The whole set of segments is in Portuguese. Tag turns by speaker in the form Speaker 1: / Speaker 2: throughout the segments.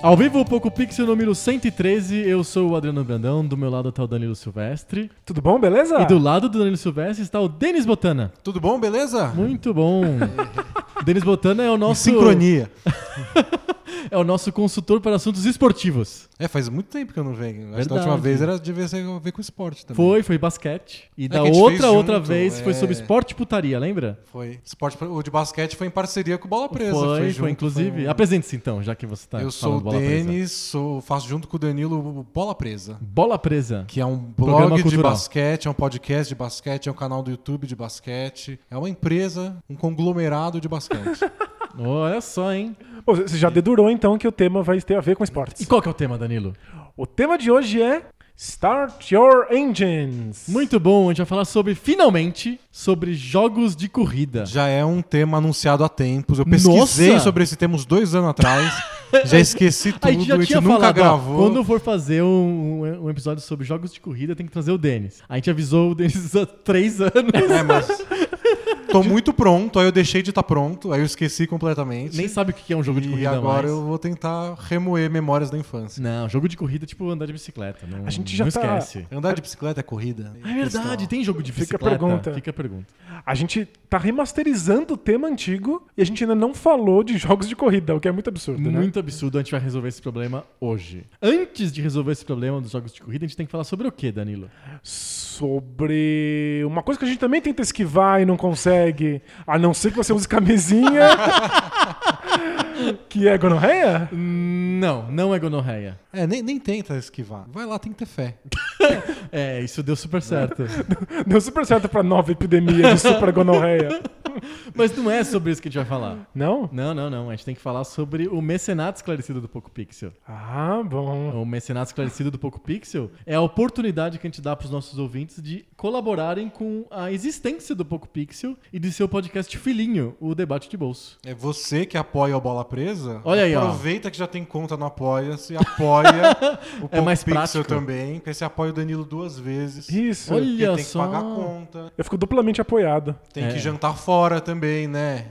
Speaker 1: Ao vivo, Poco Pixel número 113, eu sou o Adriano Brandão, do meu lado está o Danilo Silvestre.
Speaker 2: Tudo bom, beleza?
Speaker 1: E do lado do Danilo Silvestre está o Denis Botana.
Speaker 3: Tudo bom, beleza?
Speaker 1: Muito bom. Denis Botana é o nosso.
Speaker 3: Sincronia.
Speaker 1: É o nosso consultor para assuntos esportivos.
Speaker 3: É, faz muito tempo que eu não venho. Acho que
Speaker 1: Verdade.
Speaker 3: da última vez era, devia ser a ver com esporte também.
Speaker 1: Foi, foi basquete. E da
Speaker 3: É que a gente fez
Speaker 1: outra, outra
Speaker 3: junto,
Speaker 1: vez foi
Speaker 3: é.
Speaker 1: sobre esporte e putaria, lembra?
Speaker 3: Foi. Esporte, o de basquete foi em parceria com o Bola Presa.
Speaker 1: foi, foi,
Speaker 3: junto,
Speaker 1: inclusive.
Speaker 3: foi um-
Speaker 1: Apresente-se então, já que você está
Speaker 3: Eu sou
Speaker 1: falando
Speaker 3: o
Speaker 1: bola presa.
Speaker 3: Denis, sou, faço junto com o Danilo o Bola Presa.
Speaker 1: Bola presa.
Speaker 3: Que é um
Speaker 1: Programa
Speaker 3: blog de
Speaker 1: cultural.
Speaker 3: basquete, é um podcast de basquete, é um canal do YouTube de basquete, é uma empresa, um conglomerado de basquete.
Speaker 1: Olha só, hein?
Speaker 2: Pô, Você já dedurou então que o tema vai ter a ver com
Speaker 1: E
Speaker 2: esportes.
Speaker 1: qual que é o tema, Danilo?
Speaker 2: O tema de hoje é Start Your Engines.
Speaker 1: Muito bom, a gente vai falar sobre, finalmente, sobre jogos de corrida.
Speaker 3: Já é um tema anunciado há tempos. Eu pesquisei
Speaker 1: Nossa!
Speaker 3: sobre esse tema uns dois anos atrás. já esqueci tudo,
Speaker 1: A gente já tinha
Speaker 3: nunca
Speaker 1: falado, ó,
Speaker 3: gravou.
Speaker 1: quando for fazer um, um- um episódio sobre jogos de corrida, tem que trazer o Denis. A gente avisou o Denis há três anos,
Speaker 3: É, mas. Tô muito pronto, aí eu deixei de estar pronto, aí eu esqueci completamente.
Speaker 1: nem sabe o que é um jogo de
Speaker 3: e
Speaker 1: corrida
Speaker 3: agora
Speaker 1: mais.
Speaker 3: eu vou tentar remoer memórias da infância.
Speaker 1: Não, jogo de corrida é tipo andar de bicicleta, não,
Speaker 2: A gente já
Speaker 1: não
Speaker 2: tá-
Speaker 1: esquece.
Speaker 3: Andar de bicicleta é corrida?
Speaker 1: Hum. É verdade, tem jogo de
Speaker 2: Fica
Speaker 1: bicicleta.
Speaker 2: a pergunta.
Speaker 1: Fica a pergunta.
Speaker 2: A gente tá remasterizando o tema antigo e a gente ainda não falou de jogos de corrida, o que é muito absurdo, né?
Speaker 1: Muito absurdo, a gente vai resolver esse problema hoje. Antes de resolver esse problema dos jogos de corrida, a gente tem que falar sobre o que, Danilo?
Speaker 2: Sobre uma coisa que a gente também tenta esquivar e não consegue, a não ser que você use camisinha, que é gonorreia?
Speaker 1: Não, não é gonorreia.
Speaker 3: É, nem, nem tenta esquivar. Vai lá, tem que ter fé.
Speaker 1: É, isso deu super certo.
Speaker 2: Deu super certo pra nova epidemia de super gonorreia.
Speaker 1: Mas não é sobre isso que a gente vai falar.
Speaker 2: Não?
Speaker 1: Não, não, não. A gente tem que falar sobre o mecenato esclarecido do Poco Pixel.
Speaker 2: Ah, bom.
Speaker 1: O Mecenato Esclarecido do Poco Pixel é a oportunidade que a gente dá para os nossos ouvintes de colaborarem com a existência do Poco Pixel e de seu podcast filhinho, o Debate de Bolso.
Speaker 3: É você que apoia o Bola Presa.
Speaker 1: Olha aí, ó.
Speaker 3: Aproveita que já tem conta no Apoia-se, apoia o
Speaker 1: É mais
Speaker 3: Pixel
Speaker 1: prático.
Speaker 3: também, que aí você apoia o Danilo duas vezes.
Speaker 2: Isso.
Speaker 1: Olha
Speaker 3: Porque tem que
Speaker 1: só.
Speaker 3: pagar a conta,
Speaker 2: Eu fico duplamente apoiado.
Speaker 3: tem
Speaker 1: É.
Speaker 3: que jantar fora também, né?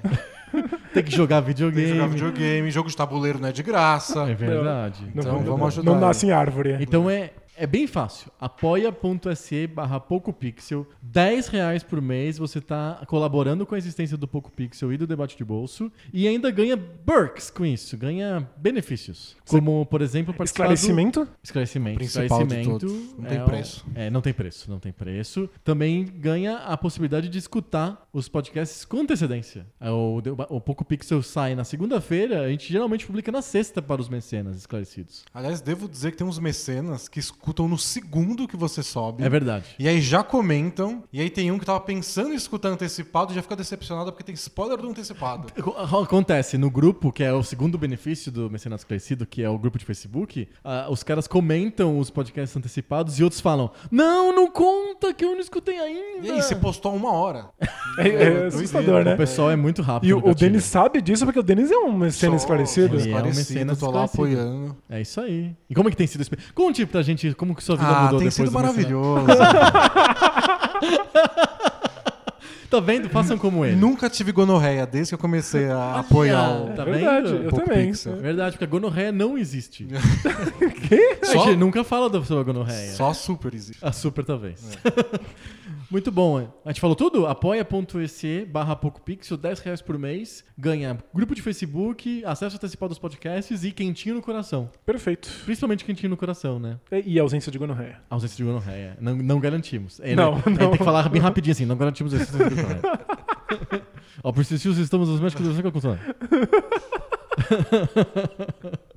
Speaker 1: Tem que jogar
Speaker 3: Tem
Speaker 1: videogame.
Speaker 3: que jogar videogame, jogo de tabuleiro não é de graça.
Speaker 1: É verdade.
Speaker 2: Não-
Speaker 3: Então,
Speaker 2: não-
Speaker 3: vamos ajudar
Speaker 2: Não
Speaker 3: ele.
Speaker 2: nasce em árvore.
Speaker 1: Então é, é bem fácil. apoia.se barra PocoPixel. 10 reais por mês você tá colaborando com a existência do PocoPixel e do Debate de Bolso. E ainda ganha perks com isso. Ganha benefícios. Como, por exemplo, participar do-
Speaker 2: Esclarecimento?
Speaker 1: Esclarecimento.
Speaker 3: O principal de
Speaker 1: esclarecimento
Speaker 3: todos. Não tem
Speaker 1: o-
Speaker 3: preço.
Speaker 1: é, não tem preço, não tem preço. Também ganha a possibilidade de escutar os podcasts com antecedência. É, O, o Poco Pixel sai na segunda-feira, a gente geralmente publica na sexta para os mecenas esclarecidos.
Speaker 3: Aliás, devo dizer que tem uns mecenas que escutam no segundo que você sobe.
Speaker 1: É verdade.
Speaker 3: E aí já comentam. E aí tem um que tava pensando em escutar antecipado e já fica decepcionado porque tem spoiler do antecipado.
Speaker 1: Ac- Acontece, no grupo, que é o segundo benefício do Mecenas Esclarecido, que é o grupo de Facebook, ah, os caras comentam os podcasts antecipados e outros falam: Não, não conta que eu não escutei ainda.
Speaker 3: E aí, você postou uma hora.
Speaker 2: É, é
Speaker 3: doideira.
Speaker 2: assustador, né?
Speaker 1: o pessoal é muito rápido.
Speaker 2: E
Speaker 1: no
Speaker 2: o, o
Speaker 1: gatilho.
Speaker 2: Denis sabe disso porque o Denis é um mecenas
Speaker 3: Sou-
Speaker 2: esclarecido.
Speaker 3: sou
Speaker 1: Ele é um
Speaker 3: Esclarecido,
Speaker 1: mecenas
Speaker 3: tô lá
Speaker 1: esclarecido.
Speaker 3: apoiando.
Speaker 1: É isso aí. E como é que tem sido a experiência? Conte pra gente como que sua vida
Speaker 3: Ah,
Speaker 1: mudou
Speaker 3: tem
Speaker 1: depois
Speaker 3: sido
Speaker 1: do Mercenário.
Speaker 3: maravilhoso.
Speaker 1: Tá vendo? Façam como ele.
Speaker 3: Nunca tive gonorreia desde que eu comecei a apoiar o.
Speaker 1: Tá
Speaker 2: É verdade,
Speaker 1: vendo?
Speaker 2: eu
Speaker 3: Poco
Speaker 2: também.
Speaker 3: Pixel.
Speaker 1: É verdade, porque a gonorreia não existe.
Speaker 2: Quê?
Speaker 1: A
Speaker 3: Só-
Speaker 1: gente nunca fala da sua gonorreia.
Speaker 3: Só super existe.
Speaker 1: A super talvez.
Speaker 2: É.
Speaker 1: Muito bom. hein? A gente falou tudo? Apoia.se barra PocoPixel, 10 reais por mês. Ganha grupo de Facebook, acesso antecipado dos podcasts e quentinho no coração.
Speaker 2: Perfeito.
Speaker 1: Principalmente quentinho no coração, né?
Speaker 2: E, e a ausência de gonorreia.
Speaker 1: A ausência de gonorreia. Não, não garantimos. É,
Speaker 2: Não,
Speaker 1: né? É,
Speaker 2: não.
Speaker 1: Tem que falar bem rapidinho assim. Não garantimos a existência de gonorreia. Ao persistir, estamos nos médicos do Zé Cultura.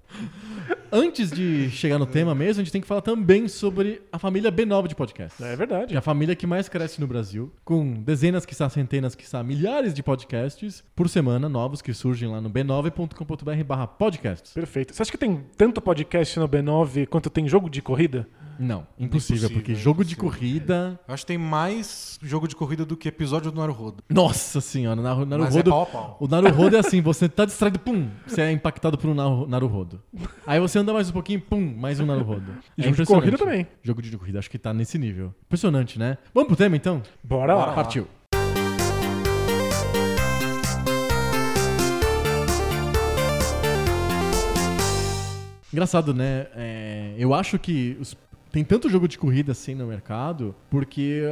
Speaker 1: Antes de chegar no tema mesmo, a gente tem que falar também sobre a família B9 de podcasts.
Speaker 2: É verdade.
Speaker 1: É a família que mais cresce no Brasil, com dezenas, quiçá centenas, quiçá milhares de podcasts por semana, novos que surgem lá no b9.com.br barra podcasts.
Speaker 2: Perfeito. Você acha que tem tanto podcast no B9 quanto tem jogo de corrida?
Speaker 1: Não, impossível,
Speaker 3: Impossível,
Speaker 1: porque jogo de
Speaker 3: impossível.
Speaker 1: corrida...
Speaker 3: Eu acho que tem mais jogo de corrida do que episódio do Naruhodo.
Speaker 1: Nossa senhora, Naru,
Speaker 3: Mas
Speaker 1: Naruhodo,
Speaker 3: é pau a pau.
Speaker 1: o Naruhodo é assim, você tá distraído, pum, você é impactado por um Naru- Naruhodo. Aí você anda mais um pouquinho, pum, mais um Naruhodo. É
Speaker 2: E jogo de
Speaker 1: impressionante.
Speaker 2: corrida também.
Speaker 1: Jogo de corrida, acho que tá nesse nível. Impressionante, né? Vamos pro tema então?
Speaker 2: Bora lá.
Speaker 3: Bora lá.
Speaker 1: Partiu. Engraçado, né? É, eu acho que os- tem tanto jogo de corrida assim no mercado porque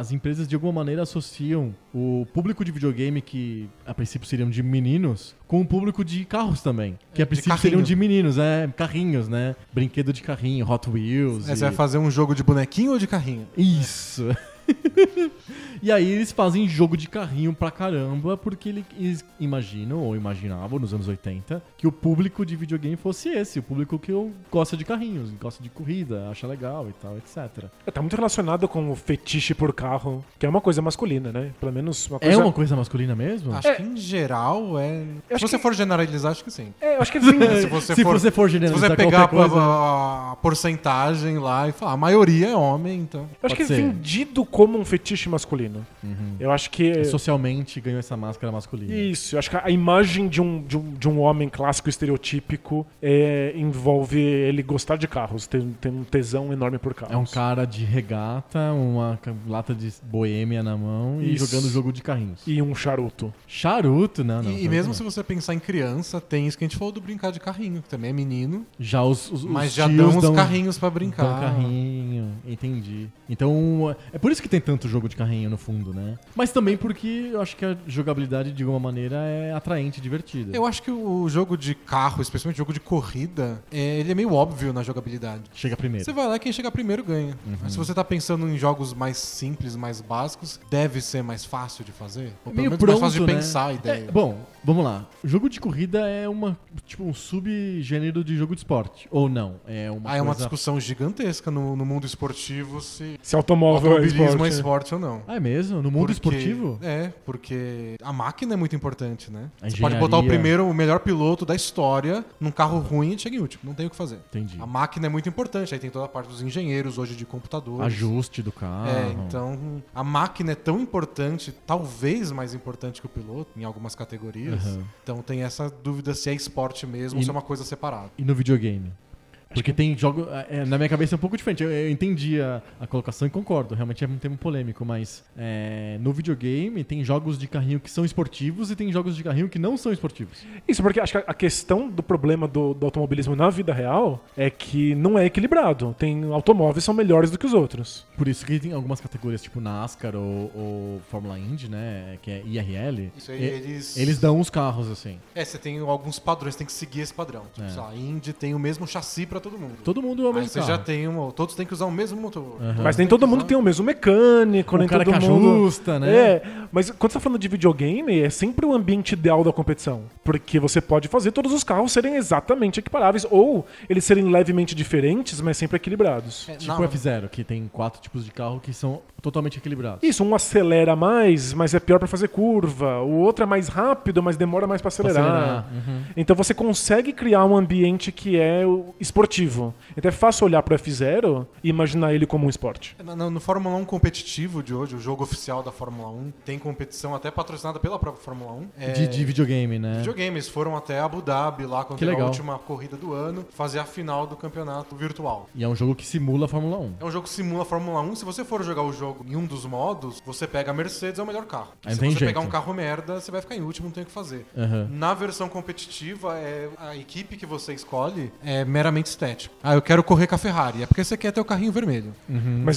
Speaker 1: as empresas de alguma maneira associam o público de videogame que a princípio seriam de meninos com o público de carros também, que a princípio seriam
Speaker 3: É, carrinho.
Speaker 1: de meninos, é carrinhos, né? Brinquedo de carrinho, Hot Wheels.
Speaker 3: É,
Speaker 1: e-
Speaker 3: Você vai fazer um jogo de bonequinho ou de carrinho?
Speaker 1: isso. e aí eles fazem jogo de carrinho pra caramba, porque ele- eles imaginam, ou imaginavam nos anos 80, que o público de videogame fosse esse, o público que gosta de carrinhos, gosta de corrida, acha legal e tal, etc.
Speaker 2: É, Tá muito relacionado com o fetiche por carro, que é uma coisa masculina, né? Pelo menos uma coisa.
Speaker 1: É uma coisa masculina mesmo?
Speaker 3: Acho que em geral é.
Speaker 2: É. Eu
Speaker 3: Se
Speaker 2: acho
Speaker 3: você
Speaker 2: que-
Speaker 3: for generalizar, acho que sim.
Speaker 2: É, eu acho que assim,
Speaker 3: Se você
Speaker 1: Se
Speaker 3: for,
Speaker 1: você for
Speaker 3: se
Speaker 1: generalizar
Speaker 3: você pegar a,
Speaker 1: qualquer coisa...
Speaker 3: a- a porcentagem lá e falar, a maioria é homem, então.
Speaker 2: eu acho que é
Speaker 1: Pode ser.
Speaker 2: vendido como um fetiche masculino. Eu acho que.
Speaker 1: É
Speaker 2: é
Speaker 1: Socialmente ganhou essa máscara masculina.
Speaker 2: Isso, eu acho que a imagem de um, de um, de um homem clássico estereotípico é, envolve ele gostar de carros, ter, ter um tesão enorme por carros.
Speaker 1: É um cara de regata, uma ca- lata de boêmia na mão e
Speaker 2: Isso.
Speaker 1: jogando jogo de carrinhos.
Speaker 2: E um charuto.
Speaker 1: Charuto, Ah, não, não.
Speaker 3: e, e
Speaker 1: charuto
Speaker 3: mesmo
Speaker 1: não.
Speaker 3: se você pensar em criança, tem isso que a gente falou do brincar de carrinho, que também é menino,
Speaker 1: Já os, os, os
Speaker 3: mas já
Speaker 1: tios
Speaker 3: dão os
Speaker 1: dão-
Speaker 3: carrinhos pra
Speaker 1: Então,
Speaker 3: brincar.
Speaker 1: carrinho, entendi. Então, é por isso que tem tanto jogo de carrinho no fundo, né? Mas também porque eu acho que a jogabilidade, de alguma maneira, é atraente e divertida.
Speaker 3: Eu acho que o jogo de carro, especialmente jogo de corrida, é- ele é meio óbvio na jogabilidade.
Speaker 1: Chega primeiro. Uhum.
Speaker 3: Você vai lá e quem chegar primeiro ganha. Mas se você tá pensando em jogos mais simples, mais básicos, deve ser mais fácil de fazer. Ou
Speaker 1: É
Speaker 3: pelo
Speaker 1: meio
Speaker 3: menos
Speaker 1: pronto,
Speaker 3: mais fácil de
Speaker 1: né?
Speaker 3: pensar a ideia.
Speaker 1: É, bom, vamos lá. O jogo de corrida é uma tipo um subgênero de jogo de esporte. Ou não? É uma
Speaker 3: Ah, é uma
Speaker 1: coisa-
Speaker 3: discussão gigigantesca no, no mundo esportivo se
Speaker 2: Se automóvel é
Speaker 3: automobilismo é
Speaker 2: esporte.
Speaker 3: esporte ou não.
Speaker 1: Ah, é mesmo? No mundo
Speaker 3: Porque-
Speaker 1: esportivo?
Speaker 3: É, porque a máquina é muito importante, né?
Speaker 1: A
Speaker 3: Você pode botar o
Speaker 1: engenharia.
Speaker 3: primeiro, o melhor piloto da história num carro ruim e chega em último. Não tem o que fazer.
Speaker 1: Entendi.
Speaker 3: A máquina é muito importante. Aí tem toda a parte dos engenheiros hoje de computadores.
Speaker 1: Ajuste do carro.
Speaker 3: É, então a máquina é tão importante, talvez mais importante que o piloto, em algumas categorias.
Speaker 1: Aham.
Speaker 3: Então tem essa dúvida se é esporte mesmo ou
Speaker 1: E-
Speaker 3: se é uma coisa separada.
Speaker 1: E no videogame? Porque tem jogo. é, na minha cabeça é um pouco diferente. Eu, eu entendi a, a colocação e concordo. Realmente é um tema polêmico, mas é, no videogame tem jogos de carrinho que são esportivos e tem jogos de carrinho que não são esportivos.
Speaker 2: Isso, porque acho que a questão do problema do, do automobilismo na vida real é que não é equilibrado. Tem automóveis que são melhores do que os outros.
Speaker 1: Por isso que tem algumas categorias, tipo NASCAR ou, ou Fórmula Indy, né? Que é IRL.
Speaker 3: Isso aí,
Speaker 1: e-
Speaker 3: eles-
Speaker 1: eles dão os carros, assim.
Speaker 3: É, você tem alguns padrões, tem que seguir esse padrão. Tipo,
Speaker 1: É.
Speaker 3: sei lá, a Indy tem o mesmo chassi pra todo mundo.
Speaker 1: Todo mundo é o
Speaker 3: Aí
Speaker 1: mesmo
Speaker 3: você
Speaker 1: carro.
Speaker 3: já tem um, todos têm que usar o mesmo motor.
Speaker 1: Aham.
Speaker 2: Mas nem todo mundo tem o mesmo mecânico,
Speaker 1: O
Speaker 2: nem
Speaker 1: cara
Speaker 2: todo
Speaker 1: que
Speaker 2: mundo.
Speaker 1: ajusta, né?
Speaker 2: É, mas quando você tá falando de videogame, é sempre o ambiente ideal da competição. Porque você pode fazer todos os carros serem exatamente equiparáveis, ou eles serem levemente diferentes, mas sempre equilibrados.
Speaker 3: É,
Speaker 1: Tipo
Speaker 3: na-
Speaker 1: o F0, que tem quatro tipos de carro que são totalmente equilibrados.
Speaker 2: Isso, um acelera mais, mas é pior pra fazer curva. O outro é mais rápido, mas demora mais pra acelerar.
Speaker 1: acelerar, uhum.
Speaker 2: Então você consegue criar um ambiente que é o- esportivo. Então é fácil olhar pro F0 e imaginar ele como um esporte.
Speaker 3: Na- na- No Fórmula 1 competitivo de hoje, o jogo oficial da Fórmula 1, tem competição até patrocinada pela própria Fórmula 1. É,
Speaker 1: De, de videogame, né?
Speaker 3: Videogames foram até Abu Dhabi lá quando
Speaker 1: Que
Speaker 3: teve a
Speaker 1: legal.
Speaker 3: última corrida do ano, fazer a final do campeonato virtual.
Speaker 1: E é um jogo que simula a Fórmula 1.
Speaker 3: É um jogo que simula a Fórmula 1. Se você for jogar o jogo em um dos modos, você pega a Mercedes, é o melhor carro.
Speaker 1: Aí
Speaker 3: Se
Speaker 1: tem
Speaker 3: você
Speaker 1: jeito. É.
Speaker 3: pegar um carro merda, você vai ficar em último, não tem o que fazer.
Speaker 1: Aham.
Speaker 3: Na versão competitiva, é, a equipe que você escolhe é meramente estético. Ah, eu quero correr com a Ferrari. É porque você quer ter o carrinho vermelho.
Speaker 2: Mas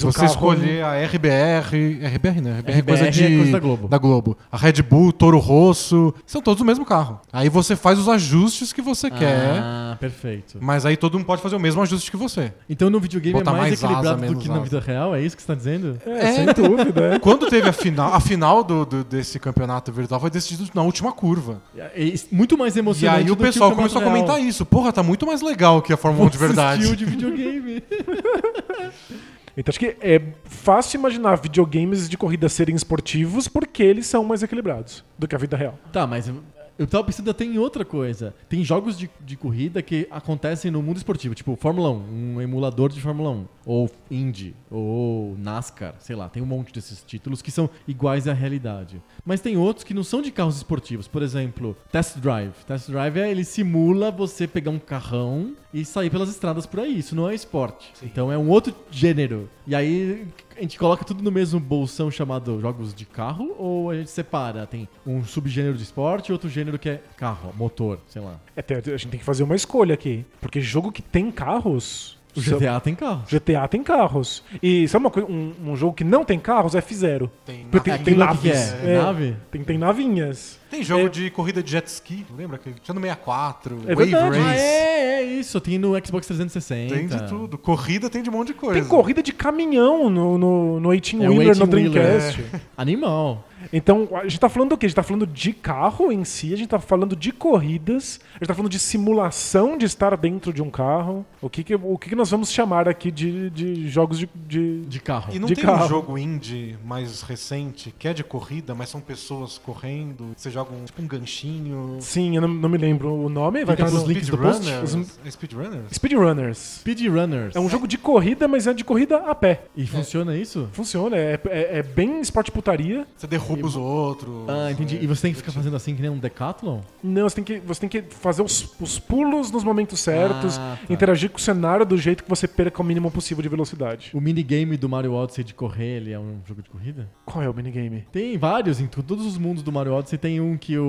Speaker 1: Hum.
Speaker 3: Se
Speaker 2: o
Speaker 3: você
Speaker 2: carro-
Speaker 3: escolher a RBR. RBR, né? RBR, é
Speaker 1: RBR
Speaker 3: coisa
Speaker 1: é
Speaker 3: de.
Speaker 1: coisa da Globo.
Speaker 3: A Red Bull, Toro Rosso. São todos o mesmo carro. Aí você faz os ajustes que você quer.
Speaker 1: Ah, perfeito.
Speaker 3: Mas aí todo mundo pode fazer o mesmo ajuste que você.
Speaker 1: Então no videogame
Speaker 3: Botar
Speaker 1: é mais,
Speaker 3: mais asa,
Speaker 1: equilibrado do
Speaker 3: menos
Speaker 1: que na
Speaker 3: asa.
Speaker 1: vida real, é isso que você tá dizendo?
Speaker 3: É,
Speaker 2: sem dúvida. é.
Speaker 3: Quando teve a final, a final do, do- desse campeonato virtual foi decidido na última curva.
Speaker 1: É muito mais
Speaker 3: E
Speaker 1: emocionante.
Speaker 3: aí o
Speaker 1: do que
Speaker 3: pessoal
Speaker 1: campeonato
Speaker 3: começou a comentar
Speaker 1: real.
Speaker 3: isso. Porra, tá muito mais legal que a Fórmula 1 de
Speaker 1: Assistiu
Speaker 3: verdade.
Speaker 1: de videogame.
Speaker 2: Então acho que é fácil imaginar videogames de corrida serem esportivos porque eles são mais equilibrados do que a vida real.
Speaker 1: Tá, mas eu- eu tava pensando até em outra coisa. Tem jogos de, de corrida que acontecem no mundo esportivo, tipo Fórmula 1, um emulador de Fórmula 1, ou Indy, ou NASCAR, sei lá, tem um monte desses títulos que são iguais à realidade. Mas tem outros que não são de carros esportivos, por exemplo, Test Drive. Test Drive é ele simula você pegar um carrão e sair pelas estradas por aí, isso não é esporte. Então é um outro gênero. E aí a gente coloca tudo no mesmo bolsão chamado jogos de carro ou a gente separa? Tem um subgênero de esporte e outro gênero que é carro, motor, sei lá.
Speaker 2: É, tem- a gente tem que fazer uma escolha aqui. Porque jogo que tem carros.
Speaker 1: O GTA tem carro.
Speaker 2: GTA tem carros. E sabe uma coi- um, um jogo que não tem carros? F-Zero.
Speaker 3: Tem
Speaker 2: Porque
Speaker 3: nave-
Speaker 2: tem
Speaker 1: Aquilo que
Speaker 2: naves.
Speaker 1: é, nave?
Speaker 2: Tem, tem navinhas.
Speaker 3: Tem jogo de corrida de jet ski, lembra? Que tinha no 64,
Speaker 2: É
Speaker 3: Wave
Speaker 2: verdade.
Speaker 3: Race.
Speaker 1: Ah, é, é isso. Tem no Xbox 360.
Speaker 3: Tem de tudo. Corrida tem de um monte de coisa.
Speaker 2: Tem corrida de caminhão no, no, no 18
Speaker 1: É, o
Speaker 2: Wheeler, no
Speaker 1: 18 -wheeler, é.
Speaker 2: Dreamcast.
Speaker 1: Animal.
Speaker 2: Então, a gente tá falando do quê? A gente tá falando de carro em si, a gente tá falando de corridas, a gente tá falando de simulação de estar dentro de um carro. O que que, o que que nós vamos chamar aqui de, de jogos de, de-
Speaker 1: De carro.
Speaker 3: E não
Speaker 2: de
Speaker 3: tem
Speaker 2: carro.
Speaker 3: um jogo indie mais recente que é de corrida, mas são pessoas correndo. Você joga um, tipo um ganchinho. Tipo
Speaker 2: Sim, eu não, não me lembro o nome, vai
Speaker 1: Fica
Speaker 2: estar
Speaker 1: nos
Speaker 2: no...
Speaker 1: links do post?
Speaker 2: né?
Speaker 3: Speedrunners? É Speedrunners?
Speaker 2: Speedrunners.
Speaker 1: Speedrunners.
Speaker 2: É um jogo de corrida, mas é de corrida a pé.
Speaker 1: E funciona isso?
Speaker 2: Funciona, é, é, é bem esporte putaria.
Speaker 3: Você derruba os outros. É.
Speaker 1: Ah, entendi. E você tem que ficar fazendo assim que nem um Decathlon?
Speaker 2: Não, você tem que, você tem que fazer os, os pulos nos momentos certos,
Speaker 1: Ah, tá.
Speaker 2: interagir com o cenário do jeito que você perca o mínimo possível de velocidade.
Speaker 1: O minigame do Mario Odyssey de correr, ele é um jogo de corrida?
Speaker 2: Qual é o minigame?
Speaker 1: Tem vários, em tu- todos os mundos do Mario Odyssey tem um que o,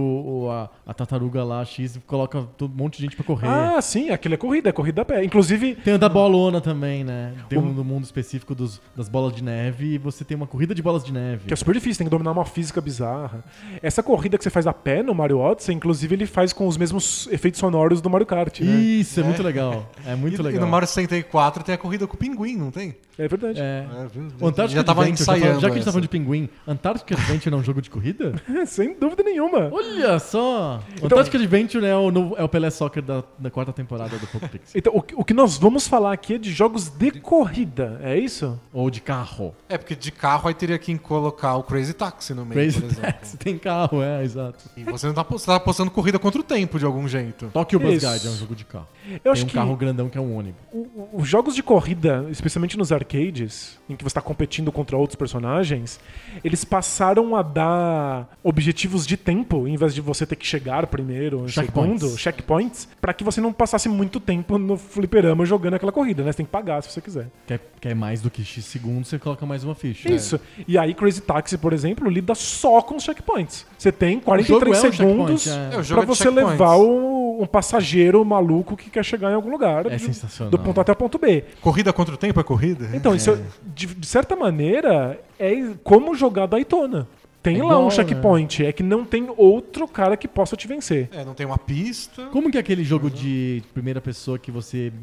Speaker 1: o- a, a tartaruga lá, a X, coloca todo, um monte de gente pra correr.
Speaker 2: Ah, sim, aquilo é corrida, é corrida a pé. Inclusive,
Speaker 1: Tem a da bolona também, né? Tem um no mundo específico dos, das bolas de neve e você tem uma corrida de bolas de neve.
Speaker 2: que é super difícil, tem que dominar uma física bizarra. Essa corrida que você faz a pé no Mario Odyssey, inclusive, ele faz com os mesmos efeitos sonoros do Mario Kart, né?
Speaker 1: Isso, é, muito legal. É
Speaker 3: E-
Speaker 1: muito
Speaker 3: e,
Speaker 1: legal.
Speaker 3: no Mario 64 tem a corrida com o pinguim, não tem?
Speaker 2: É verdade.
Speaker 1: É.
Speaker 3: É, viu?
Speaker 1: O Antártica
Speaker 3: já tava
Speaker 1: Adventure, já,
Speaker 3: ensaiando.
Speaker 1: já que a gente tá
Speaker 3: essa.
Speaker 1: falando de pinguim, Antártica Adventure é um jogo de corrida?
Speaker 2: É, Sem dúvida nenhuma.
Speaker 1: Olha só!
Speaker 2: Então-
Speaker 1: Antártica Adventure é o, novo- é o Pelé Soccer da, da quarta temporada do Pop Pixel.
Speaker 2: Então, o, que- o que nós vamos falar aqui é de jogos de corrida, é isso?
Speaker 1: Ou de carro.
Speaker 3: É, porque de carro aí teria que colocar o Crazy Taxi no meio,
Speaker 1: Crazy
Speaker 3: por exemplo.
Speaker 1: Taxi, tem carro, é, exato.
Speaker 3: E você não tá, apo- você tá apostando corrida contra o tempo de algum jeito.
Speaker 1: Tokyo Bus
Speaker 2: Isso.
Speaker 1: Guide é um jogo de carro.
Speaker 2: Eu
Speaker 1: tem
Speaker 2: acho
Speaker 1: um
Speaker 2: que
Speaker 1: carro grandão que é um ônibus.
Speaker 2: o- o- os jogos de corrida, especialmente nos arcades, em que você está competindo contra outros personagens, eles passaram a dar objetivos de tempo, em vez de você ter que chegar primeiro,
Speaker 1: Checkpoints.
Speaker 2: segundo, checkpoints, para que você não passasse muito tempo no fliperama jogando aquela corrida, né? Você tem que pagar se você quiser.
Speaker 1: Quer, quer mais do que X segundos, você coloca mais uma ficha.
Speaker 2: É Isso. E aí Crazy Taxi, por exemplo, lida só com os checkpoints. Você tem
Speaker 1: O
Speaker 2: 43
Speaker 1: jogo é um
Speaker 2: segundos
Speaker 1: checkpoint,
Speaker 3: É, o
Speaker 2: pra
Speaker 3: jogo é de
Speaker 2: você
Speaker 3: checkpoints.
Speaker 2: levar o- um passageiro maluco que quer chegar em algum lugar.
Speaker 1: É
Speaker 2: do-
Speaker 1: sensacional.
Speaker 2: Do ponto A até o ponto B.
Speaker 3: Corrida contra o tempo é corrida?
Speaker 2: Então, isso, de, de certa maneira, é como jogar Daytona. Tem
Speaker 1: É
Speaker 2: lá
Speaker 1: igual,
Speaker 2: um
Speaker 1: né?
Speaker 2: checkpoint, é que não tem outro cara que possa te vencer.
Speaker 3: É, não tem uma pista.
Speaker 1: Como que é aquele jogo de primeira pessoa que você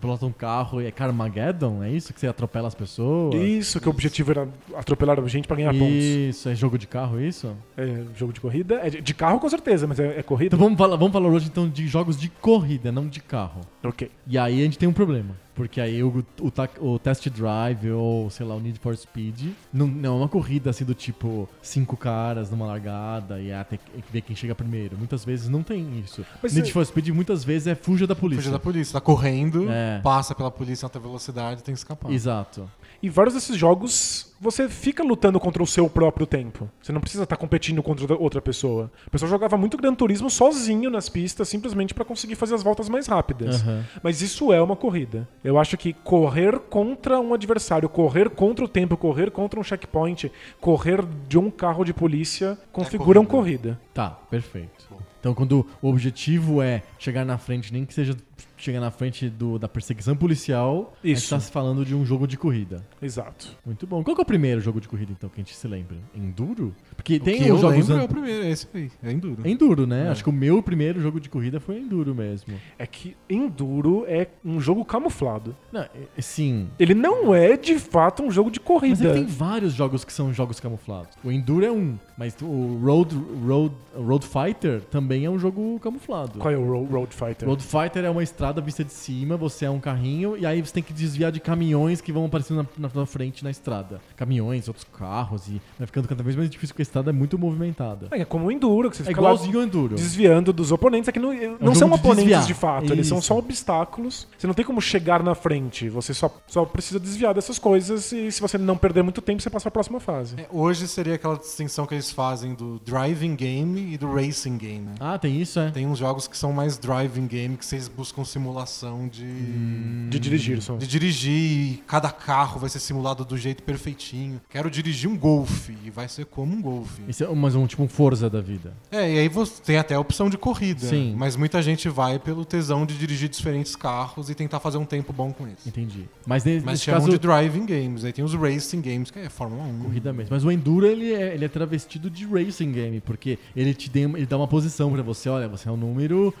Speaker 1: pilota um carro e é Carmageddon? É isso? Que você atropela as pessoas?
Speaker 2: Isso, que o objetivo era atropelar a gente pra ganhar pontos.
Speaker 1: Isso, é jogo de carro isso?
Speaker 2: É, jogo de corrida. É de, de carro, com certeza, mas é, é corrida.
Speaker 1: Então vamos falar, vamos falar hoje então de jogos de corrida, não de carro.
Speaker 2: Ok.
Speaker 1: E aí a gente tem um problema. Porque aí o, o, ta- o test drive ou, sei lá, o Need for Speed não, não é uma corrida assim do tipo cinco caras numa largada e ah, até ver quem chega primeiro. Muitas vezes não tem isso.
Speaker 2: Mas
Speaker 1: Need
Speaker 2: é-
Speaker 1: for Speed muitas vezes é fuja da polícia.
Speaker 3: Fugiu da polícia, tá correndo,
Speaker 1: É.
Speaker 3: passa pela polícia em alta velocidade, tem que escapar.
Speaker 1: Exato.
Speaker 2: E vários desses jogos você fica lutando contra o seu próprio tempo. Você não precisa estar competindo contra outra- outra pessoa. O pessoal jogava muito Gran Turismo sozinho nas pistas, simplesmente para conseguir fazer as voltas mais rápidas.
Speaker 1: Aham.
Speaker 2: Mas isso é uma corrida. Eu acho que correr contra um adversário, correr contra o tempo, correr contra um checkpoint, correr de um carro de polícia configuram corrida.
Speaker 1: Tá, perfeito. Então, quando o objetivo é chegar na frente, nem que seja chegar na frente do, da perseguição policial, a gente
Speaker 2: Isso.
Speaker 1: tá se falando de um jogo de corrida.
Speaker 2: Exato.
Speaker 1: Muito bom. Qual que é o primeiro jogo de corrida, então, que a gente se lembra? Enduro? Porque
Speaker 3: o
Speaker 1: tem
Speaker 3: que eu
Speaker 1: os jogos...
Speaker 3: lembro
Speaker 1: an-
Speaker 3: é o primeiro, é esse aí. É Enduro.
Speaker 1: Enduro, né?
Speaker 3: É.
Speaker 1: Acho que o meu primeiro jogo de corrida foi Enduro mesmo.
Speaker 2: É que Enduro é um jogo camuflado.
Speaker 1: Não, é- é- sim.
Speaker 2: Ele não é de fato um jogo de
Speaker 1: Mas é
Speaker 2: corrida.
Speaker 1: que tem vários jogos que são jogos camuflados. O Enduro é um, mas o Road, Road, Road Fighter também é um jogo camuflado.
Speaker 2: Qual é o Ro- Road Fighter?
Speaker 1: Road Fighter é uma estrada vista de cima, você é um carrinho, e aí você tem que desviar de caminhões que vão aparecendo na, na tua frente na estrada. Caminhões, outros carros, e vai ficando cada vez mais difícil porque a estrada é muito movimentada.
Speaker 2: É como o Enduro, que você
Speaker 1: É
Speaker 2: fica lá
Speaker 1: igualzinho ao Enduro. um
Speaker 2: desviando dos oponentes. É que não,
Speaker 1: jogo
Speaker 2: não são
Speaker 1: de
Speaker 2: oponentes
Speaker 1: desviar.
Speaker 2: de fato, eles são
Speaker 1: Isso.
Speaker 2: só obstáculos. Você não tem como chegar na frente, você só, só precisa desviar dessas coisas e se você não perder muito tempo, você passa a próxima fase.
Speaker 3: É, hoje seria aquela distinção que eles fazem do driving game e do racing game. né?
Speaker 1: Ah, tem isso, é?
Speaker 3: Tem uns jogos que são mais driving game, que vocês buscam simulação de,
Speaker 1: Hum.
Speaker 2: De dirigir, só.
Speaker 3: de dirigir e cada carro vai ser simulado do jeito perfeitinho. Quero dirigir um golfe e vai ser como um golfe.
Speaker 1: Esse é mais um tipo um Forza da vida.
Speaker 3: É, e aí você tem até a opção de corrida.
Speaker 1: Sim.
Speaker 3: Mas muita gente vai pelo tesão de dirigir diferentes carros e tentar fazer um tempo bom com eles.
Speaker 1: Entendi. Mas ne- nesse,
Speaker 3: Mas um chamam
Speaker 1: caso,
Speaker 3: de driving games. Aí tem os racing games, que é Fórmula 1.
Speaker 1: corrida mesmo. Mas o Enduro, ele é, ele é travestido de racing game, porque ele te dê- ele dá uma posição pra você. Olha, você é o número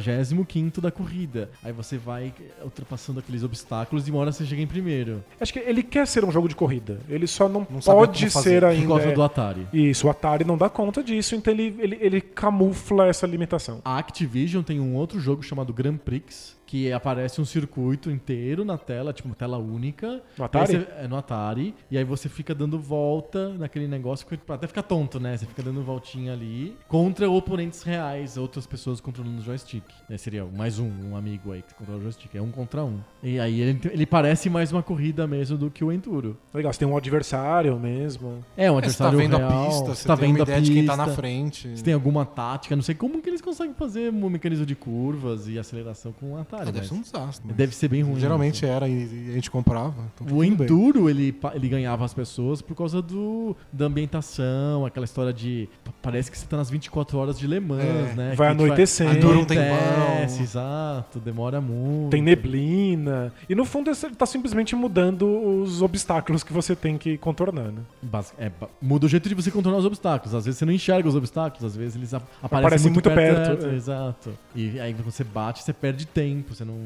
Speaker 1: 45 da corrida. Aí você vai ultrapassando aqueles obstáculos e uma hora você chega em primeiro.
Speaker 2: Acho que ele quer ser um jogo de corrida. Ele só não,
Speaker 3: Não sabe
Speaker 2: pode
Speaker 3: como fazer.
Speaker 2: ser
Speaker 1: Por
Speaker 2: ainda.
Speaker 1: causa
Speaker 2: é.
Speaker 1: do Atari.
Speaker 2: Isso, o Atari não dá conta disso, então ele, ele, ele camufla essa limitação.
Speaker 1: A Activision tem um outro jogo chamado Grand Prix, que aparece um circuito inteiro na tela, tipo uma tela única.
Speaker 2: No Atari?
Speaker 1: E aí você- é no Atari. E aí você fica dando volta naquele negócio, que até fica tonto, né? Você fica dando voltinha ali contra oponentes reais, outras pessoas controlando o joystick. Né? Seria mais um, um amigo aí que controla o joystick. É um contra um. E aí ele, ele parece mais uma corrida mesmo do que o Enduro.
Speaker 2: Legal, você tem um adversário mesmo.
Speaker 1: É um
Speaker 3: É, você tá
Speaker 1: adversário
Speaker 3: vendo
Speaker 1: real,
Speaker 3: a pista, você
Speaker 1: tá
Speaker 3: tem
Speaker 1: vendo
Speaker 3: uma
Speaker 1: a
Speaker 3: ideia de quem tá na
Speaker 1: pista.
Speaker 3: frente.
Speaker 1: Se tem alguma tática, não sei como que eles conseguem fazer um mecanismo de curvas e aceleração com o Atari.
Speaker 3: Ah, deve
Speaker 1: mas
Speaker 3: ser um desastre. mas
Speaker 1: deve ser bem ruim.
Speaker 3: Geralmente
Speaker 1: assim.
Speaker 3: era e e a gente comprava. então tá
Speaker 1: O
Speaker 3: tudo bem.
Speaker 1: Enduro, ele, pa- ele ganhava as pessoas por causa do, da ambientação, aquela história de. pa- Parece que você tá nas 24 horas de Le Mans,
Speaker 3: É,
Speaker 1: né?
Speaker 2: vai
Speaker 1: Que tu
Speaker 2: anoitecendo.
Speaker 3: Dura um tempão.
Speaker 1: Anoitece, exato, demora muito.
Speaker 2: Tem neblina. E no fundo ele tá simplesmente mudando os obstáculos que você tem que contornar, né?
Speaker 1: Bas- é, ba- muda o jeito de você contornar os obstáculos. Às vezes você não enxerga os obstáculos, às vezes eles ap- aparecem,
Speaker 2: Aparecem
Speaker 1: muito,
Speaker 2: muito
Speaker 1: perto.
Speaker 2: perto, é.
Speaker 1: Exato. E aí quando você bate, você perde tempo. Você não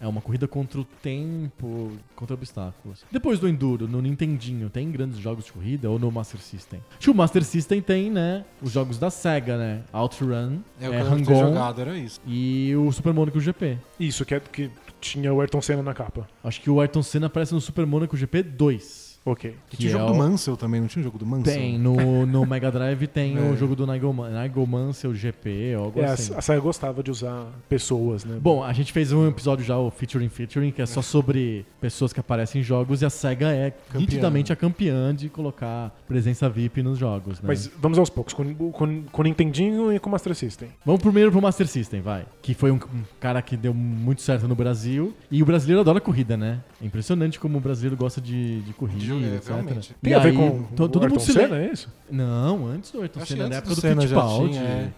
Speaker 1: é uma corrida contra o tempo, contra obstáculos. Depois do enduro, no Nintendinho, tem grandes jogos de corrida ou no Master System? Acho que o Master System tem, né? Os jogos da Sega, né? Outrun,
Speaker 3: É
Speaker 1: é,
Speaker 3: o que eu lembro de ter
Speaker 1: Hang-On
Speaker 3: jogado, era isso.
Speaker 1: e o Super Monaco GP.
Speaker 2: Isso, que, é, que tinha o Ayrton Senna na capa.
Speaker 1: Acho que o Ayrton Senna aparece no Super Monaco GP 2.
Speaker 2: Ok.
Speaker 3: E tinha o jogo do Mansell também, não tinha o jogo do Mansell?
Speaker 1: é Tem, no, no Mega Drive tem
Speaker 3: É.
Speaker 1: o jogo do Nigel, Man- Nigel Mansell GP, ou algo
Speaker 2: É, a,
Speaker 1: assim.
Speaker 2: a saga gostava de usar pessoas, né?
Speaker 1: Bom, a gente fez um episódio já, o Featuring Featuring, que é só sobre pessoas que aparecem em jogos e a SEGA é
Speaker 2: né?
Speaker 1: nitidamente a campeã de colocar presença VIP nos jogos, né?
Speaker 2: Mas vamos aos poucos, com, com, com o Nintendinho e com o Master System.
Speaker 1: Vamos primeiro pro Master System, vai. Que foi um, um cara que deu muito certo no Brasil. E o brasileiro adora corrida, né? É impressionante como o brasileiro gosta de, de corrida,
Speaker 3: De- é,
Speaker 1: etc.
Speaker 3: realmente.
Speaker 1: E
Speaker 2: Tem a ver
Speaker 1: aí,
Speaker 2: com
Speaker 1: to-
Speaker 2: o
Speaker 1: todo
Speaker 2: Ayrton
Speaker 1: mundo se né?
Speaker 2: Senna,
Speaker 1: lembra.
Speaker 2: é isso?
Speaker 1: Não, antes do Ayrton
Speaker 3: Acho que
Speaker 1: Senna, na
Speaker 3: antes
Speaker 1: época
Speaker 3: do
Speaker 1: do,
Speaker 3: Senna já
Speaker 1: Fittipaldi.
Speaker 3: tinha, é.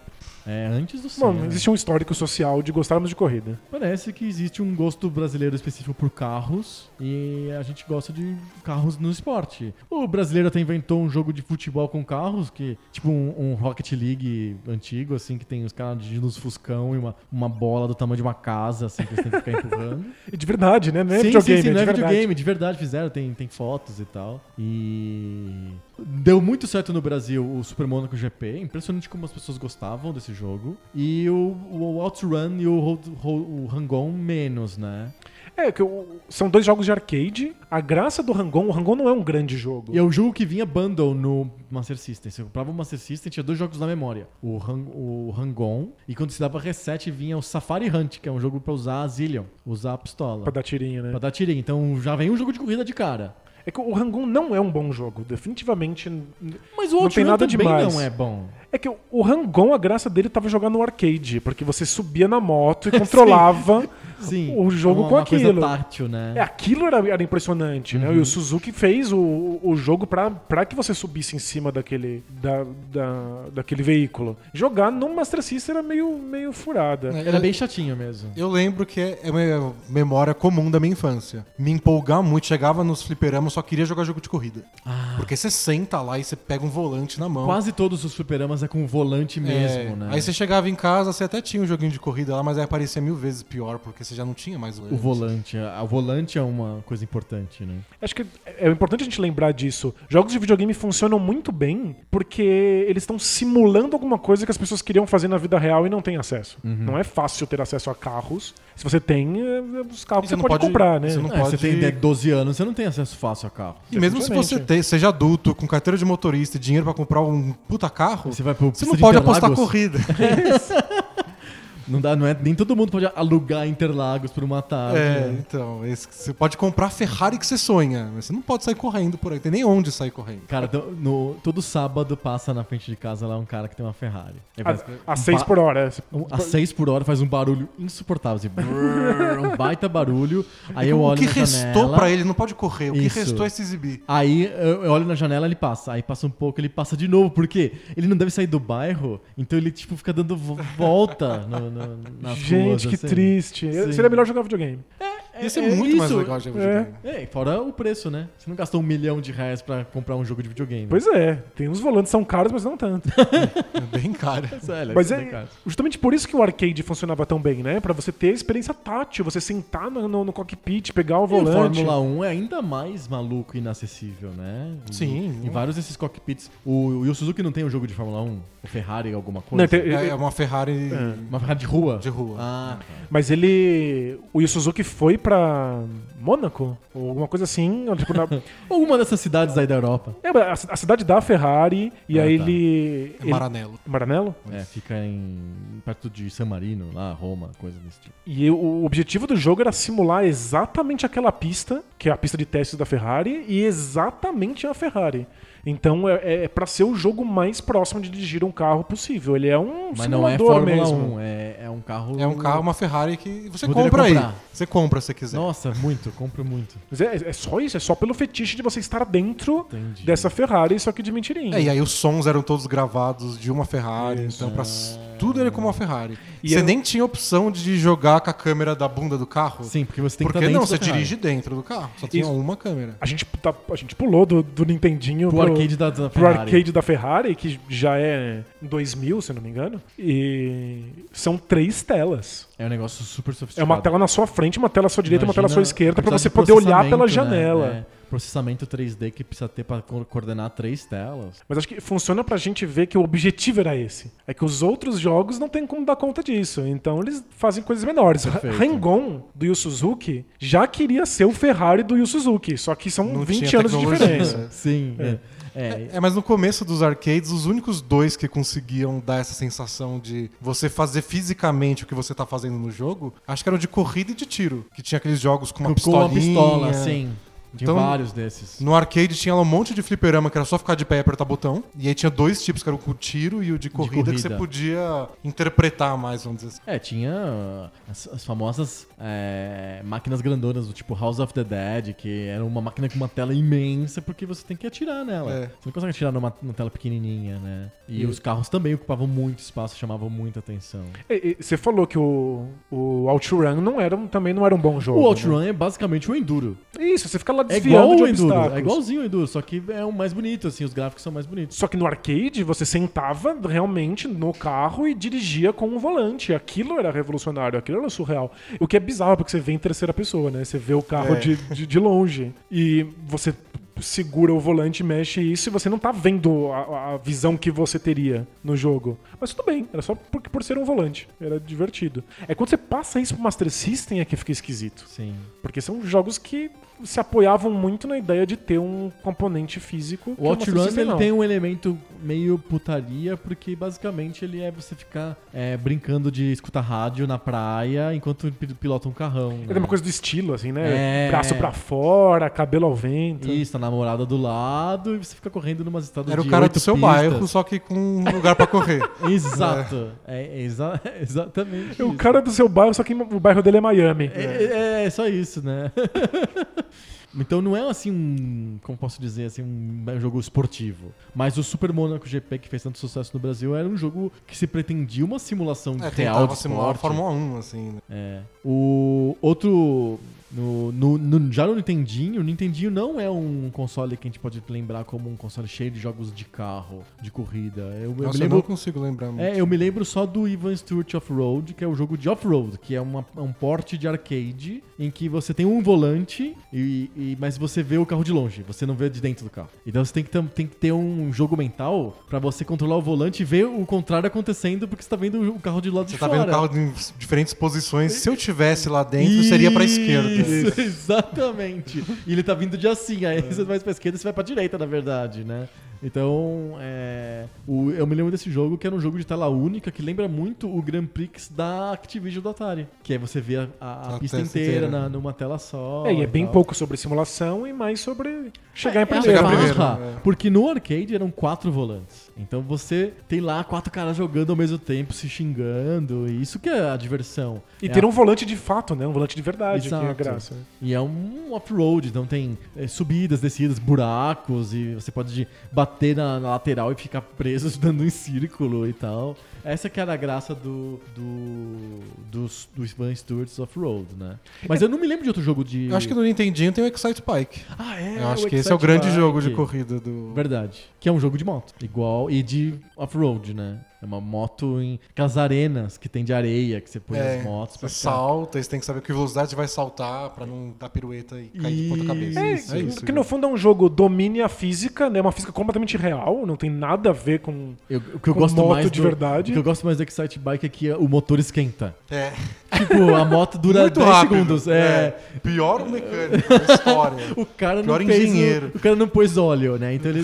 Speaker 1: é. antes do Senna.
Speaker 2: Bom, existe um histórico social de gostarmos de corrida.
Speaker 1: Parece que existe um gosto brasileiro específico por carros e a gente gosta de carros no esporte. O brasileiro até inventou um jogo de futebol com carros, que tipo um, um Rocket League antigo, assim, que tem os caras dirigindo uns Fuscão e uma, uma bola do tamanho de uma casa, assim, que eles têm que ficar empurrando.
Speaker 2: E de verdade, né? Não é
Speaker 1: sim,
Speaker 2: videogame,
Speaker 1: sim, sim,
Speaker 2: é
Speaker 1: não
Speaker 2: de
Speaker 1: é
Speaker 2: verdade.
Speaker 1: videogame, de verdade fizeram, tem, tem fotos e tal. E deu muito certo no Brasil o Super Monaco GP, impressionante como as pessoas gostavam desse jogo. E o, o Outrun e o, Ro- Ro- o Hang-On menos, né?
Speaker 2: É, que o- são dois jogos de arcade. A graça do Rangon, o Rangon não é um grande jogo.
Speaker 1: E é o jogo que vinha bundle no Master System. Você comprava o Master System, tinha dois jogos na memória. O, Hang o Hang-On e quando se dava reset vinha o Safari Hunt, que é um jogo pra usar a Zillion, usar a pistola.
Speaker 2: Pra dar tirinha, né?
Speaker 1: Pra dar tirinha. Então já vem um jogo de corrida de cara.
Speaker 2: É que o Rangon não é um bom jogo, definitivamente.
Speaker 1: Mas o
Speaker 2: Não tem
Speaker 1: Outrun
Speaker 2: nada
Speaker 1: também
Speaker 2: demais.
Speaker 1: não é bom.
Speaker 2: É que um o Rangon, a graça dele tava jogar no arcade, porque você subia na moto e controlava
Speaker 1: Sim. É
Speaker 2: o
Speaker 3: É
Speaker 2: jogo
Speaker 1: uma,
Speaker 2: com
Speaker 1: uma
Speaker 2: aquilo.
Speaker 1: Coisa tátil, né? Uhum.
Speaker 2: É, aquilo era, era impressionante, né? E o Suzuki fez o, o jogo pra, pra que você subisse em cima daquele, da, da- daquele veículo. Jogar no Master System era meio, meio furada.
Speaker 3: É,
Speaker 1: Era
Speaker 3: eu-
Speaker 1: bem chatinho mesmo.
Speaker 3: Eu lembro que é uma memória comum da minha infância. Me empolgar muito, chegava nos fliperamas, só queria jogar jogo de corrida. Porque você senta lá e você pega um volante na mão.
Speaker 1: Ah. Quase todos os fliperamas é com volante mesmo,
Speaker 3: É,
Speaker 1: né?
Speaker 3: Aí você chegava em casa, você até tinha um joguinho de corrida lá, mas aí aparecia mil vezes pior, porque você já não tinha mais
Speaker 1: O volante. a- O volante é uma coisa importante, né?
Speaker 2: Acho que é é importante a gente lembrar disso. Jogos de videogame funcionam muito bem porque eles estão simulando alguma coisa que as pessoas queriam fazer na vida real e não têm acesso. Não é fácil ter acesso a carros. Se você tem, é, os carros
Speaker 3: E
Speaker 2: você,
Speaker 3: você não
Speaker 2: pode,
Speaker 3: pode-
Speaker 2: comprar, né?
Speaker 3: você não
Speaker 1: É, você
Speaker 3: pode-
Speaker 1: tem de- 12 anos, você não tem acesso fácil a carro.
Speaker 3: E mesmo se você
Speaker 2: Definitivamente.
Speaker 3: te- seja adulto, com carteira de motorista e dinheiro pra comprar um puta carro,
Speaker 1: Você vai pro pista
Speaker 3: você não
Speaker 1: de
Speaker 3: pode apostar
Speaker 1: Interlagos?
Speaker 3: corrida.
Speaker 1: Não dá, não é, nem todo mundo pode alugar Interlagos por uma tarde.
Speaker 3: É,
Speaker 1: né?
Speaker 3: então, esse- você pode comprar a Ferrari que você sonha, mas você não pode sair correndo por aí, tem nem onde sair correndo.
Speaker 1: Cara, então, no, todo sábado passa na frente de casa lá um cara que tem uma Ferrari. Ele faz
Speaker 2: A, a 6 por hora.
Speaker 1: um- A 6 por hora faz um barulho insuportável, assim, brrr, um baita barulho. Aí eu
Speaker 3: o
Speaker 1: olho
Speaker 3: que
Speaker 1: na
Speaker 3: restou
Speaker 1: janela,
Speaker 3: pra ele, não pode correr, o que
Speaker 1: Isso.
Speaker 3: restou é se exibir.
Speaker 1: Aí eu eu olho na janela, ele passa. Aí passa um pouco, ele passa de novo. Por quê? Ele não deve sair do bairro, então ele, tipo, fica dando vo- volta no, no, nas ruas,
Speaker 2: Gente, que
Speaker 1: assim.
Speaker 2: triste.
Speaker 1: Sim.
Speaker 2: Seria melhor jogar videogame.
Speaker 3: Isso é,
Speaker 1: é
Speaker 3: muito mais
Speaker 1: isso.
Speaker 3: legal de jogo de
Speaker 2: É.
Speaker 3: videogame.
Speaker 1: É, e fora o preço, né? Você não gastou um milhão de reais pra comprar um jogo de videogame.
Speaker 2: Pois é, tem uns volantes que são caros, mas não tanto.
Speaker 3: É bem caro.
Speaker 1: é,
Speaker 2: Mas
Speaker 1: bem
Speaker 2: é
Speaker 1: caro.
Speaker 2: justamente por isso que o arcade funcionava tão bem, né? Pra você ter a experiência tátil, você sentar no, no- no cockpit, pegar o
Speaker 1: E o
Speaker 2: volante.
Speaker 1: Fórmula 1 é ainda mais maluco e inacessível, né? Em-
Speaker 3: Sim.
Speaker 1: Em vários desses cockpits. O, e o Suzuki não tem um jogo de Fórmula 1? O Ferrari, alguma coisa?
Speaker 2: Não, tem-
Speaker 3: É é uma Ferrari.
Speaker 1: Uma Ferrari de rua?
Speaker 3: De rua.
Speaker 1: É. Ah,
Speaker 2: Mas ele. O Yu Suzuki foi pra Mônaco? Ou alguma coisa assim? ou Tipo, na...
Speaker 1: Alguma dessas cidades aí da Europa.
Speaker 2: é, a, a cidade da Ferrari, e
Speaker 1: Ah,
Speaker 2: aí
Speaker 1: tá.
Speaker 2: ele.
Speaker 3: É
Speaker 2: ele-
Speaker 3: Maranello.
Speaker 2: Maranello?
Speaker 1: É, fica em perto de San Marino, lá, Roma, coisa desse tipo.
Speaker 2: E o objetivo do jogo era simular exatamente aquela pista, que é a pista de testes da Ferrari, e exatamente a Ferrari. Então é, é para ser o jogo mais próximo de dirigir um carro possível. Ele é um
Speaker 1: Mas não é
Speaker 2: simulador
Speaker 1: Fórmula
Speaker 2: mesmo.
Speaker 1: 1, é, é um carro.
Speaker 3: É um carro, uma Ferrari que você
Speaker 1: Poderia
Speaker 3: compra aí.
Speaker 1: comprar.
Speaker 3: Você compra se
Speaker 2: é.
Speaker 3: quiser.
Speaker 1: Nossa, muito, compro muito.
Speaker 2: Mas é, é só isso, é só pelo fetiche de você estar dentro
Speaker 1: Entendi.
Speaker 2: dessa Ferrari, só que de mentirinha.
Speaker 3: É, e aí os sons eram todos gravados de uma Ferrari, então pra,
Speaker 1: É.
Speaker 3: tudo era com uma Ferrari.
Speaker 2: E
Speaker 3: você
Speaker 2: eu-
Speaker 3: nem tinha opção de jogar com a câmera da bunda do carro.
Speaker 1: Sim, porque você tem que
Speaker 3: Porque
Speaker 1: estar dentro
Speaker 3: não, você
Speaker 1: da Ferrari.
Speaker 3: dirige dentro do carro. Só tinha
Speaker 2: Isso.
Speaker 3: uma câmera.
Speaker 2: A gente, tá- a gente pulou do, do Nintendinho
Speaker 1: pro arcade da, da
Speaker 2: pro
Speaker 1: Ferrari.
Speaker 2: arcade da Ferrari, que já é 2000, se eu não me engano. E são três telas.
Speaker 1: É um negócio super
Speaker 2: É
Speaker 1: sofisticado.
Speaker 2: uma tela na sua frente, uma tela à sua direita, uma tela à sua
Speaker 1: Imagina
Speaker 2: esquerda,
Speaker 1: a
Speaker 2: pra
Speaker 1: quantidade
Speaker 2: você
Speaker 1: de
Speaker 2: poder olhar pela
Speaker 1: processamento, né?
Speaker 2: janela.
Speaker 1: É, processamento 3D que precisa ter pra co- coordenar três telas.
Speaker 2: Mas acho que funciona pra gente ver que o objetivo era esse. É que os outros jogos não tem como dar conta disso. Então eles fazem coisas menores.
Speaker 1: Perfeito.
Speaker 2: Rangon, do Yu Suzuki, já queria ser o Ferrari do Yu Suzuki. Só que são
Speaker 3: Não
Speaker 2: 20
Speaker 3: tinha
Speaker 2: anos de
Speaker 3: tecnologia.
Speaker 2: diferença.
Speaker 1: Sim. É. é.
Speaker 3: É, mas no começo dos arcades, os únicos dois que conseguiam dar essa sensação de você fazer fisicamente o que você tá fazendo no jogo, acho que eram de corrida e de tiro. Que tinha aqueles jogos com uma
Speaker 1: É, Com
Speaker 3: pistola.
Speaker 1: uma pistola, sim. Tinha
Speaker 3: Então-
Speaker 1: vários desses.
Speaker 3: No arcade tinha lá um monte de fliperama que era só ficar de pé e apertar botão. E aí tinha dois tipos, que era o com tiro e o de corrida, que
Speaker 1: corrida.
Speaker 3: você podia interpretar mais, vamos dizer assim.
Speaker 1: É, tinha uh, as, as famosas é, máquinas grandonas, do tipo House of the Dead, que era uma máquina com uma tela imensa, porque você tem que atirar nela.
Speaker 3: É.
Speaker 1: Você não consegue atirar numa, numa tela pequenininha, né? E, os carros também ocupavam muito espaço, chamavam muita atenção.
Speaker 2: E- e Você falou que o, o Outrun não era, um- também não era um bom jogo.
Speaker 1: O Outrun é basicamente um enduro.
Speaker 2: né? Isso, você fica lá
Speaker 1: É
Speaker 2: desviando
Speaker 1: igual
Speaker 2: de
Speaker 1: o Enduro,
Speaker 2: obstáculos.
Speaker 1: é igualzinho o Enduro, só que é um mais bonito, assim, os gráficos são mais bonitos.
Speaker 2: Só que no arcade você sentava realmente no carro e dirigia com o volante. Aquilo era revolucionário, aquilo era surreal. O que é bizarro, porque você vê em terceira pessoa, né? Você vê o carro
Speaker 3: É.
Speaker 2: de, de, de longe. E você segura o volante, mexe isso e você não tá vendo a, a visão que você teria no jogo. Mas tudo bem, era só por, por ser um volante. Era divertido. É quando você passa isso pro Master System é que fica esquisito.
Speaker 1: Sim.
Speaker 2: Porque são jogos que se apoiavam muito na ideia de ter um componente físico. que
Speaker 1: O
Speaker 2: Master
Speaker 1: Outrun
Speaker 2: System
Speaker 1: ele
Speaker 2: não.
Speaker 1: tem um elemento meio putaria, porque basicamente ele é você ficar é, brincando de escutar rádio na praia enquanto pi- pilota um carrão.
Speaker 2: É
Speaker 1: né?
Speaker 2: uma coisa do estilo, assim, né?
Speaker 1: É.
Speaker 2: Braço pra fora, cabelo ao vento.
Speaker 1: Isso, tá na namorada do lado e você fica correndo numas estradas
Speaker 3: Era
Speaker 1: de
Speaker 3: o cara
Speaker 1: oito
Speaker 3: do seu
Speaker 1: pistas.
Speaker 3: bairro, só que com um lugar pra correr.
Speaker 1: Exato. É, é exa- é exatamente.
Speaker 2: É o
Speaker 1: isso.
Speaker 2: cara do seu bairro, só que o bairro dele é Miami.
Speaker 1: É, é- é só isso, né? Então não é assim um, como posso dizer, assim, um jogo esportivo. Mas o Super Monaco GP que fez tanto sucesso no Brasil era um jogo que se pretendia uma simulação
Speaker 3: É,
Speaker 1: real
Speaker 3: tentava
Speaker 1: de
Speaker 3: simular a
Speaker 1: esporte.
Speaker 3: Fórmula 1, assim, né?
Speaker 1: É. O outro. No, no- no- já no Nintendinho, o Nintendinho não é um console que a gente pode lembrar como um console cheio de jogos de carro, de corrida. Eu, eu
Speaker 3: Nossa,
Speaker 1: me
Speaker 3: eu não
Speaker 1: lembro.
Speaker 3: consigo lembrar muito.
Speaker 1: É, eu me lembro só do Ivan Stewart Off-Road, que é o jogo de off-road, que é uma- um porte de arcade em que você tem um volante, e, e- mas você vê o carro de longe, você não vê de dentro do carro. Então você tem que, tam- tem que ter um jogo mental pra você controlar o volante e ver o contrário acontecendo, porque você tá vendo o carro de lado
Speaker 3: Você
Speaker 1: de
Speaker 3: tá
Speaker 1: fora.
Speaker 3: vendo o carro em diferentes posições. Se eu tivesse lá dentro, seria pra esquerda.
Speaker 1: Isso, exatamente. E ele tá vindo de assim, aí você vai pra esquerda e você vai pra direita, na verdade, né? Então, é, o- eu me lembro desse jogo que era um jogo de tela única que lembra muito o Grand Prix da Activision do Atari. Que aí você vê a, a- a
Speaker 3: A
Speaker 1: pista
Speaker 3: tela
Speaker 1: inteira,
Speaker 3: inteira.
Speaker 1: na- numa tela só.
Speaker 2: É, e é bem
Speaker 1: tal.
Speaker 2: pouco sobre simulação e mais sobre chegar em
Speaker 1: É a
Speaker 2: primeiro.
Speaker 3: Chegar
Speaker 1: barra,
Speaker 3: primeiro, né?
Speaker 1: Porque no arcade eram quatro volantes. Então você tem lá quatro caras jogando ao mesmo tempo, se xingando. E isso que é a diversão.
Speaker 2: E
Speaker 1: É
Speaker 2: ter
Speaker 1: a
Speaker 2: um volante de fato, né? Um volante de verdade, que é a
Speaker 1: Exato.
Speaker 2: graça.
Speaker 1: E é um off-road, então tem é, subidas, descidas, buracos, e você pode bater na, na lateral e ficar preso dando em círculo e tal. Essa que era a graça do, do, dos- do, Ivan Stewart's off-road, né? Mas eu não me lembro de outro jogo de...
Speaker 3: Eu acho que no Nintendinho tem o Excite Bike.
Speaker 1: Ah, é,
Speaker 3: eu acho que esse é o grande
Speaker 1: Excitebike.
Speaker 3: jogo de corrida do.
Speaker 1: Verdade. Que é um jogo de moto. Igual. E de off-road, né? É uma moto em. Aquelas arenas que tem de areia, que você põe
Speaker 3: É,
Speaker 1: as motos
Speaker 3: Você
Speaker 1: pra ficar.
Speaker 3: salta, você tem que saber que velocidade vai saltar pra não dar pirueta e cair de ponta cabeça.
Speaker 2: É,
Speaker 1: Isso,
Speaker 2: que-
Speaker 3: isso,
Speaker 2: que no fundo é um jogo domine a física, né? Uma física completamente real, não tem nada a ver com.
Speaker 1: Eu, o que eu
Speaker 2: Com
Speaker 1: gosto
Speaker 2: moto
Speaker 1: mais
Speaker 2: de
Speaker 1: do-
Speaker 2: verdade.
Speaker 1: O que eu gosto mais do Excite Bike é que o motor esquenta.
Speaker 3: É,
Speaker 1: Tipo, a moto dura
Speaker 3: muito
Speaker 1: 10
Speaker 3: rápido.
Speaker 1: segundos. É.
Speaker 3: Pior o mecânico da história.
Speaker 1: O cara
Speaker 3: Pior
Speaker 1: não fez o-
Speaker 3: engenheiro.
Speaker 1: O, cara não pôs óleo, né? Então ele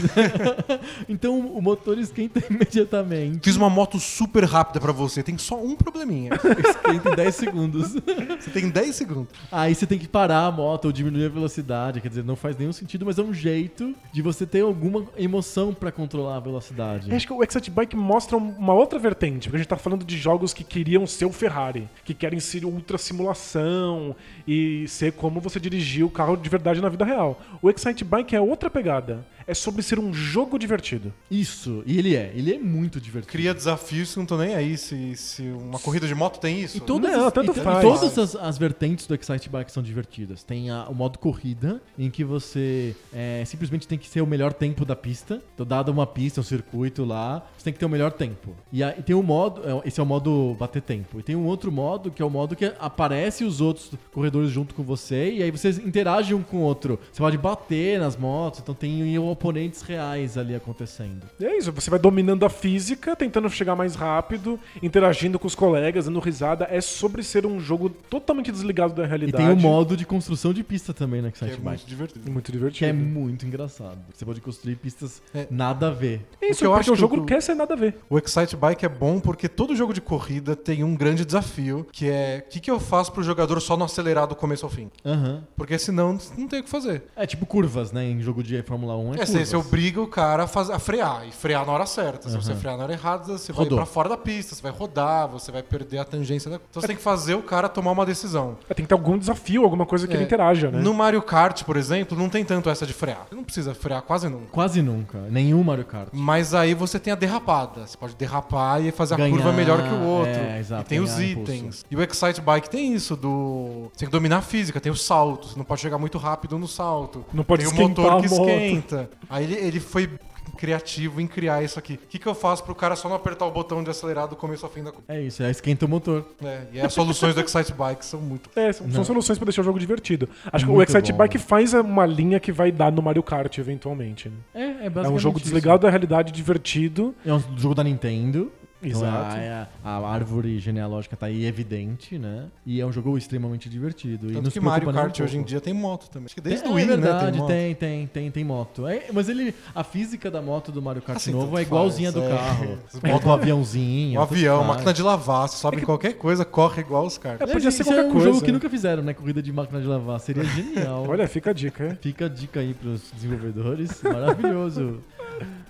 Speaker 1: Então o motor esquenta imediatamente.
Speaker 3: Fiz uma moto super rápida pra você, tem só um probleminha.
Speaker 1: Esquenta em 10 segundos.
Speaker 3: Você tem 10 segundos.
Speaker 1: Aí você tem que parar a moto ou diminuir a velocidade, quer dizer, não faz nenhum sentido, mas é um jeito de você ter alguma emoção pra controlar a velocidade.
Speaker 2: Eu acho que o Excite Bike mostra um, uma outra vertente, porque a gente tá falando de jogos que queriam ser o Ferrari, que querem ser ultra simulação e ser como você dirigir o carro de verdade na vida real. O Excite Bike é outra pegada. É sobre ser um jogo divertido.
Speaker 1: Isso, e ele é, ele é muito divertido.
Speaker 3: Cria desafios que não tô nem aí se, se uma corrida de moto tem isso.
Speaker 1: E todas,
Speaker 2: Não,
Speaker 1: as,
Speaker 2: tanto
Speaker 1: e t-
Speaker 2: faz.
Speaker 1: e todas as, as vertentes do Excite Bike são divertidas. Tem a- o modo corrida, em que você é, simplesmente tem que ser o melhor tempo da pista. Então, dada uma pista, um circuito lá, você tem que ter o melhor tempo. E, a- e tem um modo, é, esse é o modo bater tempo. E tem um outro modo, que é o modo que aparece os outros corredores junto com você, e aí vocês interagem um com o outro. Você pode bater nas motos, então tem oponentes reais ali acontecendo.
Speaker 2: E é isso, você vai dominando a física, tentando chegar mais rápido, interagindo com os colegas, dando risada. É sobre ser um jogo totalmente desligado da
Speaker 1: E
Speaker 2: realidade.
Speaker 1: tem o modo de construção de pista também né, no
Speaker 3: que
Speaker 1: Excite
Speaker 3: é
Speaker 1: Bike.
Speaker 3: muito divertido.
Speaker 2: Muito
Speaker 1: Que é
Speaker 2: divertido.
Speaker 1: muito engraçado. Você pode construir pistas
Speaker 3: Uhum. É.
Speaker 1: nada a ver.
Speaker 2: É isso,
Speaker 3: Porque eu
Speaker 2: porque
Speaker 3: acho
Speaker 2: o
Speaker 3: que
Speaker 2: jogo
Speaker 3: o-
Speaker 2: não quer ser nada a ver.
Speaker 3: O Excite Bike é bom porque todo jogo de corrida tem um grande desafio, que é o que, que eu faço pro jogador só não acelerar do começo ao fim?
Speaker 1: Aham.
Speaker 3: Porque senão não tem o que fazer.
Speaker 1: É tipo curvas, né? Em jogo de Fórmula 1 é,
Speaker 3: É,
Speaker 1: curvas.
Speaker 3: você, você obriga o cara a, faz- a frear, e frear na hora certa. Se você frear na hora errada, você
Speaker 1: Uhum. Rodou.
Speaker 3: vai pra fora da pista, você vai rodar, você vai perder a tangência. Da... Então você tem que fazer o cara tomar uma decisão.
Speaker 2: É, Tem que ter algum desafio, alguma coisa que
Speaker 3: É,
Speaker 2: ele interaja, né?
Speaker 3: No Mario Kart, por exemplo, não tem tanto essa de frear. Você não precisa frear quase nunca.
Speaker 1: Quase nunca. Nenhum Mario Kart.
Speaker 3: Mas aí você tem a derrapada. Você pode derrapar e fazer
Speaker 1: Ganhar,
Speaker 3: a curva melhor que o outro.
Speaker 1: é, exato,
Speaker 3: e tem os
Speaker 1: ganhar impulso.
Speaker 3: itens. E o Excite Bike tem isso do... Você tem que dominar a física. Tem o salto. Você não pode chegar muito rápido no salto.
Speaker 2: Não pode
Speaker 3: Tem o
Speaker 2: esquentar
Speaker 3: motor que
Speaker 2: a moto.
Speaker 3: esquenta. Aí ele, ele foi criativo em criar isso aqui. O que, que eu faço pro cara só não apertar o botão de acelerar do começo ao fim da... corrida?
Speaker 1: É isso, é esquenta o motor.
Speaker 3: É, e as soluções do Excite Bike são muito...
Speaker 2: É, são, são
Speaker 1: Não.
Speaker 2: soluções pra deixar o jogo divertido. Acho que o
Speaker 1: Muito
Speaker 2: Excite
Speaker 1: bom.
Speaker 2: Bike faz uma linha que vai dar no Mario Kart, eventualmente. né?
Speaker 1: É, é
Speaker 2: É um jogo
Speaker 1: isso.
Speaker 2: desligado da realidade, divertido.
Speaker 1: É um jogo da Nintendo. Então,
Speaker 2: Exato.
Speaker 1: A, a- a árvore genealógica tá aí evidente, né? E é um jogo extremamente divertido. e
Speaker 3: Tanto
Speaker 1: nos
Speaker 3: que
Speaker 1: preocupa
Speaker 3: Mario
Speaker 1: nem um
Speaker 3: Kart hoje em
Speaker 1: pouco.
Speaker 3: dia tem moto também. Acho que
Speaker 1: Tem-
Speaker 3: desde
Speaker 1: é,
Speaker 3: o Wii,
Speaker 1: verdade,
Speaker 3: né, tem moto.
Speaker 1: tem, tem, tem, tem moto. É, mas ele, a física da moto do Mario Kart
Speaker 3: Assim,
Speaker 1: novo
Speaker 3: tanto
Speaker 1: é igualzinha
Speaker 3: faz,
Speaker 1: do
Speaker 3: é.
Speaker 1: carro.
Speaker 3: As
Speaker 1: Bota um aviãozinho.
Speaker 3: Um
Speaker 1: tanto
Speaker 3: avião,
Speaker 1: faz.
Speaker 3: máquina de lavar, você sobe em qualquer coisa, corre igual os caras.
Speaker 2: É, podia ser
Speaker 1: Isso
Speaker 2: qualquer
Speaker 1: é um
Speaker 2: coisa.
Speaker 1: jogo que nunca fizeram, né? Corrida de máquina de lavar. Seria genial.
Speaker 2: Olha, fica a dica, hein?
Speaker 1: Fica a dica aí pros desenvolvedores. Maravilhoso.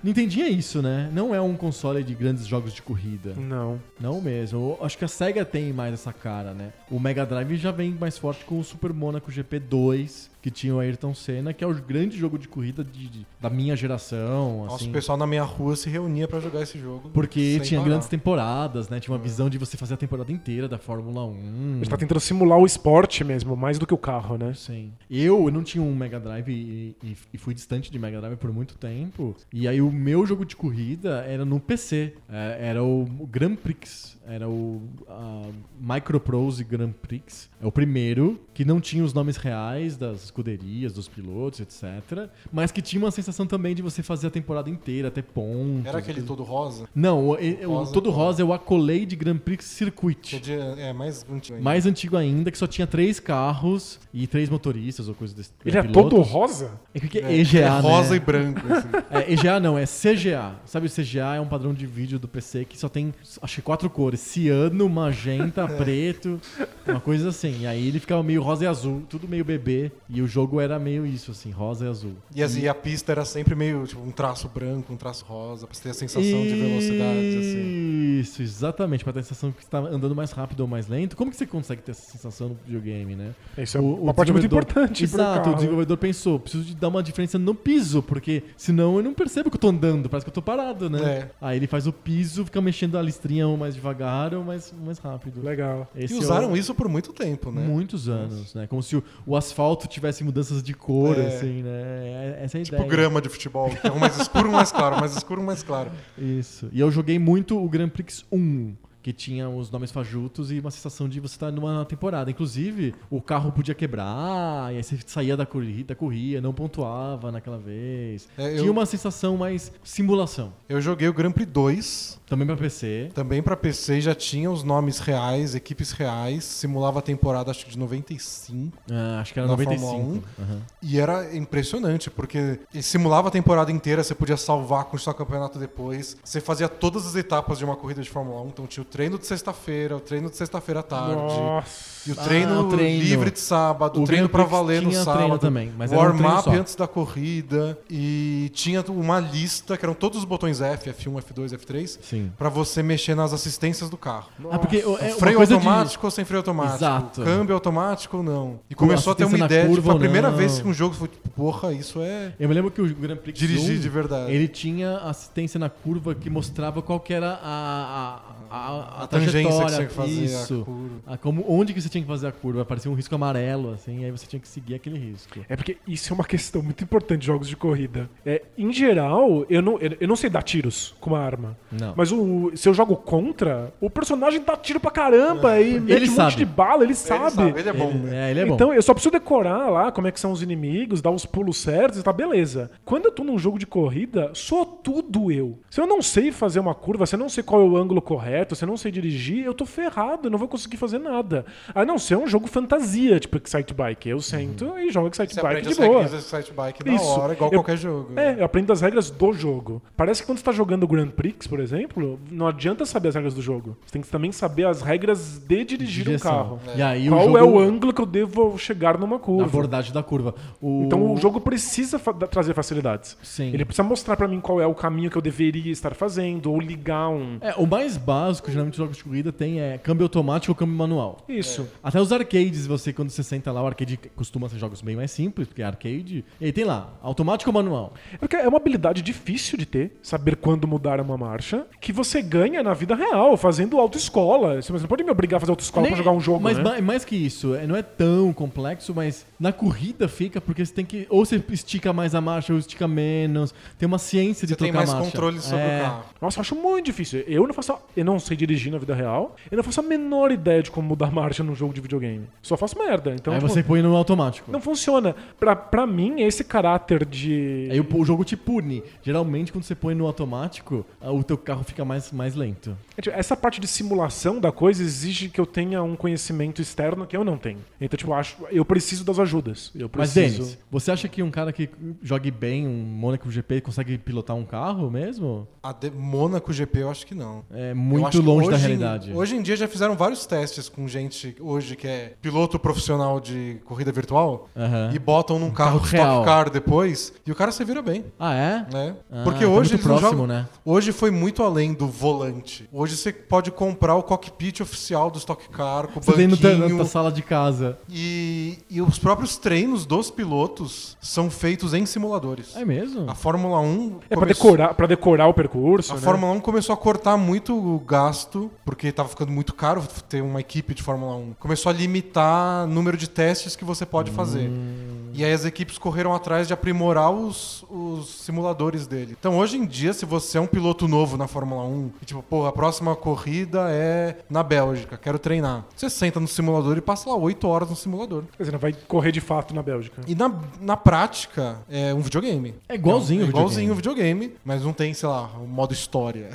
Speaker 1: Nintendinho é isso, né? Não é um console de grandes jogos de corrida.
Speaker 2: Não.
Speaker 1: Não mesmo. Eu Acho que a SEGA tem mais essa cara, né? O Mega Drive já vem mais forte com o Super Monaco GP2, que tinha o Ayrton Senna, que é o grande jogo de corrida de- de- da minha geração.
Speaker 3: Nossa,
Speaker 1: assim.
Speaker 3: o pessoal na minha rua se reunia pra jogar esse jogo.
Speaker 1: Porque
Speaker 3: sem
Speaker 1: tinha
Speaker 3: parar. É.
Speaker 1: grandes temporadas, né? Tinha uma visão de você fazer a temporada inteira da Fórmula 1.
Speaker 2: A gente tá tentando simular o esporte mesmo, mais do que o carro, né?
Speaker 1: Hum. Sim. Eu não tinha um Mega Drive e, e- e fui distante de Mega Drive por muito tempo. E aí o meu jogo de corrida era no PC. É, era o Grand Prix. Era o a Microprose Grand Prix. É o primeiro, que não tinha os nomes reais das escuderias, dos pilotos, etc. Mas que tinha uma sensação também de você fazer a temporada inteira, até pontos.
Speaker 3: Era aquele todo rosa?
Speaker 1: Não, o, e- o
Speaker 3: Rosa.
Speaker 1: todo rosa é o Accolade Grand Prix Circuit.
Speaker 3: Que é, de, é mais antigo ainda.
Speaker 1: Mais antigo ainda, que só tinha três carros e três motoristas ou coisa desse
Speaker 2: Ele é
Speaker 1: pilotos.
Speaker 2: todo rosa?
Speaker 1: É que que é
Speaker 3: É,
Speaker 1: EGA,
Speaker 3: é rosa
Speaker 1: né?
Speaker 3: e branco. assim.
Speaker 1: É, EGA não, é CGA. Sabe, o CGA é um padrão de vídeo do PC que só tem, acho que quatro cores. Ciano,
Speaker 3: É.
Speaker 1: magenta, preto, uma coisa assim. E aí ele ficava meio rosa e azul, tudo meio bebê. E o jogo era meio isso, assim, rosa e azul.
Speaker 3: E, assim, e a pista era sempre meio tipo um traço branco, um traço rosa, pra você ter a sensação de velocidade, assim.
Speaker 1: Isso, exatamente, pra ter a sensação que você tá andando mais rápido ou mais lento. Como que você consegue ter essa sensação no videogame, né?
Speaker 2: Isso é
Speaker 3: Então,
Speaker 2: uma parte muito
Speaker 1: desenvolvedor-
Speaker 2: importante pro
Speaker 1: Exato,
Speaker 2: carro.
Speaker 1: o desenvolvedor pensou, preciso de dar uma diferença no piso, porque senão eu não percebo que eu tô andando, parece que eu tô parado, né?
Speaker 3: É.
Speaker 1: Aí ele faz o piso, fica mexendo a listrinha ou mais devagar ou mais, um mais rápido.
Speaker 2: Legal.
Speaker 1: Esse
Speaker 3: e
Speaker 1: é o-
Speaker 3: usaram isso por muito tempo, né?
Speaker 1: Muitos anos, né? Como se o, o asfalto tivesse mudanças de cor,
Speaker 3: É.
Speaker 1: assim, né? É- Essa é a
Speaker 3: Tipo
Speaker 1: ideia.
Speaker 3: grama de futebol, que é um mais escuro, um mais claro, um mais escuro, um mais claro.
Speaker 1: Isso. E eu joguei muito o Grand Prix 1, que tinha os nomes fajutos e uma sensação de você estar numa temporada. Inclusive, o carro podia quebrar, e aí você saía da corrida, corria, não pontuava naquela vez.
Speaker 3: É, eu-
Speaker 1: Tinha uma sensação mais simulação.
Speaker 3: Eu joguei o Grand Prix 2,
Speaker 1: Também pra PC.
Speaker 3: também pra PC, já tinha os nomes reais, equipes reais, simulava a temporada acho que de 95.
Speaker 1: Ah, acho que era
Speaker 3: Na
Speaker 1: 95.
Speaker 3: Fórmula um?
Speaker 1: Aham.
Speaker 3: E era impressionante, porque ele simulava a temporada inteira, você podia salvar com o seu campeonato depois. Você fazia todas as etapas de uma corrida de Fórmula 1. Então tinha o treino de sexta-feira, o treino de sexta-feira à tarde.
Speaker 2: Nossa.
Speaker 3: E o
Speaker 1: Ah,
Speaker 3: treino,
Speaker 1: o treino.
Speaker 3: livre de sábado,
Speaker 1: O
Speaker 3: o treino
Speaker 1: Grand
Speaker 3: pra
Speaker 1: Prix
Speaker 3: valer no
Speaker 1: tinha
Speaker 3: sábado.
Speaker 1: treino também, mas era um treino
Speaker 3: warm-up
Speaker 1: só.
Speaker 3: antes da corrida. E tinha uma lista, que eram todos os botões F, F1, F2, F3,
Speaker 1: Sim.
Speaker 3: pra você mexer nas assistências do carro.
Speaker 1: Ah, porque o- é uma
Speaker 3: freio
Speaker 1: coisa de-
Speaker 3: automático ou sem freio automático?
Speaker 1: Exato.
Speaker 3: Câmbio automático ou não? E começou a ter uma
Speaker 1: assistência na
Speaker 3: ideia,
Speaker 1: curva
Speaker 3: tipo, a
Speaker 1: ou
Speaker 3: primeira
Speaker 1: não.
Speaker 3: vez que um jogo foi tipo, porra, isso é
Speaker 1: Eu me lembro que o Grand Prix
Speaker 3: dirigir
Speaker 1: 1,
Speaker 3: de verdade.
Speaker 1: Ele tinha assistência na curva que mostrava qual que era a, a, a,
Speaker 3: A tangência que você
Speaker 1: trajetória,
Speaker 3: tinha que fazer, a
Speaker 1: isso.
Speaker 3: curva.
Speaker 1: A como, onde que você tinha que fazer a curva. Aparecia um risco amarelo, assim, e aí você tinha que seguir aquele risco.
Speaker 2: É porque isso é uma questão muito importante de jogos de corrida. É, em geral, eu não, eu eu não sei dar tiros com uma arma.
Speaker 1: Não.
Speaker 2: Mas o- se eu jogo contra, o personagem dá tiro pra caramba e mete um
Speaker 1: sabe.
Speaker 2: monte de bala, ele sabe.
Speaker 3: É. Ele sabe, ele é bom,
Speaker 1: Ele,
Speaker 3: né?
Speaker 1: é, ele é bom.
Speaker 2: Então eu só preciso decorar lá como é que são os inimigos, dar os pulos certos e tá beleza. Quando eu tô num jogo de corrida, sou tudo eu. Se eu não sei fazer uma curva, se eu não sei qual é o ângulo correto, se eu não sei dirigir, eu tô ferrado, eu não vou conseguir fazer nada. A não ser um jogo fantasia, tipo Excite Bike. Eu sento e jogo Excite
Speaker 3: Você
Speaker 2: Bike
Speaker 3: aprende
Speaker 2: de
Speaker 3: as
Speaker 2: boa.
Speaker 3: regras do site bike na
Speaker 2: Isso.
Speaker 3: hora, igual
Speaker 2: Eu-
Speaker 3: qualquer jogo. né?
Speaker 2: É, eu aprendo as regras do jogo. Parece que quando você tá jogando o Grand Prix, por exemplo, não adianta saber as regras do jogo. Você tem que também saber as regras de dirigir um
Speaker 1: Direção.
Speaker 2: carro.
Speaker 1: assim. E aí
Speaker 2: Qual
Speaker 1: o jogo,
Speaker 2: é o ângulo que eu devo chegar numa
Speaker 1: a
Speaker 2: curva?
Speaker 1: abordagem da curva. O-
Speaker 2: Então o jogo precisa fa- da- trazer facilidades.
Speaker 1: Sim.
Speaker 2: Ele precisa mostrar pra mim qual é o caminho que eu deveria estar fazendo, ou ligar um.
Speaker 1: É, o mais básico, geralmente, jogos de corrida tem é câmbio automático ou câmbio manual.
Speaker 2: Isso.
Speaker 1: Até os arcades, você, quando você senta lá, o arcade costuma ser jogos bem mais simples, porque é arcade. E aí tem lá, automático ou manual?
Speaker 2: É Porque é uma habilidade difícil de ter, saber quando mudar uma marcha, que você ganha na vida real, fazendo autoescola. Você não pode me obrigar a fazer autoescola pra
Speaker 1: Nem-
Speaker 2: jogar um jogo,
Speaker 1: Mas
Speaker 2: né?
Speaker 1: ma- mais que isso, é, não é tão complexo, mas na corrida fica porque você tem que. Ou você estica mais a marcha, ou estica menos. Tem uma ciência de
Speaker 3: Você tem
Speaker 1: trocar a
Speaker 3: mais
Speaker 1: marcha.
Speaker 3: controle sobre
Speaker 1: É.
Speaker 3: o carro.
Speaker 2: Nossa, eu acho muito difícil. Eu não faço. Eu não, não sei dirigir na vida real, eu não faço a menor ideia de como mudar a marcha num jogo de videogame. Só faço merda. Então,
Speaker 1: Aí
Speaker 2: tipo,
Speaker 1: você põe no automático.
Speaker 2: não funciona. Pra, pra mim, esse caráter de.
Speaker 1: Aí o, o jogo te pune. Geralmente, quando você põe no automático, ah, o teu carro fica mais, mais lento.
Speaker 2: Tipo, Essa parte de simulação da coisa exige que eu tenha um conhecimento externo que eu não tenho. Então, tipo, eu acho, eu preciso das ajudas. Eu
Speaker 1: Mas,
Speaker 2: preciso.
Speaker 1: Denis, você acha que um cara que jogue bem um Monaco GP consegue pilotar um carro mesmo?
Speaker 3: A de Mônaco GP eu acho que não.
Speaker 1: É
Speaker 3: Eu acho
Speaker 1: muito
Speaker 3: que
Speaker 1: longe da
Speaker 3: hoje em-
Speaker 1: realidade.
Speaker 3: Hoje em dia já fizeram vários testes com gente hoje que é piloto profissional de corrida virtual
Speaker 1: Aham.
Speaker 3: e botam num
Speaker 1: carro
Speaker 3: carro, de stock
Speaker 1: real.
Speaker 3: car depois e o cara se vira bem.
Speaker 1: Ah, é?
Speaker 3: Né?
Speaker 1: Ah,
Speaker 3: Porque
Speaker 1: tá
Speaker 3: hoje
Speaker 1: muito
Speaker 3: eles não
Speaker 1: próximo,
Speaker 3: jogam-
Speaker 1: né?
Speaker 3: Hoje foi muito além do volante. Hoje você pode comprar o cockpit oficial do Stock Car com o
Speaker 1: Você tem no te- na
Speaker 3: banquinho
Speaker 1: tua sala de casa.
Speaker 3: e, e os próprios treinos dos pilotos são feitos em simuladores.
Speaker 1: É mesmo?
Speaker 3: A Fórmula 1
Speaker 2: É pra
Speaker 3: começou-
Speaker 2: decorar, pra decorar o percurso.
Speaker 3: a
Speaker 2: né?
Speaker 3: Fórmula 1 começou a cortar muito o gasto, porque tava ficando muito caro ter uma equipe de Fórmula 1. Começou a limitar o número de testes que você pode fazer.
Speaker 1: Hum.
Speaker 3: E aí as equipes correram atrás de aprimorar os, os simuladores dele. Então hoje em dia, se você é um piloto novo na Fórmula 1, e tipo, pô, a próxima corrida é na Bélgica, quero treinar. Você senta no simulador e passa lá 8 horas no simulador.
Speaker 2: Quer dizer, não vai correr de fato na Bélgica.
Speaker 3: E na, na prática, é um videogame.
Speaker 1: É igualzinho
Speaker 3: É
Speaker 1: o
Speaker 3: igualzinho o videogame, mas não tem, sei lá, o modo história.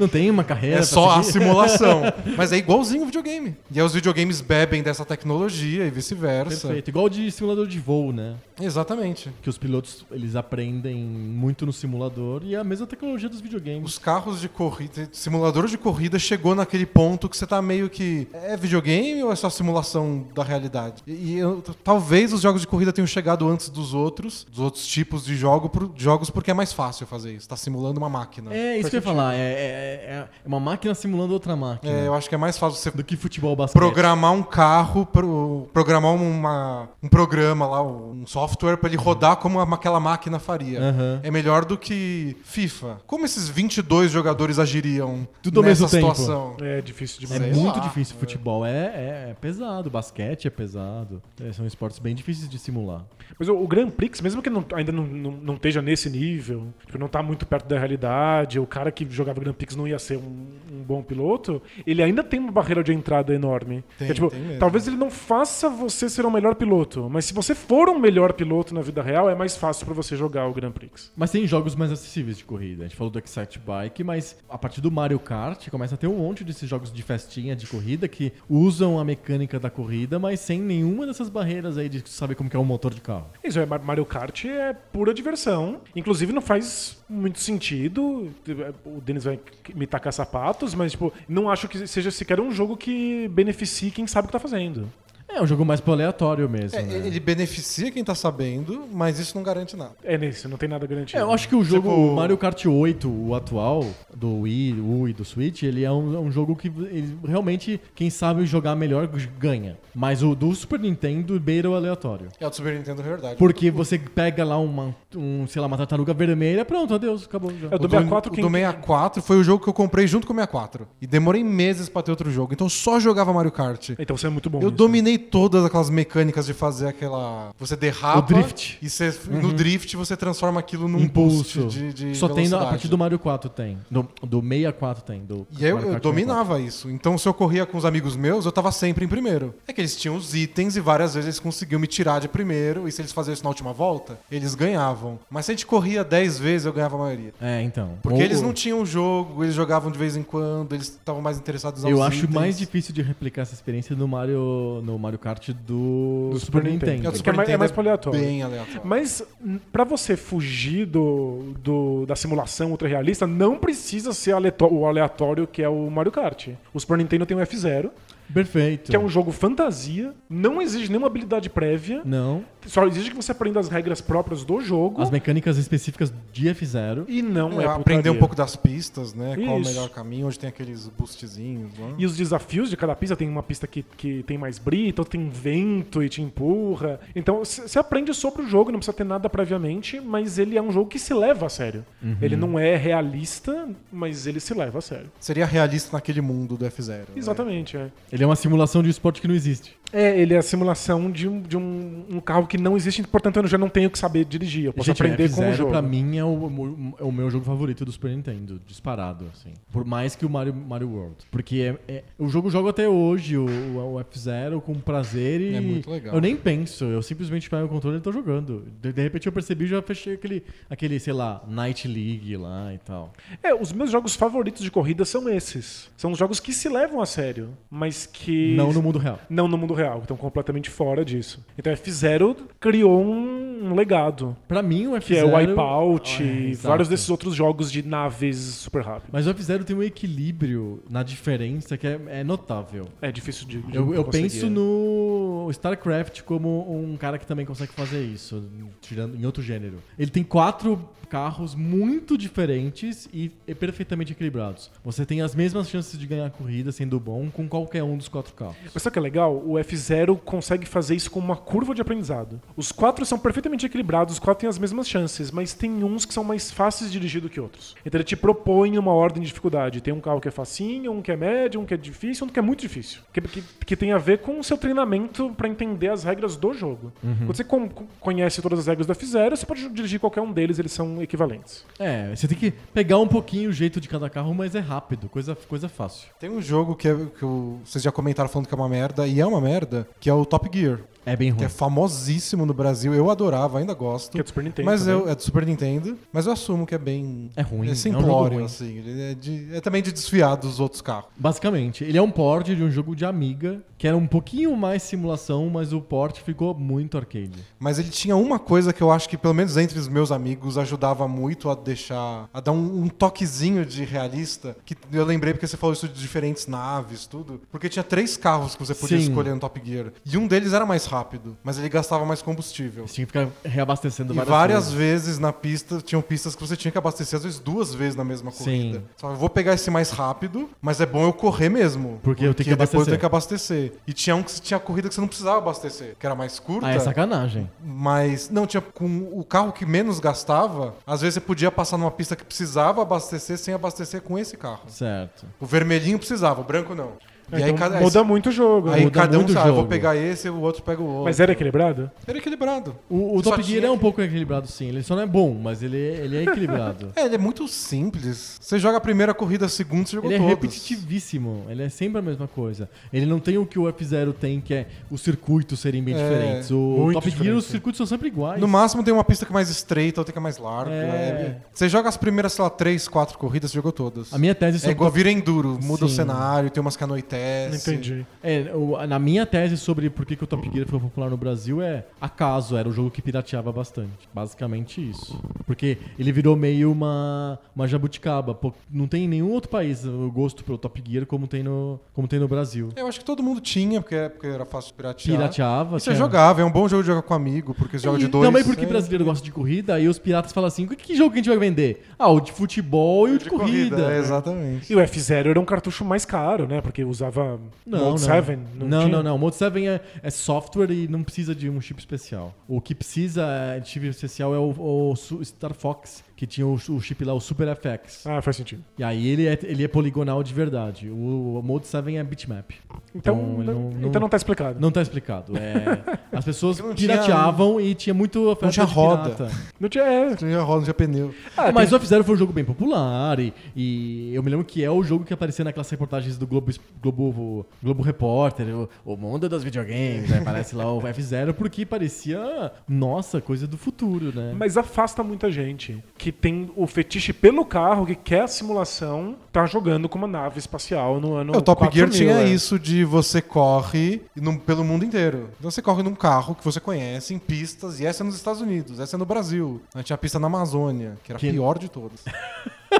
Speaker 1: Não tem uma carreira
Speaker 3: É
Speaker 1: pra
Speaker 3: só a
Speaker 1: seguir?
Speaker 3: simulação. Mas é igualzinho o videogame. E aí os videogames bebem dessa tecnologia e vice-versa.
Speaker 1: Perfeito. Tá Igual de simulador de voo, né?
Speaker 3: Exatamente.
Speaker 1: Que os pilotos, eles aprendem muito no simulador e é a mesma tecnologia dos videogames.
Speaker 3: Os carros de corrida, simulador de corrida chegou naquele ponto que você tá meio que é videogame ou é só simulação da realidade? E, e eu- t- talvez os jogos de corrida tenham chegado antes dos outros, dos outros tipos de jogo, pro- jogos porque é mais fácil fazer isso. Tá simulando uma máquina.
Speaker 1: É, isso
Speaker 2: Faz
Speaker 1: que eu ia
Speaker 2: sentido.
Speaker 1: falar. É, é- é- é uma máquina simulando outra máquina.
Speaker 3: É, eu acho que é mais fácil você
Speaker 1: Do que futebol basquete.
Speaker 3: programar um carro, pro- programar uma- um programa lá, um software pra ele
Speaker 1: Uhum.
Speaker 3: rodar como a- aquela máquina faria.
Speaker 1: Aham.
Speaker 3: É melhor do que FIFA. Como esses 22 jogadores agiriam
Speaker 1: Tudo ao
Speaker 3: nessa
Speaker 1: mesmo tempo.
Speaker 3: situação?
Speaker 2: É difícil
Speaker 1: É
Speaker 2: demais.
Speaker 3: Sei
Speaker 1: muito
Speaker 3: lá.
Speaker 1: difícil. Futebol é, é- é pesado, basquete é pesado. É, são esportes bem difíceis de simular.
Speaker 2: Mas o, o Grand Prix, mesmo que não- ainda não, não, não esteja nesse nível, tipo, não tá muito perto da realidade, o cara que jogava Grand Prix não ia ser um, um bom piloto, ele ainda tem uma barreira de entrada enorme.
Speaker 3: Tem,
Speaker 2: Que é, tipo,
Speaker 3: tem mesmo.
Speaker 2: talvez ele não faça você ser o melhor piloto, mas se você for um melhor piloto na vida real, é mais fácil pra você jogar o Grand Prix.
Speaker 1: Mas tem jogos mais acessíveis de corrida. A gente falou do Excite Bike, mas a partir do Mario Kart começa a ter um monte desses jogos de festinha de corrida que usam a mecânica da corrida, mas sem nenhuma dessas barreiras aí de saber como que é o motor de carro.
Speaker 2: Isso é Mar- Mario Kart é pura diversão. Inclusive não faz muito sentido. é, O Denis vai me tacar sapatos, mas tipo, não acho que seja sequer um jogo que beneficie quem sabe o que tá fazendo.
Speaker 1: É um jogo mais pro aleatório mesmo.
Speaker 3: É,
Speaker 1: né?
Speaker 3: Ele beneficia quem tá sabendo, mas isso não garante nada.
Speaker 2: É nesse, não tem nada garantido. né?
Speaker 1: É, eu acho que o jogo
Speaker 3: Tipo-
Speaker 1: o Mario Kart 8, o atual, do Wii, U e do Switch, ele é um, é um jogo que ele realmente quem sabe jogar melhor ganha. Mas o do Super Nintendo beira o aleatório.
Speaker 3: É o do Super Nintendo, é verdade.
Speaker 1: Porque você pega lá uma, um, sei lá, uma tartaruga vermelha, pronto, adeus, acabou já.
Speaker 2: É,
Speaker 3: O do,
Speaker 2: do 64,
Speaker 3: o
Speaker 2: quem-
Speaker 3: do 64 foi o jogo que eu comprei junto com o 64. E demorei meses pra ter outro jogo. Então eu só jogava Mario Kart.
Speaker 2: Então você é muito bom.
Speaker 3: Eu
Speaker 2: nisso.
Speaker 3: dominei todas aquelas mecânicas de fazer aquela. Você derrapa.
Speaker 1: O drift. Uhum.
Speaker 3: E você- no drift você transforma aquilo num
Speaker 1: Impulso.
Speaker 3: um boost de, de
Speaker 1: Só tem na- a
Speaker 3: velocidade.
Speaker 1: partir do Mario 4 tem. Do, do 64 tem. Do
Speaker 3: E aí eu,
Speaker 1: Mario
Speaker 3: eu
Speaker 1: Kart 64.
Speaker 3: dominava isso. Então, se eu corria com os amigos meus, eu tava sempre em primeiro. É que eles tinham os itens e várias vezes eles conseguiam me tirar de primeiro. E se eles faziam isso na última volta, eles ganhavam. Mas se a gente corria 10 vezes, eu ganhava a maioria.
Speaker 1: É, então.
Speaker 3: Porque
Speaker 1: Ou-
Speaker 3: eles não tinham o jogo, eles jogavam de vez em quando, eles estavam mais interessados nos
Speaker 1: Eu acho
Speaker 3: itens.
Speaker 1: mais difícil de replicar essa experiência no Mario, no Mario Kart do,
Speaker 2: Do
Speaker 1: Super
Speaker 2: Super
Speaker 1: Nintendo.
Speaker 3: É, o do
Speaker 2: Porque é
Speaker 3: Super
Speaker 2: mais- é
Speaker 3: Nintendo
Speaker 2: mais pro aleatório.
Speaker 3: Bem aleatório.
Speaker 2: Mas n- pra você fugir do, do- da simulação ultra realista, não precisa ser aleató- o aleatório que é o Mario Kart. O Super Nintendo tem o F0,
Speaker 1: Perfeito.
Speaker 2: que é um jogo fantasia, não exige nenhuma habilidade prévia,
Speaker 1: Não.
Speaker 2: só exige que você aprenda as regras próprias do jogo
Speaker 1: As mecânicas específicas de F0.
Speaker 2: e não é,
Speaker 3: É,
Speaker 2: putaria.
Speaker 3: aprender um pouco das pistas, né? Qual o
Speaker 2: Isso.
Speaker 3: melhor caminho, onde tem aqueles boostzinhos. Né?
Speaker 2: E os desafios de cada pista, tem uma pista que, que tem mais brita, outra tem vento e te empurra. Então c- você aprende sobre o jogo, não precisa ter nada previamente, mas ele é um jogo que se leva a sério.
Speaker 1: Uhum.
Speaker 2: Ele não é realista, mas ele se leva a sério.
Speaker 3: Seria realista naquele mundo do F0. né?
Speaker 2: Exatamente, é.
Speaker 1: Ele é uma simulação de esporte que não existe.
Speaker 2: É, ele é a simulação de um, de um, um carro que não existe, portanto eu já não tenho que saber dirigir. Eu posso
Speaker 1: Gente,
Speaker 2: aprender
Speaker 1: F0
Speaker 2: com o jogo.
Speaker 1: pra mim é o, mo- é o meu jogo favorito do Super Nintendo, disparado, assim. Por mais que o Mario, Mario World. Porque é, é- o jogo eu jogo até hoje, o, é o F0, com prazer e.
Speaker 3: É muito legal.
Speaker 1: Eu nem penso, eu simplesmente pego o controle e tô jogando. De, de repente eu percebi e já fechei aquele, aquele, sei lá, Night League lá e tal.
Speaker 2: É, os meus jogos favoritos de corrida são esses. São os jogos que se levam a sério, mas que.
Speaker 1: Não no mundo real.
Speaker 2: Não no mundo real, que estão completamente fora disso. Então F0 criou um, um legado.
Speaker 1: Pra mim, o F0.
Speaker 2: Que é o Wipeout
Speaker 1: É,
Speaker 2: e
Speaker 1: exato.
Speaker 2: vários desses outros jogos de naves super rápidas.
Speaker 1: Mas o F0 tem um equilíbrio na diferença que é- é notável.
Speaker 2: É difícil de. de
Speaker 1: Eu, eu
Speaker 2: conseguir. né?
Speaker 1: penso no StarCraft como um cara que também consegue fazer isso, tirando em outro gênero. Ele tem quatro carros muito diferentes e, e perfeitamente equilibrados. Você tem as mesmas chances de ganhar a corrida sendo bom com qualquer um dos quatro carros.
Speaker 2: Mas sabe o que é legal? O F0 consegue fazer isso com uma curva de aprendizado. Os quatro são perfeitamente equilibrados, os quatro têm as mesmas chances, mas tem uns que são mais fáceis de dirigir do que outros. Então ele te propõe uma ordem de dificuldade. Tem um carro que é facinho, um que é médio, um que é difícil, um que é muito difícil. Que, que, que tem a ver com o seu treinamento pra entender as regras do jogo.
Speaker 3: Uhum.
Speaker 2: Quando você con- conhece todas as regras do F0, você pode dirigir qualquer um deles, eles são equivalentes.
Speaker 1: É, você tem que pegar um pouquinho o jeito de cada carro, mas é rápido, coisa, coisa fácil.
Speaker 3: Tem um jogo que, é, que eu- vocês já comentaram falando que é uma merda, e é uma merda, que é o Top Gear.
Speaker 1: É bem
Speaker 3: Que
Speaker 1: ruim.
Speaker 3: é famosíssimo no Brasil, eu adorava, ainda gosto.
Speaker 2: Que é do Super Nintendo
Speaker 3: Mas eu,
Speaker 2: também.
Speaker 3: é do Super Nintendo, mas eu assumo que é bem.
Speaker 1: É ruim, é um
Speaker 3: É
Speaker 1: jogo
Speaker 3: simplório,
Speaker 1: ruim.
Speaker 3: assim. Ele é, de- é também de desfiar dos outros carros.
Speaker 1: Basicamente, ele é um port de um jogo de Amiga, que era um pouquinho mais simulação, mas o port ficou muito arcade.
Speaker 3: Mas ele tinha uma coisa que eu acho que, pelo menos entre os meus amigos, ajudava muito a deixar. a dar um, um toquezinho de realista. Que eu lembrei porque você falou isso de diferentes naves, tudo. Porque tinha três carros que você podia
Speaker 1: Sim.
Speaker 3: escolher no Top Gear. E um deles era mais rápido, mas ele gastava mais combustível.
Speaker 1: Você tinha que ficar reabastecendo
Speaker 3: E
Speaker 1: várias,
Speaker 3: várias,
Speaker 1: vezes.
Speaker 3: vezes na pista, tinham pistas que você tinha que abastecer, às vezes duas vezes na mesma
Speaker 1: Sim.
Speaker 3: corrida. Você falava, vou pegar esse mais rápido, mas é bom eu correr mesmo.
Speaker 1: Porque eu tenho que
Speaker 3: depois eu
Speaker 1: abastecer.
Speaker 3: tenho que abastecer. E tinha um que você tinha corrida que você não precisava abastecer, que era mais curta.
Speaker 1: Ah, é sacanagem.
Speaker 3: Mas, não, tinha com o carro que menos gastava, às vezes você podia passar numa pista que precisava abastecer sem abastecer com esse carro.
Speaker 1: Certo.
Speaker 3: O vermelhinho precisava, o branco não. E aí
Speaker 2: Então,
Speaker 3: cada, aí-
Speaker 2: muda muito o jogo.
Speaker 3: aí
Speaker 1: muda
Speaker 3: cada um
Speaker 1: muito o
Speaker 3: sabe, eu vou
Speaker 1: jogo.
Speaker 3: pegar esse, o outro pega o outro.
Speaker 2: Mas era equilibrado?
Speaker 3: Era equilibrado.
Speaker 1: O, o
Speaker 3: Só
Speaker 1: Top Gear
Speaker 3: tinha
Speaker 1: é um pouco equilibrado, sim. Ele só não é bom, mas ele, ele é equilibrado.
Speaker 3: É, ele é muito simples. Você joga a primeira corrida, a segunda, você jogou
Speaker 1: ele é
Speaker 3: todas.
Speaker 1: repetitivíssimo. Ele é sempre a mesma coisa. Ele não tem o que o F0 tem, que é os circuitos serem bem
Speaker 3: É,
Speaker 1: diferentes. O
Speaker 2: muito
Speaker 1: Top Gear,
Speaker 2: diferente.
Speaker 1: os circuitos são sempre iguais.
Speaker 3: No máximo tem uma pista que é mais estreita, outra que é mais larga.
Speaker 1: É.
Speaker 3: É. Você joga as primeiras, sei lá, três, quatro corridas, você jogou todas.
Speaker 1: A minha tese
Speaker 3: É
Speaker 1: sobre
Speaker 3: igual vira enduro,
Speaker 1: Sim.
Speaker 3: muda o cenário, tem umas que anoitece.
Speaker 2: Não entendi.
Speaker 1: É, o- na minha tese sobre por que, que o Top Gear foi popular no Brasil é acaso, era o jogo que pirateava bastante. Basicamente isso. Porque ele virou meio uma, uma jabuticaba. Pô, não tem em nenhum outro país o gosto pelo Top Gear como tem no, como tem no Brasil.
Speaker 3: Eu acho que todo mundo tinha, porque era, porque era fácil de piratear.
Speaker 1: Pirateava.
Speaker 3: E você
Speaker 1: tinha-
Speaker 3: jogava, é um bom jogo de jogar com amigo, porque você joga de
Speaker 1: E
Speaker 3: dois.
Speaker 1: Também porque
Speaker 3: É.
Speaker 1: brasileiro gosta de corrida, aí os piratas falam assim: que, que jogo que a gente vai vender? Ah, o de futebol e o de, corrida. né?
Speaker 3: é, exatamente.
Speaker 2: E o F0 era um cartucho mais caro, né? Porque usava
Speaker 1: Não, não.
Speaker 2: Mode 7.
Speaker 1: não,
Speaker 2: tinha?
Speaker 1: não, não, O Mode 7 é, é software e não precisa de um chip especial. O que precisa é, de chip especial é o, o Su- Star Fox, que tinha o, o chip lá, o Super FX.
Speaker 2: Ah, faz sentido.
Speaker 1: E aí ele é, ele é poligonal de verdade. O, o Mode 7 é bitmap.
Speaker 2: Então,
Speaker 1: Então, ele
Speaker 2: não,
Speaker 1: não-
Speaker 2: então não tá explicado. Não,
Speaker 1: Não tá explicado. É, as pessoas
Speaker 3: Porque não tinha-
Speaker 1: pirateavam e tinha muito oferta
Speaker 3: tinha
Speaker 1: de
Speaker 3: roda.
Speaker 1: pirata.
Speaker 2: tinha. É.
Speaker 3: Não tinha roda, não tinha pneu.
Speaker 2: Ah,
Speaker 1: mas
Speaker 2: tem-
Speaker 1: o F-Zero foi um jogo bem popular e, e eu me lembro que é o jogo que aparecia naquelas reportagens do Globo, Globo, Globo Repórter, o, o mundo dos videogames, aí aparece lá o F-Zero porque parecia, nossa, coisa do futuro, né?
Speaker 2: mas afasta muita gente que tem o fetiche pelo carro, que quer a simulação, tá jogando com uma nave espacial no ano.
Speaker 3: É, o Top
Speaker 2: 4000,
Speaker 3: Gear tinha
Speaker 2: é.
Speaker 3: isso de você corre num- pelo mundo inteiro. Então você corre num carro que você conhece, em pistas, e essa é nos Estados Unidos, essa é no Brasil. A gente tinha a pista na Amazônia, que era a
Speaker 1: Que-
Speaker 3: pior de todas.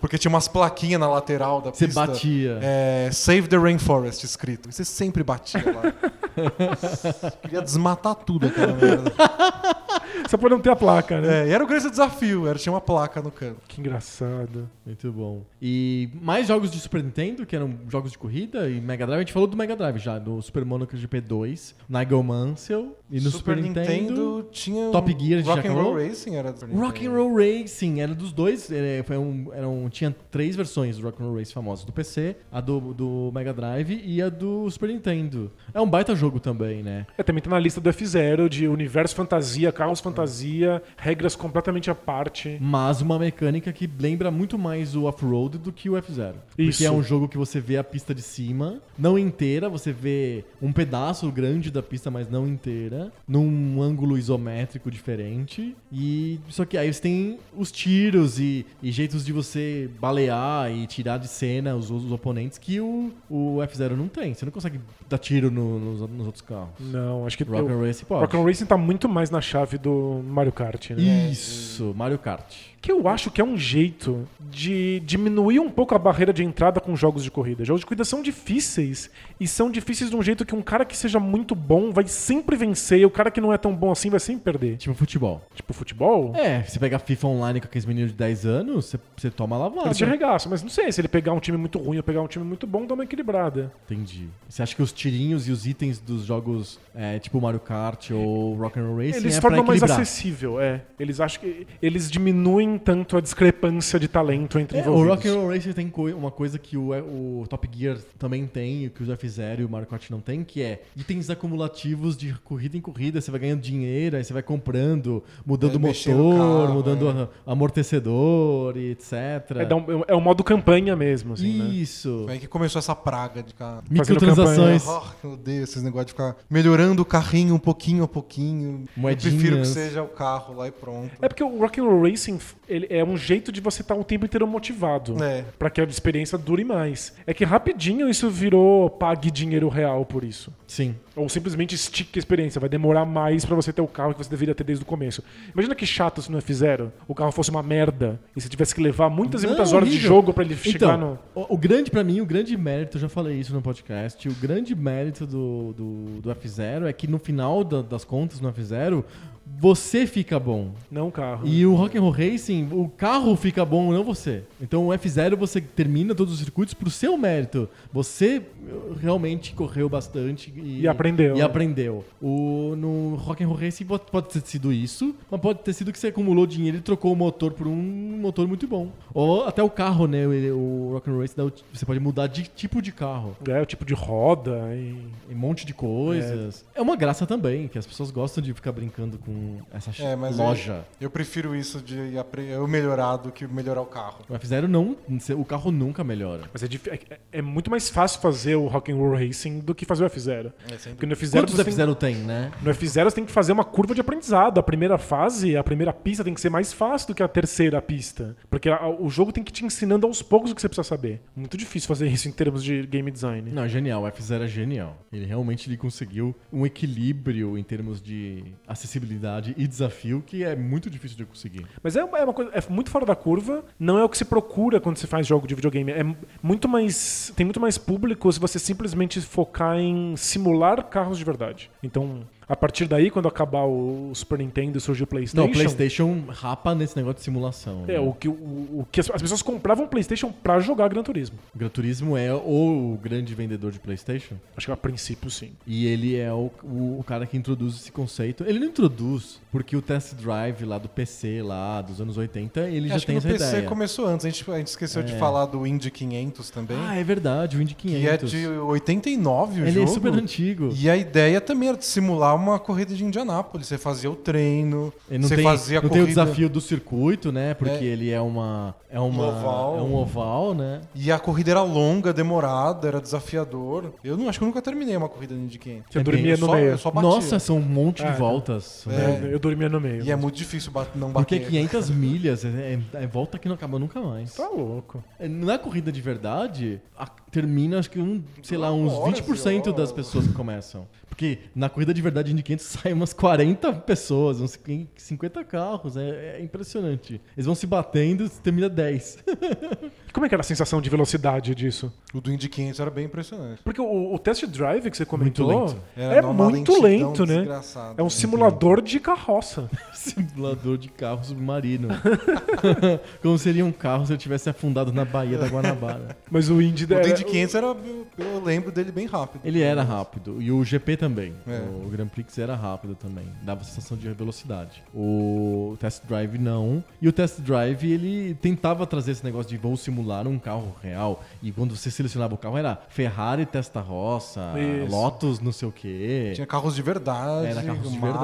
Speaker 3: Porque tinha umas plaquinhas na lateral da
Speaker 1: Você
Speaker 3: pista.
Speaker 1: batia.
Speaker 3: É, Save the Rainforest escrito. E Você sempre batia lá. Queria desmatar tudo aquela merda.
Speaker 2: Só por não ter a placa, né?
Speaker 3: É, e era o grande desafio, era, tinha uma placa no canto.
Speaker 2: Que engraçado.
Speaker 1: Muito bom. E mais jogos de Super Nintendo, que eram jogos de corrida e Mega Drive. A gente falou do Mega Drive já, do Super Monaco GP2, Nigel Mansell. E no Super, Nintendo,
Speaker 3: tinha um
Speaker 1: Top Gear, a gente
Speaker 3: Rock
Speaker 1: já
Speaker 3: and Roll
Speaker 1: falou?
Speaker 3: Racing era do Super
Speaker 1: Rock and
Speaker 3: Nintendo.
Speaker 1: Roll Racing era dos dois, é, foi um, era um- tinha três versões do Rock and Roll Racing famosas, do PC, a do, do Mega Drive e a do Super Nintendo. É um baita jogo também, né?
Speaker 2: É, também tá na lista do F-Zero, de universo fantasia, carros fantasia, regras completamente à parte.
Speaker 1: Mas uma mecânica que lembra muito mais o off-road do que o F-Zero. Porque
Speaker 2: Isso.
Speaker 1: é um jogo que você vê a pista de cima, não inteira, você vê um pedaço grande da pista, mas não inteira, num ângulo isométrico diferente. E só que aí você tem os tiros e, e jeitos de você balear e tirar de cena os, os oponentes que o, o F-Zero não tem. Você não consegue dar tiro no- nos, nos outros carros.
Speaker 2: Não, acho que
Speaker 1: Rock
Speaker 2: eu-
Speaker 1: and é Racing pode.
Speaker 2: Rock and Racing tá muito mais na chave do Mario Kart, né?
Speaker 1: Isso, Mario Kart.
Speaker 2: Que eu acho que é um jeito de diminuir um pouco a barreira de entrada com jogos de corrida. Jogos de corrida são difíceis. E são difíceis de um jeito que um cara que seja muito bom vai sempre vencer e o cara que não é tão bom assim vai sempre perder.
Speaker 1: Tipo futebol.
Speaker 2: Tipo futebol?
Speaker 1: É, você pegar FIFA online com aqueles meninos de 10 anos, você, você toma lavada.
Speaker 2: Ele te arregaça, mas não sei se ele pegar um time muito ruim ou pegar um time muito bom, dá uma equilibrada.
Speaker 1: Entendi. Você acha que os tirinhos e os itens dos jogos é, tipo Mario Kart ou Rock'n'Roll Racing
Speaker 2: Eles
Speaker 1: é pra
Speaker 2: tornam mais
Speaker 1: equilibrar?
Speaker 2: acessível, é. Eles acham que eles diminuem tanto a discrepância de talento entre
Speaker 1: É, o
Speaker 2: envolvidos.
Speaker 1: Rock'n'Roll Racing tem coi- uma coisa que o, o Top Gear também tem, e que os F-Zero e o Mario Kart não tem, que é itens acumulativos de corrida em corrida. Você vai ganhando dinheiro, aí você vai comprando, mudando
Speaker 3: É,
Speaker 1: o
Speaker 3: mexendo o
Speaker 1: motor,
Speaker 3: carro,
Speaker 1: mudando
Speaker 3: é.
Speaker 1: a- amortecedor e etc.
Speaker 2: É, dá um- é um modo campanha mesmo, assim, né?
Speaker 1: Isso.
Speaker 3: Foi aí que começou essa praga de ficar.
Speaker 2: Fazendo
Speaker 1: Microtransações.
Speaker 3: Oh, eu odeio esses negócios de ficar melhorando o carrinho um pouquinho a pouquinho.
Speaker 1: Moedinhas.
Speaker 3: Eu prefiro que seja o carro lá e pronto.
Speaker 2: É porque o Rock and Roll Racing ele é um jeito de você estar o tempo inteiro motivado.
Speaker 3: É.
Speaker 2: Pra que a experiência dure mais. É que rapidinho isso virou pague dinheiro real por isso.
Speaker 1: Sim.
Speaker 2: Ou simplesmente estique a experiência. Vai demorar mais pra você ter o carro que você deveria ter desde o começo. Imagina que chato se no F0 o carro fosse uma merda e você tivesse que levar muitas e
Speaker 1: Não,
Speaker 2: muitas horas de
Speaker 1: horrível.
Speaker 2: jogo pra ele chegar no.
Speaker 1: então, o, o grande, pra mim, o grande mérito, eu já falei isso no podcast, o grande mérito do, do, do F0 é que no final da- das contas, no F0, você fica bom.
Speaker 2: Não o carro.
Speaker 1: E o Rock'n'Roll Racing, o carro fica bom, não você. Então o F0 você termina todos os circuitos pro seu mérito. Você eh, realmente correu bastante e,
Speaker 2: E aprendeu.
Speaker 1: E aprendeu. né? O, no Rock'n'Roll Racing pode, pode ter sido isso, mas pode ter sido que você acumulou dinheiro e trocou o motor por um motor muito bom. Ou até o carro, né? O, o Rock'n'Roll Racing dá o ti- você pode mudar de tipo de carro.
Speaker 2: É, o tipo de roda e.
Speaker 1: Um monte de coisas. É. uma graça também, que as pessoas gostam de ficar brincando com essa
Speaker 3: É, mas eu-
Speaker 1: loja.
Speaker 3: Eu, prefiro isso de apre- eu melhorar do que melhorar o carro.
Speaker 1: O F0 não. O carro nunca melhora.
Speaker 2: Mas é, dif- é- é muito mais fácil fazer o Rock and Roll Racing do que fazer o F0. Porque no F0
Speaker 1: É, Quantos
Speaker 2: você tem-
Speaker 1: F0 tem, né?
Speaker 2: No F0 você tem que fazer uma curva de aprendizado. A primeira fase, a primeira pista tem que ser mais fácil do que a terceira pista. Porque a- o jogo tem que te ensinando aos poucos o que você precisa saber. Muito difícil fazer isso em termos de game design.
Speaker 1: Não, é genial. O F0 é genial. Ele realmente ele conseguiu um equilíbrio em termos de acessibilidade e desafio que é muito difícil de conseguir.
Speaker 2: Mas é uma é uma coisa é muito fora da curva, não é o que se procura quando se faz jogo de videogame. É mu- muito mais tem muito mais público se você simplesmente focar em simular carros de verdade. Então, a partir daí quando acabar o Super Nintendo e surgir o
Speaker 1: Não, o PlayStation rapa nesse negócio de simulação.
Speaker 2: É,
Speaker 1: né?
Speaker 2: o que, o, o que as, as pessoas compravam PlayStation pra jogar Gran Turismo.
Speaker 1: O Gran Turismo é o grande vendedor de PlayStation.
Speaker 2: Acho que é a princípio sim.
Speaker 1: E ele é o, o, o cara que introduz esse conceito. Ele não introduz, porque o test drive lá do PC, lá dos anos 80, ele já
Speaker 3: É, Acho que
Speaker 1: tem
Speaker 3: no
Speaker 1: essa
Speaker 3: PC
Speaker 1: ideia. É.
Speaker 3: começou antes. A gente, a gente esqueceu de falar do Indy 500 também.
Speaker 1: Ah, é verdade, o Indy
Speaker 3: que
Speaker 1: 500.
Speaker 3: é de 89 o
Speaker 1: Ele
Speaker 3: jogo.
Speaker 1: é super antigo.
Speaker 3: E a ideia também era de simular uma corrida de Indianápolis. Você fazia o treino,
Speaker 1: Ele não
Speaker 3: você
Speaker 1: tem,
Speaker 3: fazia a
Speaker 1: não tem
Speaker 3: corrida.
Speaker 1: o desafio do circuito, né? Porque
Speaker 3: É.
Speaker 1: ele é uma. É uma,
Speaker 3: Um oval.
Speaker 1: É um oval, né?
Speaker 3: E a corrida era longa, demorada, era desafiador. Eu não acho que eu nunca terminei uma corrida de Indy 500.
Speaker 2: Você
Speaker 1: Também,
Speaker 2: dormia
Speaker 3: Eu
Speaker 2: no
Speaker 3: É só,
Speaker 2: meio.
Speaker 3: eu só batia.
Speaker 1: Nossa, são um monte de
Speaker 2: Ah, tá.
Speaker 1: voltas.
Speaker 3: É.
Speaker 1: né?
Speaker 2: É, eu dormia no meio.
Speaker 3: E é muito difícil bat- não
Speaker 1: Porque
Speaker 3: bater.
Speaker 1: 500 milhas é, é- é volta que não acaba nunca mais.
Speaker 2: Tá louco.
Speaker 1: É, Na corrida de verdade, a- termina acho que um, sei lá, uns
Speaker 3: Horas e
Speaker 1: 20% das
Speaker 3: horas.
Speaker 1: pessoas que começam. Porque na corrida de verdade de Indy 500 saem umas 40 pessoas, uns 50 carros. É, é impressionante. Eles vão se batendo e termina 10.
Speaker 2: E como é que era a sensação de velocidade disso?
Speaker 3: O do Indy 500 era bem impressionante.
Speaker 2: Porque o, o test drive que você comentou
Speaker 1: Muito lento.
Speaker 2: é
Speaker 3: numa
Speaker 2: muito
Speaker 3: lentidão
Speaker 2: lento, né?
Speaker 3: desgraçada.
Speaker 2: É um simulador de carroça.
Speaker 1: Simulador de carro submarino. Como seria um carro se eu tivesse afundado na Baía da Guanabara.
Speaker 2: Mas o Indy é-
Speaker 3: O do
Speaker 2: era-
Speaker 3: Indy de 500 era, eu, eu lembro dele bem rápido.
Speaker 1: é, Ele era rápido. E o GP também.
Speaker 3: É.
Speaker 1: O Grand Prix era rápido também. Dava sensação de velocidade. O Test Drive não. E o Test Drive, ele tentava trazer esse negócio de vou simular um carro real. E quando você selecionava o carro, era Ferrari testa roça,
Speaker 2: Isso.
Speaker 1: Lotus não sei o quê.
Speaker 3: Tinha carros de verdade,
Speaker 1: É. Era carros É, de
Speaker 3: marca.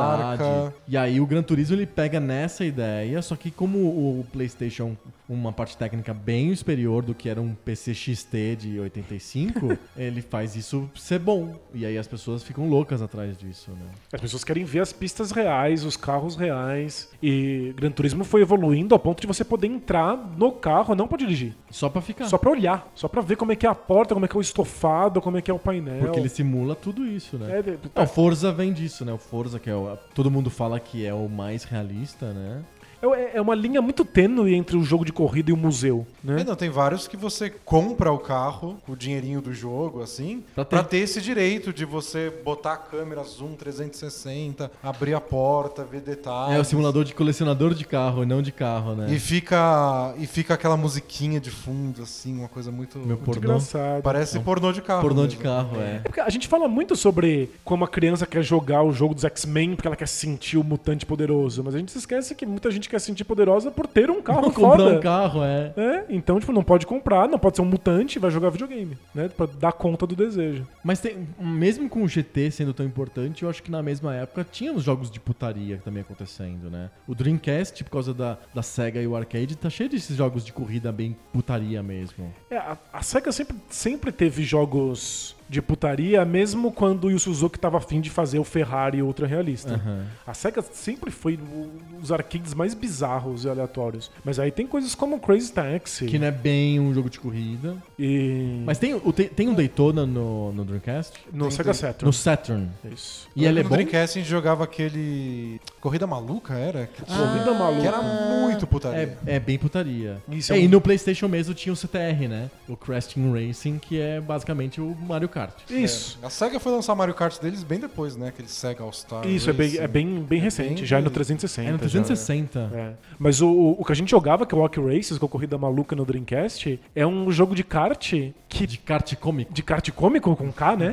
Speaker 1: verdade. E aí o Gran Turismo ele pega nessa ideia, só que como o PlayStation uma parte técnica bem superior do que era um PC XT de 85, ele faz isso ser bom. E aí as pessoas ficam loucas atrás disso, né?
Speaker 2: As pessoas querem ver as pistas reais, os carros reais. E Gran Turismo foi evoluindo ao ponto de você poder entrar no carro, não pra dirigir.
Speaker 1: Só pra ficar.
Speaker 2: Só pra olhar. Só pra ver como é que é a porta, como é que é o estofado, como é que é o painel.
Speaker 1: Porque ele simula tudo isso, né?
Speaker 2: É, de-
Speaker 1: É, o Forza vem disso, né? O Forza, que é o, todo mundo fala que é o mais realista, né?
Speaker 2: é- é uma linha muito tênue entre o jogo de corrida e o museu,
Speaker 3: É,
Speaker 2: né?
Speaker 3: não, tem vários que você compra o carro, o dinheirinho do jogo, assim,
Speaker 1: Pra
Speaker 3: pra
Speaker 1: ter-
Speaker 3: ter, esse direito de você botar a câmera zoom 360, abrir a porta, ver detalhes.
Speaker 2: Ah,
Speaker 1: É o simulador de colecionador de carro e não de carro, né?
Speaker 3: E fica, e fica aquela musiquinha de fundo, assim, uma coisa muito.
Speaker 1: Meu
Speaker 2: Muito
Speaker 1: pornô.
Speaker 2: engraçado.
Speaker 3: Parece pornô de carro.
Speaker 1: Pornô de
Speaker 2: né?
Speaker 3: mesmo.
Speaker 1: carro, é.
Speaker 2: Porque a gente fala muito sobre como a criança quer jogar o jogo dos X-Men porque ela quer sentir o mutante poderoso, mas a gente se esquece que muita gente quer se sentir poderosa por ter um carro
Speaker 1: Comprar
Speaker 2: foda.
Speaker 1: um carro, é.
Speaker 2: É, então, tipo, não pode comprar, não pode ser um mutante, vai jogar videogame, né? Pra dar conta do desejo.
Speaker 1: Mas tem- mesmo com o GT sendo tão importante, eu acho que na mesma época tinha os jogos de putaria também acontecendo, né? O Dreamcast, por causa da, da SEGA e o arcade, tá cheio desses jogos de corrida bem putaria mesmo.
Speaker 2: É, a, a SEGA sempre, sempre teve jogos de putaria, mesmo quando o Yu Suzuki tava afim de fazer o Ferrari ultra realista. A SEGA sempre foi o- os arcades mais bizarros e aleatórios. Mas aí tem coisas como Crazy Taxi
Speaker 1: Que não é bem um jogo de corrida.
Speaker 2: e...
Speaker 1: Mas tem, o- tem, tem um Daytona no, no Dreamcast?
Speaker 2: no
Speaker 3: tem-
Speaker 2: Sega
Speaker 3: tem-
Speaker 2: Saturn.
Speaker 1: No Saturn.
Speaker 2: Isso.
Speaker 1: E ele é
Speaker 3: no
Speaker 1: bom?
Speaker 3: Dreamcast a gente jogava aquele. Corrida maluca era? Que,
Speaker 2: Corrida maluca.
Speaker 3: Ah, que era muito putaria.
Speaker 1: É, é bem putaria.
Speaker 2: Isso
Speaker 1: é,
Speaker 2: é um-
Speaker 1: E no PlayStation mesmo tinha o CTR, né? O Crash Team Racing, que é basicamente o Mario Kart.
Speaker 2: Isso.
Speaker 3: É, A SEGA foi lançar Mario Kart deles bem depois, né? Aquele SEGA All-Star.
Speaker 2: Isso, é bem,
Speaker 3: Racing.
Speaker 2: é bem, bem recente,
Speaker 3: bem-
Speaker 2: já é no 360.
Speaker 1: É no
Speaker 2: já.
Speaker 1: 360.
Speaker 2: É. Mas o, o que a gente jogava, que é o Walk Races, que é o Corrida Maluca no Dreamcast, é um jogo de kart que.
Speaker 1: De kart cômico.
Speaker 2: De kart cômico com K, né?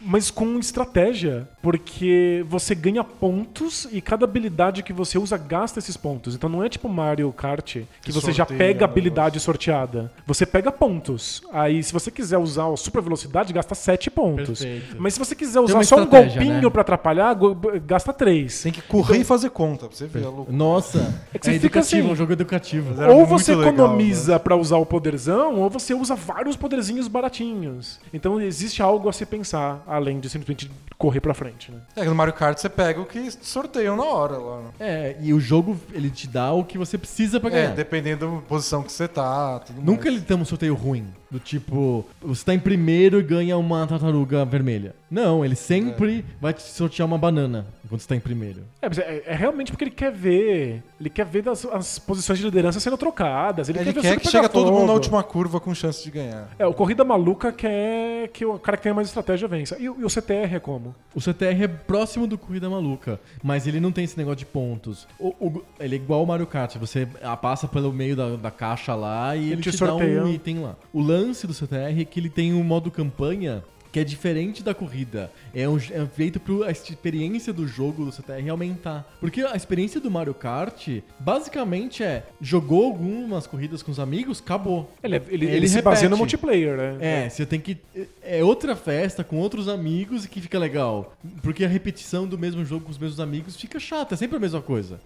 Speaker 2: Mas com estratégia. Porque você ganha pontos e cada habilidade que você usa gasta esses pontos. Então não é tipo Mario Kart, que,
Speaker 3: Que
Speaker 2: você já
Speaker 3: sorteia
Speaker 2: pega a
Speaker 3: o
Speaker 2: habilidade sorteada. Você pega pontos. Aí, se você quiser usar a super velocidade, gasta 7 pontos.
Speaker 1: Perfeito.
Speaker 2: Mas se você quiser
Speaker 1: uma
Speaker 2: usar só um
Speaker 1: estratégia,
Speaker 2: golpinho
Speaker 1: né?
Speaker 2: pra atrapalhar, go- gasta 3.
Speaker 3: Tem que correr
Speaker 1: Então-
Speaker 3: e fazer conta, pra você ver a loucura.
Speaker 1: Nossa, é,
Speaker 2: É que você fica
Speaker 1: educativo,
Speaker 2: assim-
Speaker 1: um jogo educativo.
Speaker 3: Mas era
Speaker 2: ou
Speaker 3: muito
Speaker 2: você
Speaker 3: legal, né?
Speaker 2: economiza pra usar o poderzão, ou você usa vários poderzinhos baratinhos. Então existe algo a se pensar, além de simplesmente correr pra frente. Né?
Speaker 3: É que no Mario Kart você pega o que sorteiam na hora lá. né?
Speaker 1: É, e o jogo, ele te dá o que você precisa pra
Speaker 3: É,
Speaker 1: ganhar.
Speaker 3: dependendo da posição que você tá, tudo
Speaker 1: Nunca
Speaker 3: mais.
Speaker 1: ele tem um sorteio ruim, do tipo, você tá em primeiro e ganha uma tartaruga vermelha. Não, ele sempre vai te sortear uma banana quando você tá em primeiro.
Speaker 2: É, mas é, é realmente porque ele quer ver. Ele quer ver as, as posições de liderança sendo trocadas. Ele,
Speaker 3: É, Ele,
Speaker 2: quer, ver o
Speaker 3: quer
Speaker 2: circo
Speaker 3: que
Speaker 2: pegar
Speaker 3: chegue todo mundo
Speaker 2: fogo.
Speaker 3: na última curva com chance de ganhar.
Speaker 2: É, o Corrida Maluca quer que o cara que tenha mais estratégia vença. E, o- e o CTR é como?
Speaker 1: O CTR é próximo do Corrida Maluca, mas ele não tem esse negócio de pontos. O- o- ele é igual o Mario Kart, você ah, passa pelo meio da, da caixa lá e ele,
Speaker 2: te
Speaker 1: te, dá
Speaker 2: sorteia.
Speaker 1: um item lá. O lance do CTR é que ele tem um modo campanha que é diferente da corrida. É, um, é feito para a experiência do jogo do CTR aumentar. Porque a experiência do Mario Kart basicamente é jogou algumas corridas com os amigos, acabou.
Speaker 2: Ele, é-
Speaker 3: É,
Speaker 2: ele, ele se baseia no multiplayer, né?
Speaker 1: É, você tem que. É outra festa com outros amigos e que fica legal. Porque a repetição do mesmo jogo com os mesmos amigos fica chata, é sempre a mesma coisa.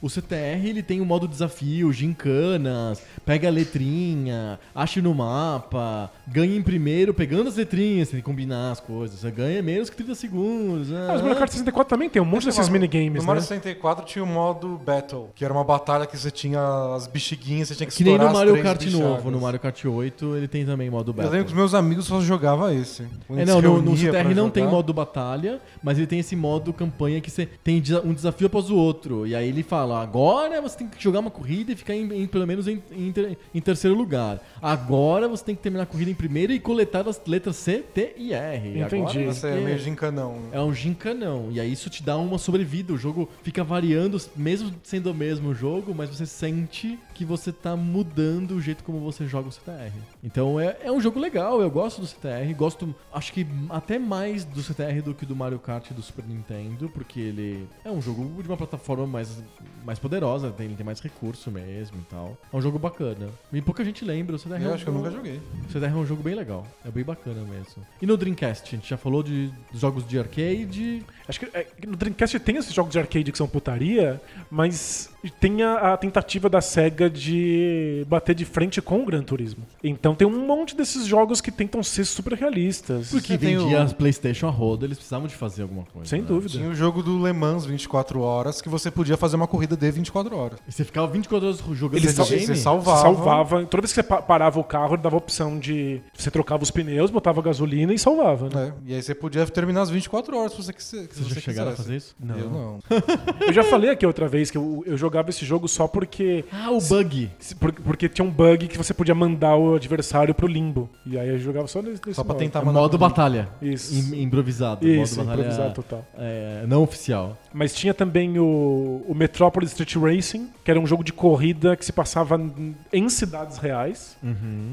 Speaker 1: O CTR ele tem o modo desafio, gincanas, pega a letrinha, ache no mapa, ganha em primeiro pegando as letrinhas, tem que combinar as coisas. Você ganha menos que 30 segundos. né?
Speaker 2: Ah, mas o Mario Kart 64 também tem um monte desses
Speaker 3: No-
Speaker 2: minigames,
Speaker 3: No
Speaker 2: né?
Speaker 3: Mario 64 tinha o modo Battle, que era uma batalha que você tinha as bexiguinhas, você tinha que,
Speaker 1: Que nem
Speaker 3: estourar
Speaker 1: no
Speaker 3: as
Speaker 1: Mario
Speaker 3: três
Speaker 1: Kart
Speaker 3: bichadas.
Speaker 1: novo, no Mario Kart 8, ele tem também modo
Speaker 3: Eu
Speaker 1: Battle.
Speaker 3: lembro que os meus amigos só jogavam esse. Quando
Speaker 1: É,
Speaker 3: eles
Speaker 1: não,
Speaker 3: se
Speaker 1: no, no
Speaker 3: reunia pra
Speaker 1: CTR não tem
Speaker 3: jogar.
Speaker 1: modo batalha, mas ele tem esse modo campanha que você tem desa- um desafio após o outro. E aí ele fala, fala, agora você tem que jogar uma corrida e ficar em, em- pelo menos em, em ter- em terceiro lugar. Agora você tem que terminar a corrida em primeiro e coletar as letras C, T e R. Agora
Speaker 2: Entendi.
Speaker 1: não
Speaker 3: Nossa,
Speaker 1: sei
Speaker 3: é
Speaker 1: o quê.
Speaker 3: meio gincanão.
Speaker 1: É um gincanão. E aí isso te dá uma sobrevida. O jogo fica variando, mesmo sendo o mesmo jogo, mas você sente que você tá mudando o jeito como você joga o CTR. Então é, é um jogo legal, eu gosto do CTR, gosto, acho que até mais do CTR do que do Mario Kart e do Super Nintendo, porque ele é um jogo de uma plataforma mais, mais poderosa, tem, ele tem mais recurso mesmo e tal. É um jogo bacana. E pouca gente lembra, o CTR é
Speaker 3: Eu
Speaker 1: um
Speaker 3: acho que eu
Speaker 1: jogo-
Speaker 3: nunca joguei.
Speaker 1: CDR é um jogo bem legal, é bem bacana mesmo. E no Dreamcast, a gente já falou de jogos de arcade.
Speaker 2: Acho que é, que no Dreamcast tem esses jogos de arcade que são putaria, mas tem a, a tentativa da SEGA de bater de frente com o Gran Turismo. Então tem um monte desses jogos que tentam ser super realistas.
Speaker 1: Porque
Speaker 3: tem
Speaker 1: vendia
Speaker 3: o-
Speaker 1: as PlayStation a roda, eles precisavam de fazer alguma coisa.
Speaker 2: Sem
Speaker 1: né?
Speaker 2: dúvida.
Speaker 3: Tinha o jogo do Le Mans 24 horas, que você podia fazer uma corrida de 24 horas.
Speaker 1: E você ficava 24 horas jogando
Speaker 3: Você
Speaker 1: esse
Speaker 3: sal-
Speaker 1: game?
Speaker 3: Você
Speaker 2: Salvava.
Speaker 3: salvava.
Speaker 2: Toda vez que você pa- parava o carro, ele dava a opção de. Você trocava os pneus, botava gasolina e salvava, né?
Speaker 3: né? E aí você podia terminar as 24 horas se você quisesse.
Speaker 1: Vocês já chegaram a fazer isso?
Speaker 3: Eu não. É.
Speaker 2: Eu já falei aqui outra vez que eu, eu jogava esse jogo só porque
Speaker 1: Ah, o bug.
Speaker 2: Se- por- Porque tinha um bug que você podia mandar o adversário pro limbo. E aí eu jogava só nesse, nesse
Speaker 3: Só pra
Speaker 2: É modo.
Speaker 3: tentar mandar.
Speaker 1: modo
Speaker 3: pro-
Speaker 1: batalha.
Speaker 2: Isso.
Speaker 1: Im- improvisado.
Speaker 2: Isso,
Speaker 1: modo batalha
Speaker 2: improvisar total.
Speaker 1: é, não oficial.
Speaker 2: Mas tinha também o, o Metropolis Street Racing, que era um jogo de corrida que se passava n- em cidades reais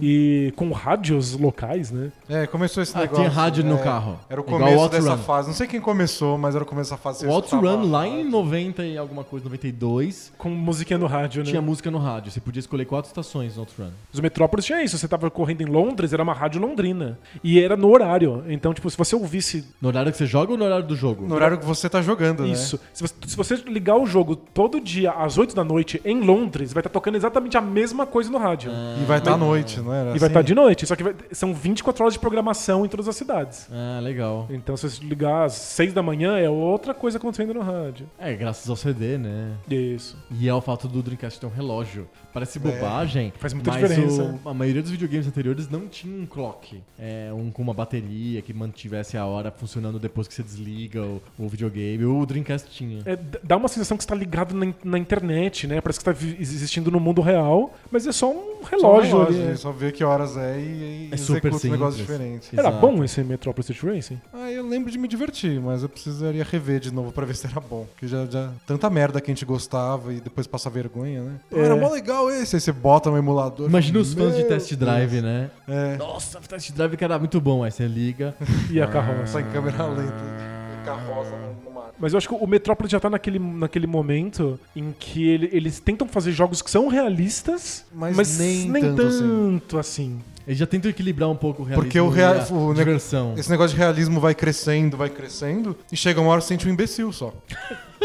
Speaker 2: e com rádios locais, né?
Speaker 3: É, começou esse
Speaker 1: Ah,
Speaker 3: negócio.
Speaker 1: tinha rádio no
Speaker 3: é,
Speaker 1: carro.
Speaker 3: Era o
Speaker 1: Igual
Speaker 3: começo
Speaker 1: o
Speaker 3: dessa
Speaker 1: OutRun.
Speaker 3: fase. Não sei quem começou, mas era o começo da fase. você
Speaker 1: O
Speaker 3: escutava
Speaker 1: OutRun lá em
Speaker 3: rádio.
Speaker 1: 90 e alguma coisa, 92,
Speaker 2: Com musiquinha no rádio,
Speaker 3: Uhum.
Speaker 2: né?
Speaker 1: tinha música no rádio. Você podia escolher quatro estações no OutRun.
Speaker 2: Os Metrópolis tinha isso. Você tava correndo em Londres, era uma rádio londrina. E era no horário. Então, tipo, se você ouvisse
Speaker 1: No horário que você joga ou no horário do jogo?
Speaker 3: No horário que você tá jogando,
Speaker 2: Isso. Se você, se você ligar o jogo todo dia às 8 da noite em Londres, vai estar tocando exatamente a mesma coisa no rádio.
Speaker 3: né? E vai estar à noite, não
Speaker 2: E
Speaker 3: era?
Speaker 2: vai
Speaker 3: assim?
Speaker 2: estar de noite, só que vai- são 24 horas de programação em todas as cidades.
Speaker 1: Ah, legal.
Speaker 2: Então, se você ligar às 6 da manhã, é outra coisa acontecendo no rádio.
Speaker 1: É, graças ao CD, né?
Speaker 2: Isso.
Speaker 1: E é o fato do Dreamcast ter um relógio.
Speaker 3: É,
Speaker 1: Parece bobagem.
Speaker 2: faz muita
Speaker 1: mas
Speaker 2: diferença.
Speaker 1: o- a maioria dos videogames anteriores não tinha um clock. É, um com uma bateria que mantivesse a hora funcionando depois que você desliga o, o videogame. O Dreamcast tinha.
Speaker 2: É, d- dá uma sensação que você está ligado na, in- na internet, né? Parece que está existindo no mundo real, mas é só um
Speaker 3: Só um
Speaker 2: relógio. ali.
Speaker 3: relógio, Só ver que horas é e, e
Speaker 1: É super
Speaker 3: executa um negócio
Speaker 1: simples.
Speaker 3: diferente.
Speaker 2: Era
Speaker 1: Exato.
Speaker 2: bom esse Metropolis Street Racing?
Speaker 3: Ah, eu lembro de me divertir, mas eu precisaria rever de novo pra ver se era bom. Porque já, já tanta merda que a gente gostava e depois passa vergonha, né? Ah, Era mó legal esse. Aí você bota no emulador.
Speaker 1: É. Imagina os
Speaker 3: Meu
Speaker 1: fãs de Test Drive,
Speaker 3: Deus.
Speaker 1: né?
Speaker 3: É,
Speaker 1: Nossa,
Speaker 2: tá
Speaker 1: Test Drive, cara, muito bom. Aí você liga.
Speaker 2: E a carroça.
Speaker 3: sai em câmera lenta. Carroça no- no mar.
Speaker 2: Mas eu acho que o Metrópolis já tá naquele, naquele momento em que ele- eles tentam fazer jogos que são realistas, mas,
Speaker 3: Mas
Speaker 2: nem,
Speaker 3: nem tanto
Speaker 2: tanto assim.
Speaker 1: Eles já tentam equilibrar um pouco o realismo
Speaker 3: Porque o
Speaker 1: e a
Speaker 3: rea- o neg-
Speaker 1: diversão.
Speaker 3: Esse negócio de realismo vai crescendo, vai crescendo, e chega uma hora que sente um imbecil só.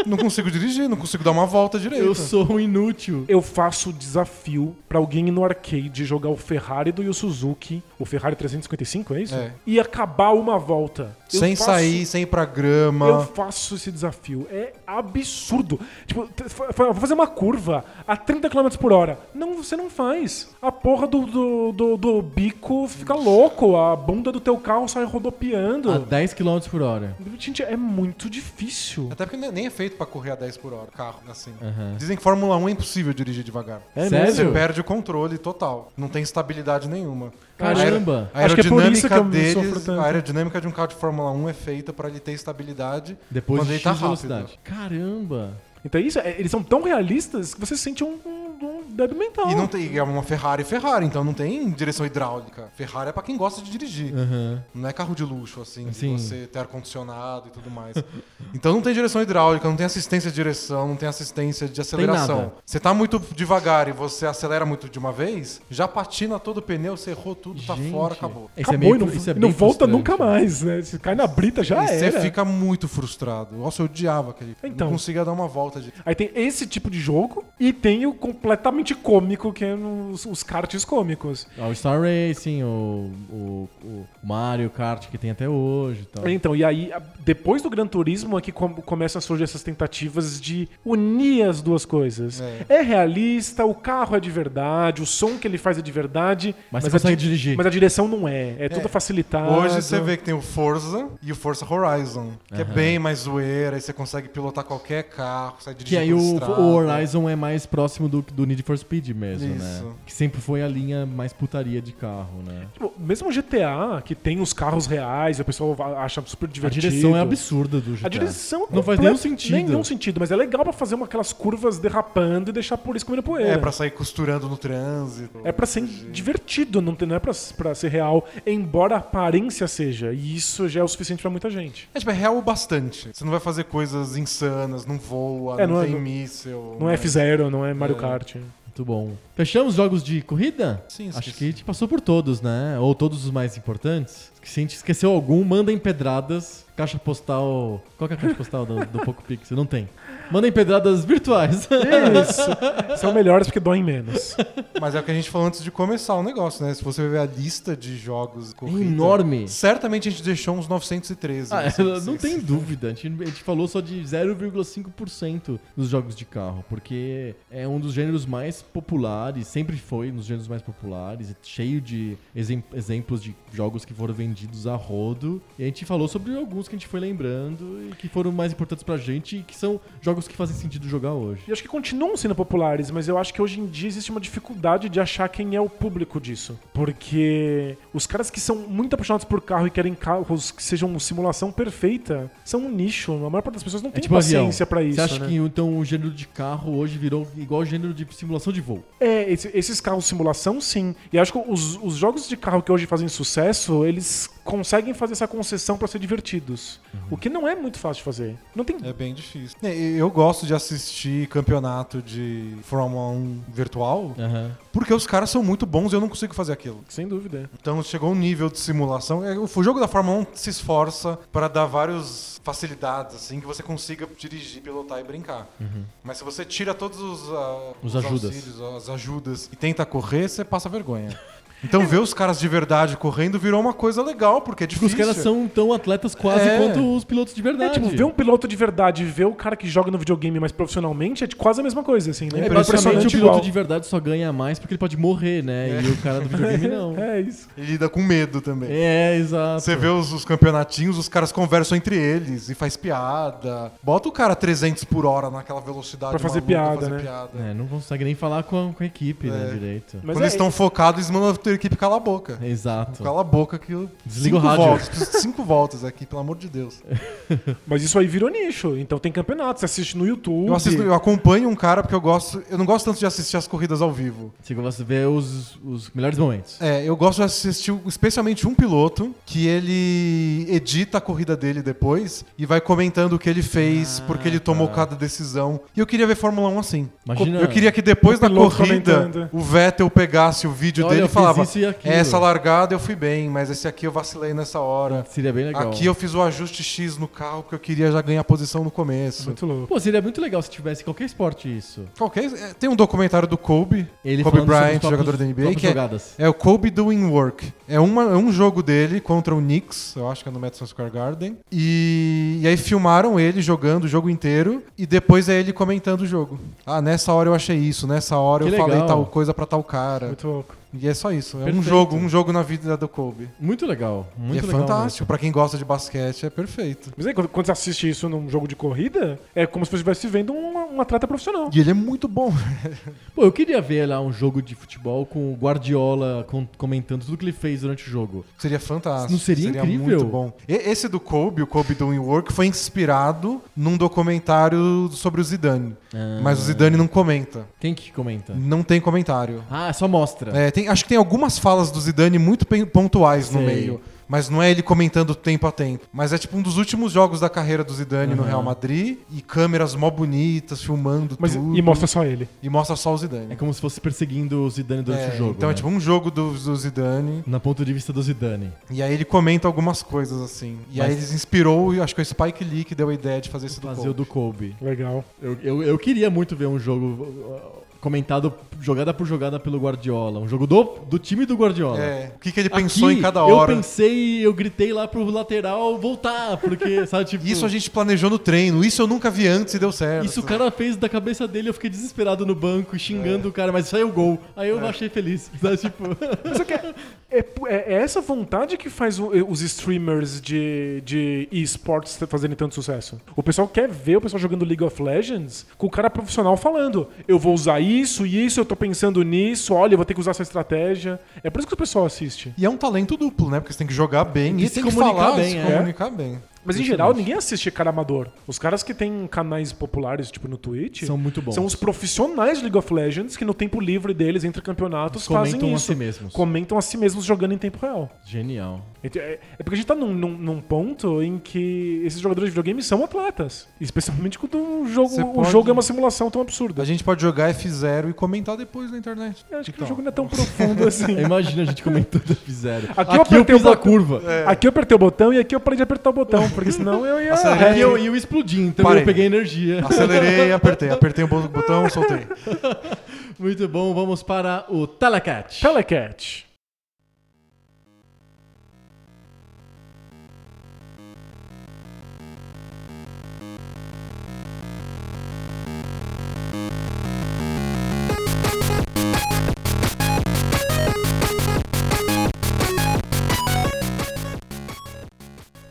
Speaker 3: não consigo dirigir, não consigo dar uma volta direito.
Speaker 1: Eu sou um inútil.
Speaker 2: Eu faço o desafio pra alguém ir no arcade jogar o Ferrari do Yu Suzuki, o Ferrari 355, é isso?
Speaker 3: É.
Speaker 2: E acabar uma volta. Eu
Speaker 3: Sem
Speaker 2: faço-
Speaker 3: sair, sem ir pra grama.
Speaker 2: Eu faço esse desafio. É absurdo. Tipo, t- fa- fa- vou fazer uma curva a 30 km por hora. Não, você não faz. A porra do, do, do- do bico fica louco. A bunda do teu carro sai rodopiando.
Speaker 1: A 10 km por hora.
Speaker 2: Gente, é muito difícil.
Speaker 3: Até porque nem é feito pra correr a 10 por hora, carro, assim.
Speaker 1: Aham.
Speaker 3: Dizem que Fórmula 1 é impossível dirigir devagar.
Speaker 2: É
Speaker 1: Sério?
Speaker 3: Você
Speaker 2: mesmo?
Speaker 3: perde o controle total. Não tem estabilidade nenhuma.
Speaker 1: Caramba.
Speaker 3: A aer-
Speaker 2: Acho que é por isso que
Speaker 3: aerodinâmica
Speaker 2: eu sofro
Speaker 3: deles,
Speaker 2: tanto.
Speaker 3: a aerodinâmica de um carro de Fórmula 1 é feita pra ele ter estabilidade
Speaker 1: Depois
Speaker 3: quando
Speaker 1: de
Speaker 3: ele
Speaker 1: X
Speaker 3: tá
Speaker 1: velocidade.
Speaker 3: rápido.
Speaker 1: Caramba.
Speaker 2: Então é isso, é- eles são tão realistas que você sente um, um, um débil mental.
Speaker 3: E não tem, é uma Ferrari Ferrari, então não tem direção hidráulica. Ferrari é pra quem gosta de dirigir.
Speaker 1: Aham.
Speaker 3: Não é carro de luxo, assim, de
Speaker 1: Sim.
Speaker 3: você ter ar-condicionado e tudo mais. então não tem direção hidráulica, não tem assistência de direção, não tem assistência de aceleração.
Speaker 1: nada.
Speaker 3: Você tá muito devagar e você acelera muito de uma vez, já patina todo o pneu, você errou tudo, tá
Speaker 1: Gente,
Speaker 3: fora, acabou.
Speaker 1: Esse é
Speaker 2: Acabou,
Speaker 1: meio,
Speaker 2: e não,
Speaker 1: fru- isso é
Speaker 2: e não
Speaker 1: bem
Speaker 2: volta
Speaker 1: frustrante. é
Speaker 2: nunca mais, né? Se cai na brita já
Speaker 3: e
Speaker 2: era.
Speaker 3: você fica muito frustrado. Nossa, eu odiava aquele.
Speaker 2: Então.
Speaker 3: Não conseguia dar uma volta de.
Speaker 2: Aí tem esse tipo de jogo e tem o claramente cômico, que é nos- os karts cômicos.
Speaker 1: Ah, O Star Racing, o, o, o Mario Kart que tem até hoje e tal.
Speaker 2: Então, e aí, a- depois do Gran Turismo é que com- começam a surgir essas tentativas de unir as duas coisas. É. realista, o carro é de verdade, o som que ele faz é de verdade.
Speaker 1: Mas você consegue
Speaker 2: a, di-
Speaker 1: dirigir.
Speaker 2: Mas a direção não é. É tudo facilitado.
Speaker 3: Hoje você vê que tem o Forza e o Forza Horizon, que é bem mais zoeira, aí você consegue pilotar qualquer carro, sai
Speaker 1: Que aí
Speaker 3: dirigindo
Speaker 1: o,
Speaker 3: por estrada.
Speaker 1: o Horizon é mais próximo do, do Need for Speed mesmo,
Speaker 3: Isso.
Speaker 1: né? Que sempre foi a linha mais putaria de carro, né?
Speaker 2: Tipo, mesmo o GTA, que tem os carros reais, o pessoal va- acha super
Speaker 1: A
Speaker 2: divertido.
Speaker 1: direção é absurda do GTA.
Speaker 2: A direção
Speaker 1: Não faz
Speaker 2: completa-
Speaker 1: nenhum sentido.
Speaker 2: Nenhum sentido, mas é legal pra fazer uma, aquelas curvas derrapando e deixar por isso comendo poeira.
Speaker 3: É, pra sair costurando no trânsito.
Speaker 2: É pra ser divertido, não, tem- não é pra, pra ser real, embora a aparência seja. E isso já é o suficiente pra muita gente.
Speaker 3: É, tipo, é real o bastante. Você não vai fazer coisas insanas, não voa,
Speaker 2: É,
Speaker 3: não,
Speaker 2: não é-
Speaker 3: tem né?
Speaker 2: não-
Speaker 3: míssel.
Speaker 2: Não é F-Zero, não é Mario Kart.
Speaker 1: Muito bom. Fechamos jogos de corrida?
Speaker 3: Sim,
Speaker 1: Acho
Speaker 3: esqueci.
Speaker 1: que a gente passou por todos, né? Ou todos os mais importantes. Se a gente esqueceu algum, mandem pedradas. Caixa postal. Qual que é a caixa postal do, do Poco Pixel? Não tem. Mandem pedradas virtuais.
Speaker 2: Isso. São melhores porque doem menos.
Speaker 3: Mas é o que a gente falou antes de começar o negócio, né? Se você ver a lista de jogos
Speaker 1: É
Speaker 3: corrida,
Speaker 1: enorme.
Speaker 3: Certamente a gente deixou uns 913.
Speaker 1: Ah,
Speaker 3: sei
Speaker 1: não
Speaker 3: se-
Speaker 1: tem dúvida. A gente, a gente falou só de 0,5% dos jogos de carro, porque é um dos gêneros mais populares, sempre foi um dos gêneros mais populares, cheio de exem- exemplos de jogos que foram vendidos a rodo. E a gente falou sobre alguns que a gente foi lembrando e que foram mais importantes pra gente e que são jogos que fazem sentido jogar hoje.
Speaker 2: E acho que continuam sendo populares, mas eu acho que hoje em dia existe uma dificuldade de achar quem é o público disso. Porque os caras que são muito apaixonados por carro e querem carros que sejam uma simulação perfeita são um nicho. A maior parte das pessoas não
Speaker 1: É
Speaker 2: tem
Speaker 1: tipo avião.
Speaker 2: paciência pra isso.
Speaker 1: Você acha
Speaker 2: né?
Speaker 1: que então o gênero de carro hoje virou igual o gênero de simulação de voo?
Speaker 2: É, esse- esses carros de simulação, sim. E acho que os, os jogos de carro que hoje fazem sucesso, eles conseguem fazer essa concessão pra ser divertidos.
Speaker 1: Uhum.
Speaker 2: O que não é muito fácil de fazer. Não tem.
Speaker 3: É bem difícil. É, e Eu gosto de assistir campeonato de Fórmula 1 virtual,
Speaker 1: Aham.
Speaker 3: porque os caras são muito bons e eu não consigo fazer aquilo.
Speaker 2: Sem dúvida.
Speaker 3: Então chegou um nível de simulação. é, O jogo da Fórmula 1 se esforça para dar várias facilidades, assim, que você consiga dirigir, pilotar e brincar. Mas se você tira todos os, ah,
Speaker 1: Uhum. Os ajudas.
Speaker 3: auxílios, as ajudas e tenta correr, você passa vergonha. Então ver os caras de verdade correndo virou uma coisa legal, porque é difícil.
Speaker 1: Tipo, Os caras são tão atletas quase
Speaker 3: É.
Speaker 1: quanto os pilotos de
Speaker 2: É,
Speaker 1: verdade.
Speaker 2: tipo, ver um piloto de verdade e ver o cara que joga no videogame mais profissionalmente é de quase a mesma coisa, assim, né?
Speaker 1: É, basicamente o piloto de verdade só ganha mais porque ele pode morrer, né?
Speaker 3: É.
Speaker 1: E o cara do videogame não.
Speaker 2: É isso.
Speaker 3: E lida com medo também.
Speaker 1: É, exato.
Speaker 3: Você vê os, os campeonatinhos, os caras conversam entre eles e faz piada. Bota o cara 300 por hora naquela velocidade
Speaker 2: Pra fazer
Speaker 3: maluca,
Speaker 2: piada,
Speaker 3: fazer
Speaker 2: né?
Speaker 3: piada.
Speaker 1: É, não consegue nem falar com a, com a equipe, né,
Speaker 3: É.
Speaker 1: direito.
Speaker 2: Mas
Speaker 3: Quando
Speaker 2: é,
Speaker 3: eles estão focados, eles mandam a tua equipe calar a boca.
Speaker 1: Exato.
Speaker 3: Cala a boca que eu...
Speaker 1: Desliga o
Speaker 3: cinco
Speaker 1: rádio.
Speaker 3: Voltas, preciso de cinco voltas aqui, pelo amor de Deus.
Speaker 2: É. mas isso aí virou nicho. Então tem campeonato, você assiste no YouTube.
Speaker 3: Eu, assisto- eu acompanho um cara porque eu gosto... Eu não gosto tanto de assistir as corridas ao vivo.
Speaker 1: Tipo, Você gosta de ver os, os melhores momentos.
Speaker 3: É, eu gosto de assistir especialmente um piloto que ele edita a corrida dele depois e vai comentando o que ele fez,
Speaker 1: Ah,
Speaker 3: porque ele tomou cada decisão. E eu queria ver Fórmula 1 assim.
Speaker 1: tá. Imagina- um
Speaker 3: Eu queria que depois
Speaker 2: O
Speaker 3: da
Speaker 2: piloto
Speaker 3: corrida
Speaker 2: comentando.
Speaker 3: o Vettel pegasse o vídeo
Speaker 1: Olha, Então, eu
Speaker 3: dele e
Speaker 1: fiz
Speaker 3: falava:
Speaker 1: isso e aquilo.
Speaker 3: Essa largada eu fui bem, mas esse aqui eu vacilei nessa hora.
Speaker 1: Seria bem legal.
Speaker 3: Aqui eu fiz o ajuste X no carro porque eu queria já ganhar posição no começo.
Speaker 2: Muito louco.
Speaker 1: Pô, seria muito legal se tivesse qualquer esporte isso.
Speaker 3: Qualquer, é, tem um documentário do Kobe,
Speaker 1: Ele
Speaker 3: Kobe
Speaker 1: falando sobre
Speaker 3: Bryant,
Speaker 1: os próprios-
Speaker 3: jogador da NBA,
Speaker 1: próprias
Speaker 3: que é,
Speaker 1: jogadas.
Speaker 3: é o Kobe Doing Work. É, uma- é um jogo dele contra o Knicks, eu acho que é no Madison Square Garden. E, e aí filmaram ele jogando o jogo inteiro e depois é ele comentando o jogo. Ah, nessa hora eu achei isso, nessa hora
Speaker 1: Que
Speaker 3: eu
Speaker 1: legal.
Speaker 3: falei tal coisa pra tal cara.
Speaker 2: Muito louco.
Speaker 3: E é só isso. É um
Speaker 1: Perfeito.
Speaker 3: jogo, um jogo na vida do Kobe.
Speaker 1: Muito legal.
Speaker 3: E é
Speaker 1: Muito legal
Speaker 3: fantástico. Pra quem gosta de basquete, é perfeito.
Speaker 2: Mas aí, quando quando você assiste isso num jogo de corrida, é como se você estivesse vendo um, um atleta profissional.
Speaker 3: E ele é muito bom.
Speaker 1: mesmo. Pô, eu queria ver lá um jogo de futebol com o Guardiola con- comentando tudo que ele fez durante o jogo.
Speaker 3: Seria fantástico.
Speaker 1: Não seria incrível?
Speaker 3: muito bom. E- esse do Kobe, o Kobe Doing Work, foi inspirado num documentário sobre o Zidane. Mas o Zidane não comenta.
Speaker 1: Ah, Quem que comenta?
Speaker 3: Não tem comentário.
Speaker 1: Ah, só mostra.
Speaker 3: É, tem- acho que tem algumas falas do Zidane muito pen- pontuais no
Speaker 1: Sei.
Speaker 3: meio. Mas não é ele comentando tempo a tempo. Mas é tipo um dos últimos jogos da carreira do Zidane no Real Madrid. E câmeras mó bonitas, filmando
Speaker 2: Mas,
Speaker 3: tudo.
Speaker 2: e mostra só ele.
Speaker 3: e mostra só o
Speaker 1: É
Speaker 3: Zidane.
Speaker 1: como se fosse perseguindo o Zidane durante
Speaker 3: É,
Speaker 1: o jogo.
Speaker 3: então
Speaker 1: né?
Speaker 3: é tipo um jogo do, do Zidane.
Speaker 1: Na ponto de vista do Zidane.
Speaker 3: E aí ele comenta algumas coisas assim. E
Speaker 1: Mas-
Speaker 3: aí eles inspirou, e acho que é o Spike Lee que deu a ideia de fazer esse do
Speaker 1: Fazer o
Speaker 3: Kobe.
Speaker 1: do Kobe.
Speaker 2: Legal.
Speaker 1: Eu, eu, eu queria muito ver um jogo uh, comentado jogada por jogada pelo Guardiola. Um jogo do, do time do Guardiola.
Speaker 3: É, o que, que ele pensou
Speaker 1: né? Aqui,
Speaker 3: em cada hora.
Speaker 1: Eu pensei, eu gritei lá pro lateral voltar, porque, sabe, tipo.
Speaker 3: Isso a gente planejou no treino, isso eu nunca vi antes e deu certo.
Speaker 1: Isso o cara fez da cabeça dele, eu fiquei desesperado no banco,
Speaker 3: É.
Speaker 1: xingando o cara, mas saiu o gol. Aí eu achei feliz. Sabe, tipo,
Speaker 2: Mas é que é, é pu- é- é essa vontade que faz o- os streamers de, de esportes fazerem tanto sucesso. O pessoal quer ver o pessoal jogando League of Legends com o cara profissional falando: eu vou usar isso, e isso, eu tô pensando nisso, olha, eu vou ter que usar essa estratégia. É por isso que o pessoal assiste.
Speaker 3: E é um talento duplo, né? Porque você tem que jogar bem
Speaker 1: E
Speaker 3: e,
Speaker 1: se
Speaker 3: tem que
Speaker 1: comunicar
Speaker 3: falar,
Speaker 1: bem,
Speaker 3: se
Speaker 1: é.
Speaker 3: comunicar bem.
Speaker 2: Mas em geral, ninguém assiste cara amador. Os caras que têm canais populares, tipo no Twitch,
Speaker 1: São muito bons.
Speaker 2: São os profissionais de League of Legends que no tempo livre deles, entre campeonatos,
Speaker 1: Comentam
Speaker 2: fazem
Speaker 1: a
Speaker 2: isso.
Speaker 1: si mesmos.
Speaker 2: Comentam a si mesmos jogando em tempo real.
Speaker 1: Genial.
Speaker 2: É é- é porque a gente tá num, num- num ponto em que esses jogadores de videogame são atletas. Especialmente quando um jogo,
Speaker 3: Você
Speaker 2: o
Speaker 3: pode-
Speaker 2: jogo é uma simulação tão absurda.
Speaker 3: A gente pode jogar F0 e comentar depois na internet. Então,
Speaker 2: Eu acho que o jogo não é tão profundo assim.
Speaker 1: Imagina a gente comentando fizeram.
Speaker 2: Aqui eu
Speaker 1: Aqui eu
Speaker 2: apertei o
Speaker 1: fiz a
Speaker 2: botão.
Speaker 3: É.
Speaker 1: curva.
Speaker 2: Aqui eu apertei o botão e aqui eu parei de apertar o botão, porque senão eu ia.
Speaker 3: Acelerei.
Speaker 1: Aqui É, eu, eu explodi, então
Speaker 3: Parei.
Speaker 1: eu peguei energia.
Speaker 3: Acelerei, apertei. Apertei o bo- botão, soltei.
Speaker 1: Muito bom, vamos para o Talacat.
Speaker 2: Telecat.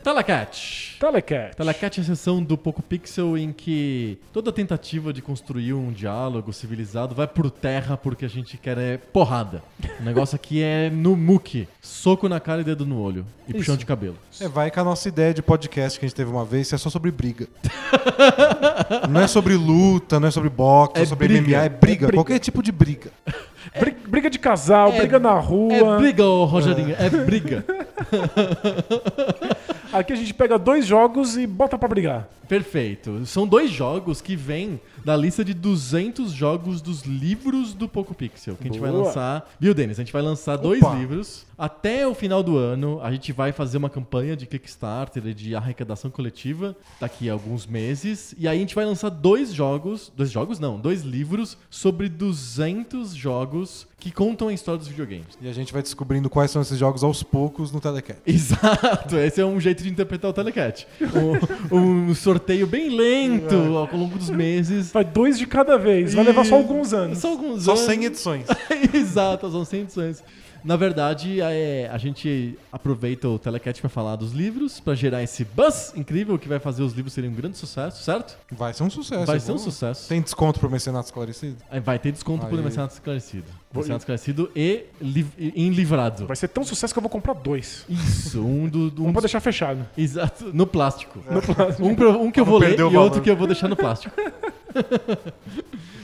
Speaker 1: Talacat.
Speaker 2: Telecat.
Speaker 1: Telecat é a sessão do Poco Pixel em que toda tentativa de construir um diálogo civilizado vai por terra porque a gente quer é porrada. O negócio aqui é no muque. Soco na cara e dedo no olho. E puxão de cabelo.
Speaker 3: É, vai com a nossa ideia de podcast que a gente teve uma vez, que é só sobre briga. não é sobre luta, não é sobre boxe, não
Speaker 1: É
Speaker 3: é sobre
Speaker 1: briga.
Speaker 3: MMA, é
Speaker 1: É
Speaker 3: briga,
Speaker 2: briga.
Speaker 3: qualquer tipo de briga.
Speaker 2: Bri- Briga de casal,
Speaker 1: É-
Speaker 2: briga na rua.
Speaker 1: É briga, ô Rogerinho. É briga.
Speaker 2: Aqui a gente pega dois jogos e bota pra brigar.
Speaker 1: Perfeito. São dois jogos que vêm da lista de 200 jogos dos livros do Poco Pixel, que a gente vai
Speaker 2: Boa.
Speaker 1: lançar. Viu, Denis? A gente vai lançar dois livros. Até o final do ano, a gente vai fazer uma campanha de Kickstarter e de arrecadação coletiva daqui a alguns meses. E aí a gente vai lançar dois jogos, dois jogos não, dois livros sobre 200 jogos que contam a história dos videogames.
Speaker 3: E a gente vai descobrindo quais são esses jogos aos poucos no Telecat.
Speaker 1: Exato, esse é um jeito de interpretar o Telecat. Um, um sorteio bem lento ao longo dos meses.
Speaker 2: Vai dois de cada vez, vai levar só alguns anos.
Speaker 1: Só alguns
Speaker 3: Só
Speaker 1: anos.
Speaker 3: 100 edições.
Speaker 1: Exato, são 100 edições. Na verdade, é, a gente aproveita o Telecat pra falar dos livros, pra gerar esse buzz incrível que vai fazer os livros serem um grande sucesso, certo?
Speaker 3: Vai ser um
Speaker 2: É,
Speaker 3: sucesso.
Speaker 1: vai
Speaker 3: eu
Speaker 1: ser um
Speaker 3: vou-
Speaker 1: sucesso.
Speaker 3: Tem desconto pro Mecenato Esclarecido?
Speaker 1: Aí Vai ter desconto por
Speaker 3: Aí.
Speaker 1: Mecenato Esclarecido. Mecenato Esclarecido e, liv- e- em livrado.
Speaker 2: Vai ser tão sucesso que eu vou comprar dois.
Speaker 1: Isso, um do... do-
Speaker 2: Um
Speaker 1: um
Speaker 2: pra deixar fechado.
Speaker 1: Exato, no plástico. Um, pra- um que eu
Speaker 3: Pra não
Speaker 1: vou ler
Speaker 3: perder o
Speaker 1: e outro
Speaker 3: valor.
Speaker 1: que eu vou deixar no plástico.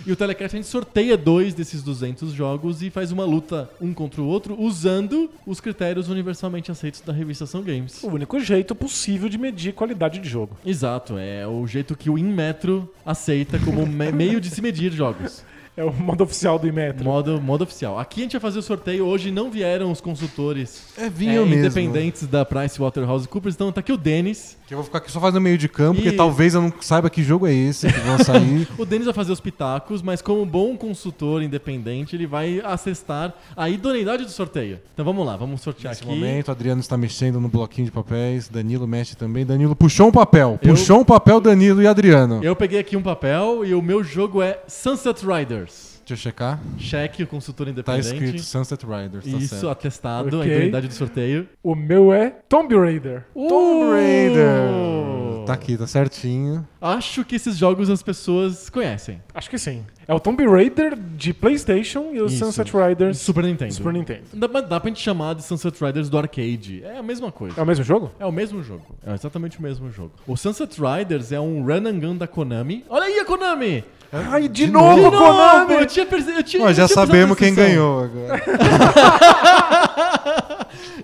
Speaker 1: e o Telecast a gente sorteia dois desses 200 jogos e faz uma luta um contra o outro usando os critérios universalmente aceitos da revista São Games.
Speaker 2: O único jeito possível de medir qualidade de jogo.
Speaker 1: Exato, é o jeito que o Inmetro aceita como me- meio de se medir jogos.
Speaker 2: É o modo oficial do Imetro.
Speaker 1: Modo, modo oficial. Aqui a gente vai fazer o sorteio. Hoje não vieram os consultores
Speaker 3: É
Speaker 1: é,
Speaker 3: vinho mesmo.
Speaker 1: independentes da PricewaterhouseCoopers, então tá aqui o Denis.
Speaker 3: Que eu vou ficar aqui só fazendo meio de campo,
Speaker 1: Ih.
Speaker 3: porque talvez eu não saiba que jogo é esse que vão sair.
Speaker 1: O Denis vai fazer os pitacos, mas como bom consultor independente, ele vai acessar a idoneidade do sorteio. Então vamos lá, vamos sortear
Speaker 3: Nesse
Speaker 1: aqui.
Speaker 3: momento, Adriano está mexendo no bloquinho de papéis, Danilo mexe também. Danilo puxou um papel.
Speaker 1: Eu-
Speaker 3: Puxou um papel, Danilo e Adriano.
Speaker 1: Eu peguei aqui um papel e o meu jogo é Sunset Riders.
Speaker 3: Deixa eu checar.
Speaker 1: Cheque o consultor
Speaker 3: Tá
Speaker 1: independente.
Speaker 3: escrito Sunset Riders, tá
Speaker 1: Isso,
Speaker 3: certo.
Speaker 1: atestado, a
Speaker 2: Ok.
Speaker 1: idoneidade do sorteio.
Speaker 2: O meu é Tomb Raider.
Speaker 1: Uh!
Speaker 3: Tomb Raider. Tá aqui, tá certinho.
Speaker 1: Acho que esses jogos as pessoas conhecem.
Speaker 2: Acho que sim. É o Tomb Raider de PlayStation e o
Speaker 1: Isso.
Speaker 2: Sunset Riders
Speaker 1: Super Nintendo.
Speaker 2: Super Nintendo.
Speaker 1: Dá, pra- dá pra gente chamar de Sunset Riders do arcade. É a mesma coisa.
Speaker 2: É o mesmo jogo?
Speaker 1: É o mesmo jogo. É exatamente o mesmo jogo. O Sunset Riders é um run and gun da Konami. Olha aí a Konami!
Speaker 2: Ai, de,
Speaker 3: novo,
Speaker 1: De novo, Eu tinha percebido. Eu tinha,
Speaker 3: Nós
Speaker 1: eu
Speaker 3: já
Speaker 1: tinha
Speaker 3: sabemos
Speaker 1: prestado
Speaker 3: quem
Speaker 1: atenção.
Speaker 3: ganhou agora.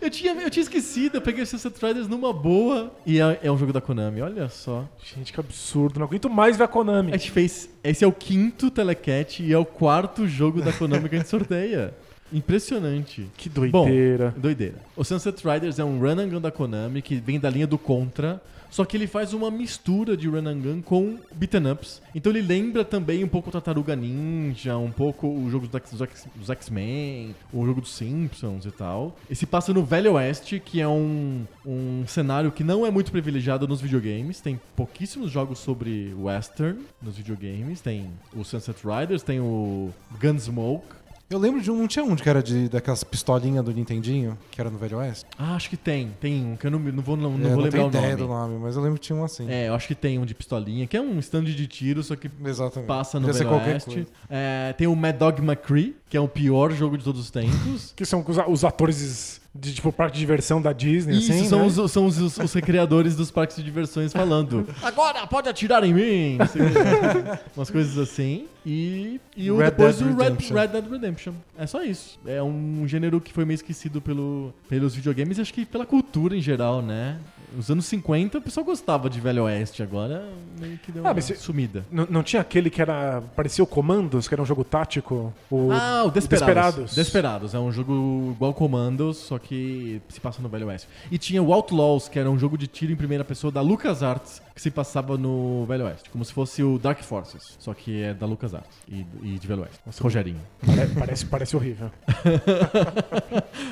Speaker 1: Eu tinha, eu tinha esquecido. Eu peguei o Sunset Riders numa boa. E é, é um jogo da Konami. Olha só.
Speaker 2: Gente, que absurdo. Não aguento mais ver a Konami.
Speaker 1: A gente fez. Esse é o quinto Telecat e é o quarto jogo da Konami que a gente sorteia. Impressionante.
Speaker 2: Que
Speaker 1: Bom,
Speaker 2: doideira.
Speaker 1: doideira. O Sunset Riders é um run and gun da Konami que vem da linha do Contra. Só que ele faz uma mistura de run and gun com beaten ups. Então ele lembra também um pouco o Tartaruga Ninja, um pouco o jogo dos X- dos X- dos X-Men, o jogo dos Simpsons e tal. E se passa no Velho Oeste, que é um, um cenário que não é muito privilegiado nos videogames. Tem pouquíssimos jogos sobre western nos videogames. Tem o Sunset Riders, tem o Gunsmoke.
Speaker 3: Eu lembro de um, não tinha um que era de, daquelas pistolinhas do Nintendinho, que era no Velho Oeste?
Speaker 1: Ah, acho que tem. Tem um que eu não, me- não vou, não, não
Speaker 3: É,
Speaker 1: vou
Speaker 3: não
Speaker 1: lembrar
Speaker 3: tenho
Speaker 1: o
Speaker 3: ideia
Speaker 1: nome.
Speaker 3: do nome, mas eu lembro que tinha um assim.
Speaker 1: É, eu acho que tem um de pistolinha, que é um stand de tiro, só que
Speaker 3: Exatamente.
Speaker 1: passa no
Speaker 3: Podia ser
Speaker 1: Velho
Speaker 3: qualquer
Speaker 1: Oeste.
Speaker 3: coisa.
Speaker 1: É, tem o Mad Dog McCree, que é o pior jogo de todos os tempos.
Speaker 2: Que são os, os atores de tipo parque de diversão da Disney,
Speaker 1: Isso,
Speaker 2: assim.
Speaker 1: são,
Speaker 2: né?
Speaker 1: os, são os, os- os recreadores dos parques de diversões falando Agora pode atirar em mim! Não sei o quê. Umas coisas assim. E, e o,
Speaker 3: Red
Speaker 1: depois
Speaker 3: Dead
Speaker 1: o Red,
Speaker 3: Redemption.
Speaker 1: Red Dead Redemption. É só isso. É um gênero que foi meio esquecido pelo, pelos videogames e acho que pela cultura em geral, né? Nos anos 50 o pessoal gostava de Velho Oeste, agora meio que deu
Speaker 2: Ah,
Speaker 1: uma
Speaker 2: mas se-
Speaker 1: sumida.
Speaker 2: Não, não tinha aquele que era. parecia o Comandos, que era um jogo tático? O,
Speaker 1: Ah, o
Speaker 2: Desperados.
Speaker 1: Desperados. Desperados. É um jogo igual Commandos, só que se passa no Velho Oeste. E tinha o Outlaws, que era um jogo de tiro em primeira pessoa da LucasArts, que se passava no Velho Oeste. Como se fosse o Dark Forces, só que é da LucasArts e, e de Velho Oeste. Rogerinho.
Speaker 2: Pare- parece, parece horrível.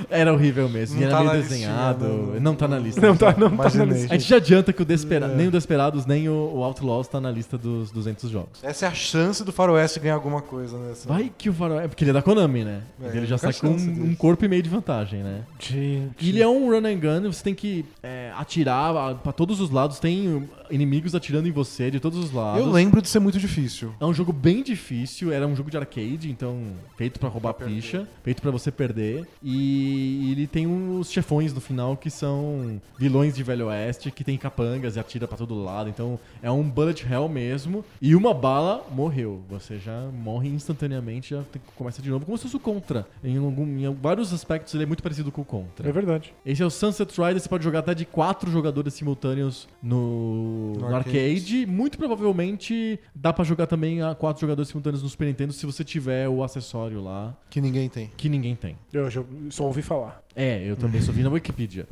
Speaker 1: Era horrível mesmo. e
Speaker 3: Não
Speaker 1: era
Speaker 3: tá
Speaker 1: meio
Speaker 3: na listinha,
Speaker 1: desenhado.
Speaker 3: não. É.
Speaker 1: Não tá na lista.
Speaker 2: Não tá, não tá na
Speaker 3: Imaginei.
Speaker 2: lista.
Speaker 1: A gente já adianta que o Despera... nem o Desperados, nem o o Outlaws tá na lista dos 200 jogos.
Speaker 3: Essa é a chance do Faroeste ganhar alguma coisa nessa.
Speaker 1: Vai que o Faroeste... É porque ele é da Konami, né?
Speaker 3: É,
Speaker 1: ele já
Speaker 3: única
Speaker 1: sai com um-
Speaker 3: chance deles.
Speaker 1: um corpo e meio de vantagem, né?
Speaker 2: Gente.
Speaker 1: E Ele é um run and gun, você tem que é, atirar a- pra todos os lados, tem inimigos atirando em você de todos os lados.
Speaker 3: Eu lembro de ser muito difícil.
Speaker 1: É um jogo bem difícil, era um jogo de arcade, então feito pra roubar ficha, feito pra você perder. E ele tem uns chefões no final que são vilões de Velho Oeste, que tem capangas e atira pra todo lado. Então é um bullet hell mesmo. E uma bala morreu. Você já morre instantaneamente, já tem que- começa de novo. Como se fosse o Contra. Em, algum, em vários aspectos ele é muito parecido com o Contra.
Speaker 2: É verdade.
Speaker 1: Esse é o Sunset Rider, você pode jogar até de quatro jogadores simultâneos no,
Speaker 3: No
Speaker 1: no arcade. Muito provavelmente dá pra jogar também a quatro jogadores simultâneos no Super Nintendo se você tiver o acessório lá,
Speaker 3: Que ninguém tem.
Speaker 1: que ninguém tem.
Speaker 2: Eu, eu só ouvi falar.
Speaker 1: É, eu também só vi na Wikipedia.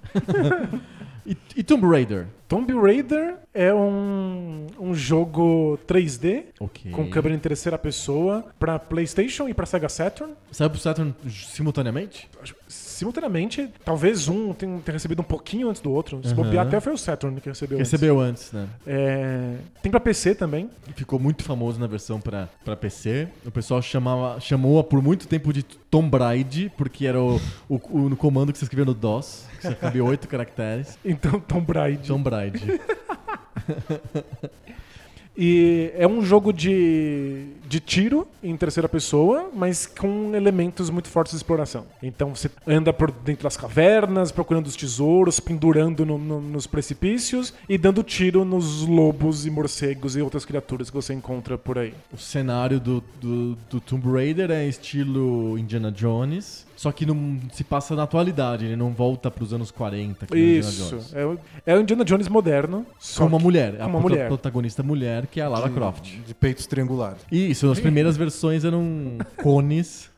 Speaker 1: e, e Tomb Raider?
Speaker 2: Tomb Raider é um, um jogo 3D
Speaker 1: Ok.
Speaker 2: com câmera em terceira pessoa pra PlayStation e pra Sega Saturn.
Speaker 1: Saiu pro Saturn simultaneamente?
Speaker 2: Acho- Simultaneamente, talvez um tenha, tenha recebido um pouquinho antes do outro. Se
Speaker 1: Aham.
Speaker 2: bobear, até foi o Saturn que recebeu. antes.
Speaker 1: Recebeu antes, né?
Speaker 2: É, tem pra PC também.
Speaker 1: Ficou muito famoso na versão pra, pra PC. O pessoal chamava, chamou-a por muito tempo de Tomb Raider, porque era o, o, o- no comando que você escrevia no DOS, que você cabia oito caracteres.
Speaker 2: Então, Tomb Raider.
Speaker 1: Tomb Raider.
Speaker 2: E é um jogo de, de tiro em terceira pessoa, mas com elementos muito fortes de exploração. Então você anda por dentro das cavernas, procurando os tesouros, pendurando no- no- nos precipícios e dando tiro nos lobos e morcegos e outras criaturas que você encontra por aí.
Speaker 1: O cenário do, do, do Tomb Raider é estilo Indiana Jones, só que não se passa na atualidade, ele não volta pros anos 40, que nem o Indiana
Speaker 2: Isso.
Speaker 1: Jones.
Speaker 2: É o, é o Indiana Jones moderno. Só
Speaker 1: Com uma
Speaker 2: que-
Speaker 1: mulher, é
Speaker 2: com
Speaker 1: a
Speaker 2: uma
Speaker 1: prota-
Speaker 2: mulher.
Speaker 1: protagonista mulher, que é a Lara Croft.
Speaker 3: De peitos triangulares.
Speaker 1: Isso, as primeiras versões eram cones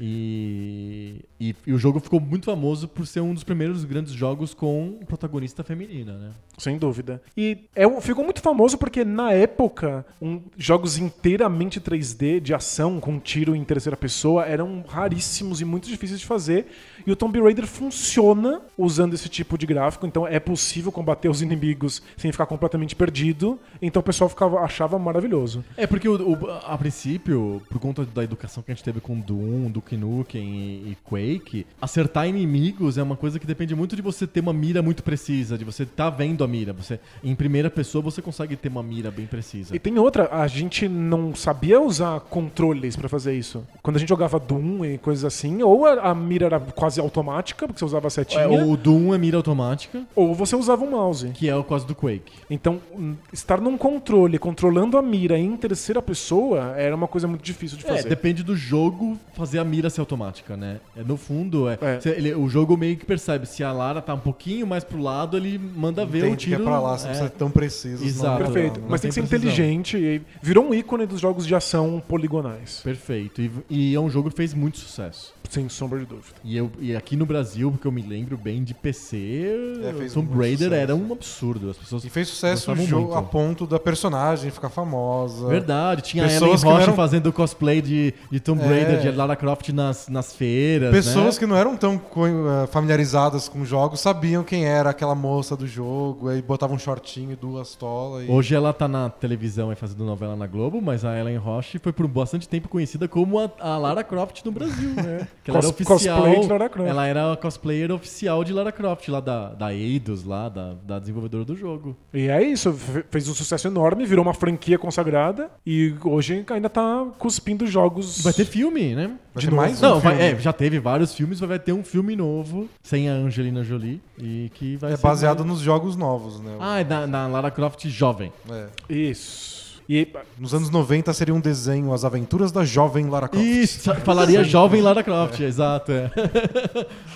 Speaker 1: E, e- e o jogo ficou muito famoso por ser um dos primeiros grandes jogos com protagonista feminina, né?
Speaker 2: Sem dúvida. E é, um- ficou muito famoso porque, na época, um- jogos inteiramente 3D de ação, com tiro em terceira pessoa, eram raríssimos e muito difíceis de fazer. E o Tomb Raider funciona usando esse tipo de gráfico, então é possível combater os inimigos sem ficar completamente perdido. Então o pessoal ficava, achava maravilhoso.
Speaker 1: É porque, o- o- a princípio, por conta da educação que a gente teve com Doom, Duke Nukem e, e Quake, acertar inimigos é uma coisa que depende muito de você ter uma mira muito precisa, de você estar vendo a mira. Você, em primeira pessoa, você consegue ter uma mira bem precisa. É,
Speaker 2: E tem outra, a gente não sabia usar controles pra fazer isso. Quando a gente jogava Doom e coisas assim, ou a, a mira era quase automática, porque você usava a setinha,
Speaker 1: É, o Doom é mira automática,
Speaker 2: ou você usava o mouse.
Speaker 1: que é o caso do Quake.
Speaker 2: Então, hum, estar num controle, controlando a mira em terceira pessoa, era uma coisa muito difícil de
Speaker 1: É,
Speaker 2: fazer.
Speaker 1: depende do jogo fazer a mira ser automática, né? É, no fundo, é,
Speaker 2: É.
Speaker 1: cê- ele- o jogo meio que percebe. Se a Lara tá um pouquinho mais pro lado, ele manda ver o
Speaker 3: Entende
Speaker 1: tiro.
Speaker 3: que é pra lá, você
Speaker 1: é.
Speaker 3: não precisa ser tão preciso. senão
Speaker 1: Exato.
Speaker 3: não dá,
Speaker 2: Perfeito.
Speaker 3: né?
Speaker 2: Mas tem
Speaker 1: tem
Speaker 2: que ser
Speaker 1: precisão.
Speaker 2: inteligente. E virou um ícone dos jogos de ação poligonais.
Speaker 1: Perfeito. E, e é um jogo que fez muito sucesso.
Speaker 2: Sem sombra de dúvida.
Speaker 1: E, eu, e aqui no Brasil, porque eu me lembro bem de PC,
Speaker 3: É, fez
Speaker 1: Tomb
Speaker 3: muito
Speaker 1: Raider
Speaker 3: sucesso.
Speaker 1: era um absurdo. As pessoas
Speaker 3: E fez sucesso o
Speaker 1: gostavam
Speaker 3: jogo
Speaker 1: muito.
Speaker 3: a ponto da personagem ficar famosa.
Speaker 1: Verdade, tinha a Ellen
Speaker 3: Pessoas
Speaker 1: Roche
Speaker 3: que não eram-
Speaker 1: fazendo cosplay de, de Tomb
Speaker 3: É.
Speaker 1: Raider, de Lara Croft nas, nas feiras.
Speaker 3: Pessoas
Speaker 1: né?
Speaker 3: que não eram tão co- eh, familiarizadas com jogos sabiam quem era aquela moça do jogo, aí botavam um shortinho e duas tolas. E...
Speaker 1: Hoje ela tá na televisão e fazendo novela na Globo, mas a Ellen Roche foi por bastante tempo conhecida como a, a Lara Croft no Brasil, né? Que ela
Speaker 2: Cos-
Speaker 1: era oficial.
Speaker 2: cosplay de Lara Croft.
Speaker 1: Ela era a cosplayer oficial de Lara Croft, lá da, da Eidos, lá, da, da desenvolvedora do jogo.
Speaker 2: E é isso, fe- fez um sucesso enorme, virou uma franquia consagrada e hoje ainda tá cuspindo jogos.
Speaker 1: Vai ter filme, né?
Speaker 3: Vai
Speaker 2: de
Speaker 3: ter
Speaker 2: novo.
Speaker 3: mais um
Speaker 1: Não, vai-
Speaker 3: filme.
Speaker 1: é, já teve vários filmes, mas vai ter um filme novo sem a Angelina Jolie e que vai
Speaker 3: É
Speaker 1: ser
Speaker 3: baseado
Speaker 1: mais-
Speaker 3: nos jogos novos, né?
Speaker 1: Ah, é na, na Lara Croft jovem.
Speaker 3: É.
Speaker 2: Isso. E
Speaker 3: Nos anos 90 seria um desenho As Aventuras da Jovem Lara Croft.
Speaker 1: Isso, falaria jovem Lara Croft, exato. é.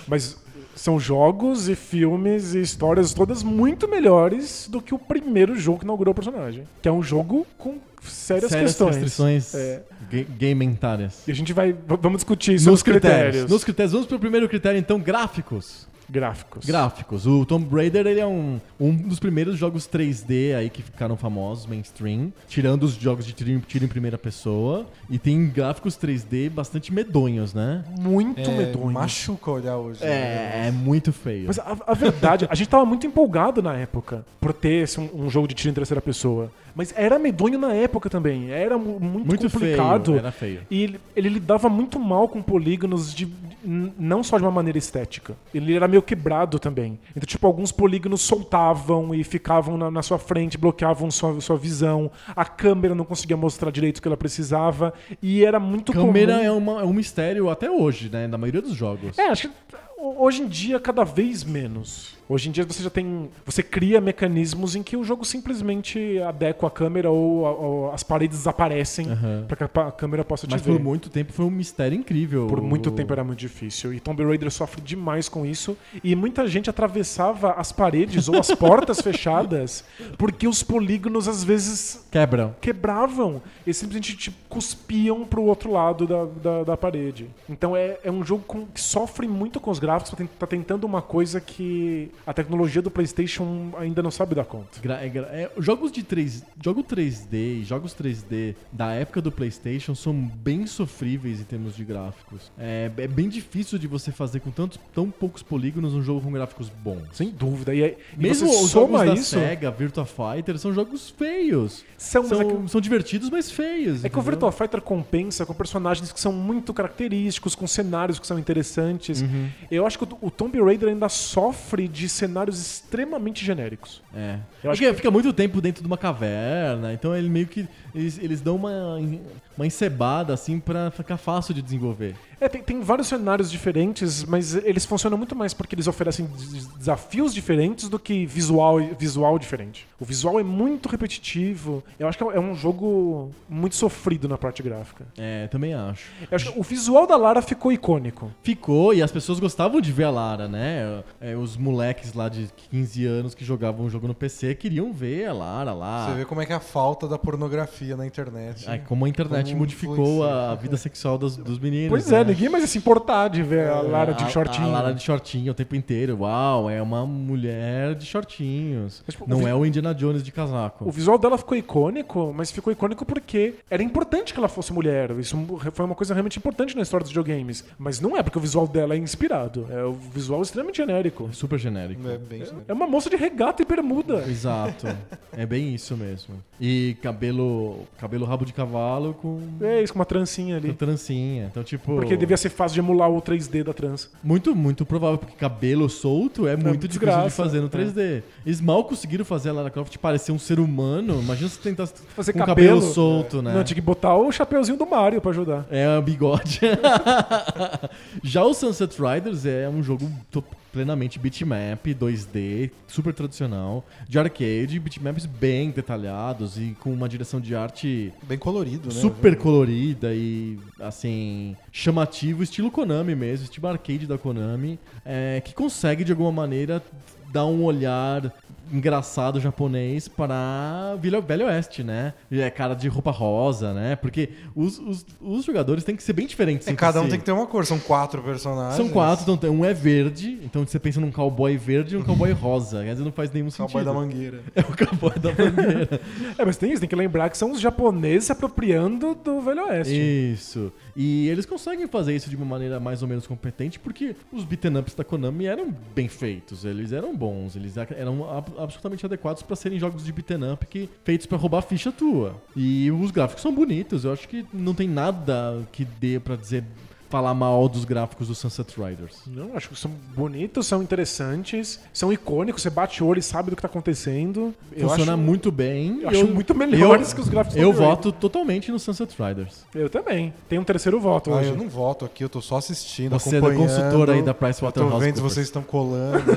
Speaker 2: Mas são jogos e filmes e histórias todas muito melhores do que o primeiro jogo que inaugurou o personagem. Que é um jogo com sérias, questões.
Speaker 1: restrições
Speaker 2: É.
Speaker 1: ga- gamentárias.
Speaker 2: E a gente vai. v- Vamos discutir isso nos, critérios.
Speaker 1: Nos critérios. Vamos pro primeiro critério, então, gráficos.
Speaker 2: Gráficos.
Speaker 1: Gráficos. O Tomb Raider ele é um, um dos primeiros jogos 3D aí que ficaram famosos, mainstream, tirando os jogos de tiro, em- tiro em primeira pessoa. E tem gráficos 3D bastante medonhos, né?
Speaker 2: Muito
Speaker 3: É,
Speaker 2: medonho.
Speaker 3: machuca olhar hoje. né?
Speaker 1: É, é muito feio.
Speaker 2: Mas a, a verdade, a gente tava muito empolgado na época por ter esse, um, um jogo de tiro em terceira pessoa. Mas era medonho na época também. Era mu- muito,
Speaker 1: muito
Speaker 2: complicado.
Speaker 1: feio. Era feio.
Speaker 2: E ele, ele lidava muito mal com polígonos de n- não só de uma maneira estética. Ele era meio quebrado também. Então, tipo, alguns polígonos soltavam e ficavam na, na sua frente, bloqueavam sua, sua visão. A câmera não conseguia mostrar direito o que ela precisava. E era muito
Speaker 1: Câmera
Speaker 2: comum.
Speaker 1: é, uma- é um mistério até hoje, né? Na maioria dos jogos.
Speaker 2: É, acho que ho- hoje em dia cada vez menos. Hoje em dia você já tem. Você cria mecanismos em que o jogo simplesmente adequa a câmera ou, a- ou as paredes desaparecem
Speaker 1: Aham.
Speaker 2: pra que a, a câmera possa te
Speaker 1: Mas
Speaker 2: ver.
Speaker 1: por muito tempo foi um mistério incrível.
Speaker 2: Por muito
Speaker 1: O-
Speaker 2: tempo era muito difícil. E Tomb Raider sofre demais com isso. E muita gente atravessava as paredes ou as portas fechadas porque os polígonos às vezes
Speaker 1: Quebram.
Speaker 2: quebravam e simplesmente tipo, cuspiam pro outro lado da, da, da parede. Então é, é um jogo com- que sofre muito com os gráficos, tá ten- tá tentando uma coisa que a tecnologia do PlayStation ainda não sabe dar conta.
Speaker 1: Gra- é gra- é, jogos de 3, jogo 3D e jogos 3D da época do PlayStation são bem sofríveis em termos de gráficos. É, é bem difícil de você fazer com tantos, tão poucos polígonos um jogo com gráficos bons.
Speaker 2: Sem dúvida. E, é- e
Speaker 1: Mesmo
Speaker 2: você
Speaker 1: os jogos
Speaker 2: soma
Speaker 1: da
Speaker 2: isso.
Speaker 1: Sega, Virtua Fighter, são jogos feios.
Speaker 2: São, mas é que-
Speaker 1: São, são divertidos, mas feios.
Speaker 2: É que o
Speaker 1: entendeu?
Speaker 2: Virtua Fighter compensa com personagens que são muito característicos, com cenários que são interessantes.
Speaker 1: Uhum.
Speaker 2: Eu acho que o o Tomb Raider ainda sofre de cenários extremamente genéricos.
Speaker 1: É.
Speaker 2: Eu acho
Speaker 1: Porque fica muito tempo dentro de uma caverna, então ele meio que. Eles, eles dão uma, uma encebada, assim, pra ficar fácil de desenvolver.
Speaker 2: É, tem, tem vários cenários diferentes, mas eles funcionam muito mais porque eles oferecem des- desafios diferentes do que visual, visual diferente. O visual é muito repetitivo. Eu acho que é um jogo muito sofrido na parte gráfica.
Speaker 1: É, também acho.
Speaker 2: Eu acho que o visual da Lara ficou icônico.
Speaker 1: Ficou e as pessoas gostavam de ver a Lara, né? É, os moleques lá de 15 anos que jogavam o jogo no PC queriam ver a Lara lá.
Speaker 3: Você vê como é que é a falta da pornografia na internet.
Speaker 1: Ah. Ai, como a internet
Speaker 3: Como
Speaker 1: modificou a,
Speaker 3: influencia.
Speaker 1: a vida sexual dos, dos meninos.
Speaker 2: né? Pois é,
Speaker 1: né?
Speaker 2: ninguém mais ia se importar de ver a Lara de
Speaker 1: É, A-
Speaker 2: shortinho.
Speaker 1: A, Lara de shortinho o tempo inteiro. Uau, é uma mulher de shortinhos.
Speaker 2: Mas, tipo, o
Speaker 1: Não
Speaker 2: vi-
Speaker 1: é o Indiana Jones de casaco.
Speaker 2: O visual dela ficou icônico, mas ficou icônico porque era importante que ela fosse mulher. Isso foi uma coisa realmente importante na história dos videogames. Mas não é porque o visual dela é inspirado. É um visual extremamente genérico.
Speaker 1: Super genérico.
Speaker 3: É bem genérico.
Speaker 2: É uma moça de regata e bermuda.
Speaker 1: Exato. é bem isso mesmo. E cabelo. Cabelo rabo de cavalo com.
Speaker 2: É isso, com uma trancinha
Speaker 1: com
Speaker 2: ali.
Speaker 1: trancinha. Então, tipo.
Speaker 2: Porque devia ser fácil de emular o 3D da trança.
Speaker 1: Muito, muito provável, porque cabelo solto é muito difícil de
Speaker 2: desgraça,
Speaker 1: fazer no 3D. Eles mal conseguiram fazer a Lara Croft parecer um ser humano. Imagina se tentasse
Speaker 2: Fazer
Speaker 1: com
Speaker 2: cabelo.
Speaker 1: cabelo, solto, né?
Speaker 2: Não, tinha que botar o chapeuzinho do Mario pra ajudar.
Speaker 1: É o bigode. Já o Sunset Riders é um jogo to- plenamente bitmap, 2D, super tradicional, de arcade, bitmaps bem detalhados e com uma direção de arte
Speaker 3: Bem colorido, né?
Speaker 1: super colorida e, assim, chamativo, estilo Konami mesmo, estilo arcade da Konami, é, que consegue, de alguma maneira, dar um olhar engraçado japonês para Vila Velho Oeste, né? E é cara de roupa rosa, né? Porque os, os, os jogadores têm que ser bem diferentes.
Speaker 3: É,
Speaker 1: entre
Speaker 3: cada um
Speaker 1: si.
Speaker 3: tem que ter uma cor, são quatro personagens.
Speaker 1: São quatro, então tem- um é verde, então você pensa num cowboy verde e um cowboy rosa. Às vezes não faz nenhum
Speaker 3: Cowboy
Speaker 1: sentido.
Speaker 3: da mangueira.
Speaker 1: É o cowboy da bandeira.
Speaker 2: É, mas tem isso, tem que lembrar que são os japoneses se apropriando do Velho Oeste.
Speaker 1: isso. E eles conseguem fazer isso de uma maneira mais ou menos competente, porque os beaten ups da Konami eram bem feitos, eles eram bons, eles ac- eram ab- absolutamente adequados pra serem jogos de beaten up que, feitos pra roubar a ficha tua. E os gráficos são bonitos, eu acho que não tem nada que dê pra dizer falar mal dos gráficos do Sunset Riders.
Speaker 2: Não, acho que são bonitos, são interessantes, são icônicos, você bate o olho e sabe do que tá acontecendo. Eu
Speaker 1: Funciona
Speaker 2: acho-
Speaker 1: muito bem.
Speaker 2: Eu acho muito melhores que os gráficos do
Speaker 1: Eu
Speaker 2: Android.
Speaker 1: voto totalmente no Sunset Riders.
Speaker 2: Eu também. Tem um terceiro voto
Speaker 3: Ah,
Speaker 2: hoje.
Speaker 3: eu não voto aqui, eu tô só assistindo,
Speaker 1: Você é da
Speaker 3: Tá acompanhando.
Speaker 1: consultora aí da
Speaker 3: Eu tô
Speaker 1: PricewaterhouseCoopers.
Speaker 3: vendo se vocês estão colando.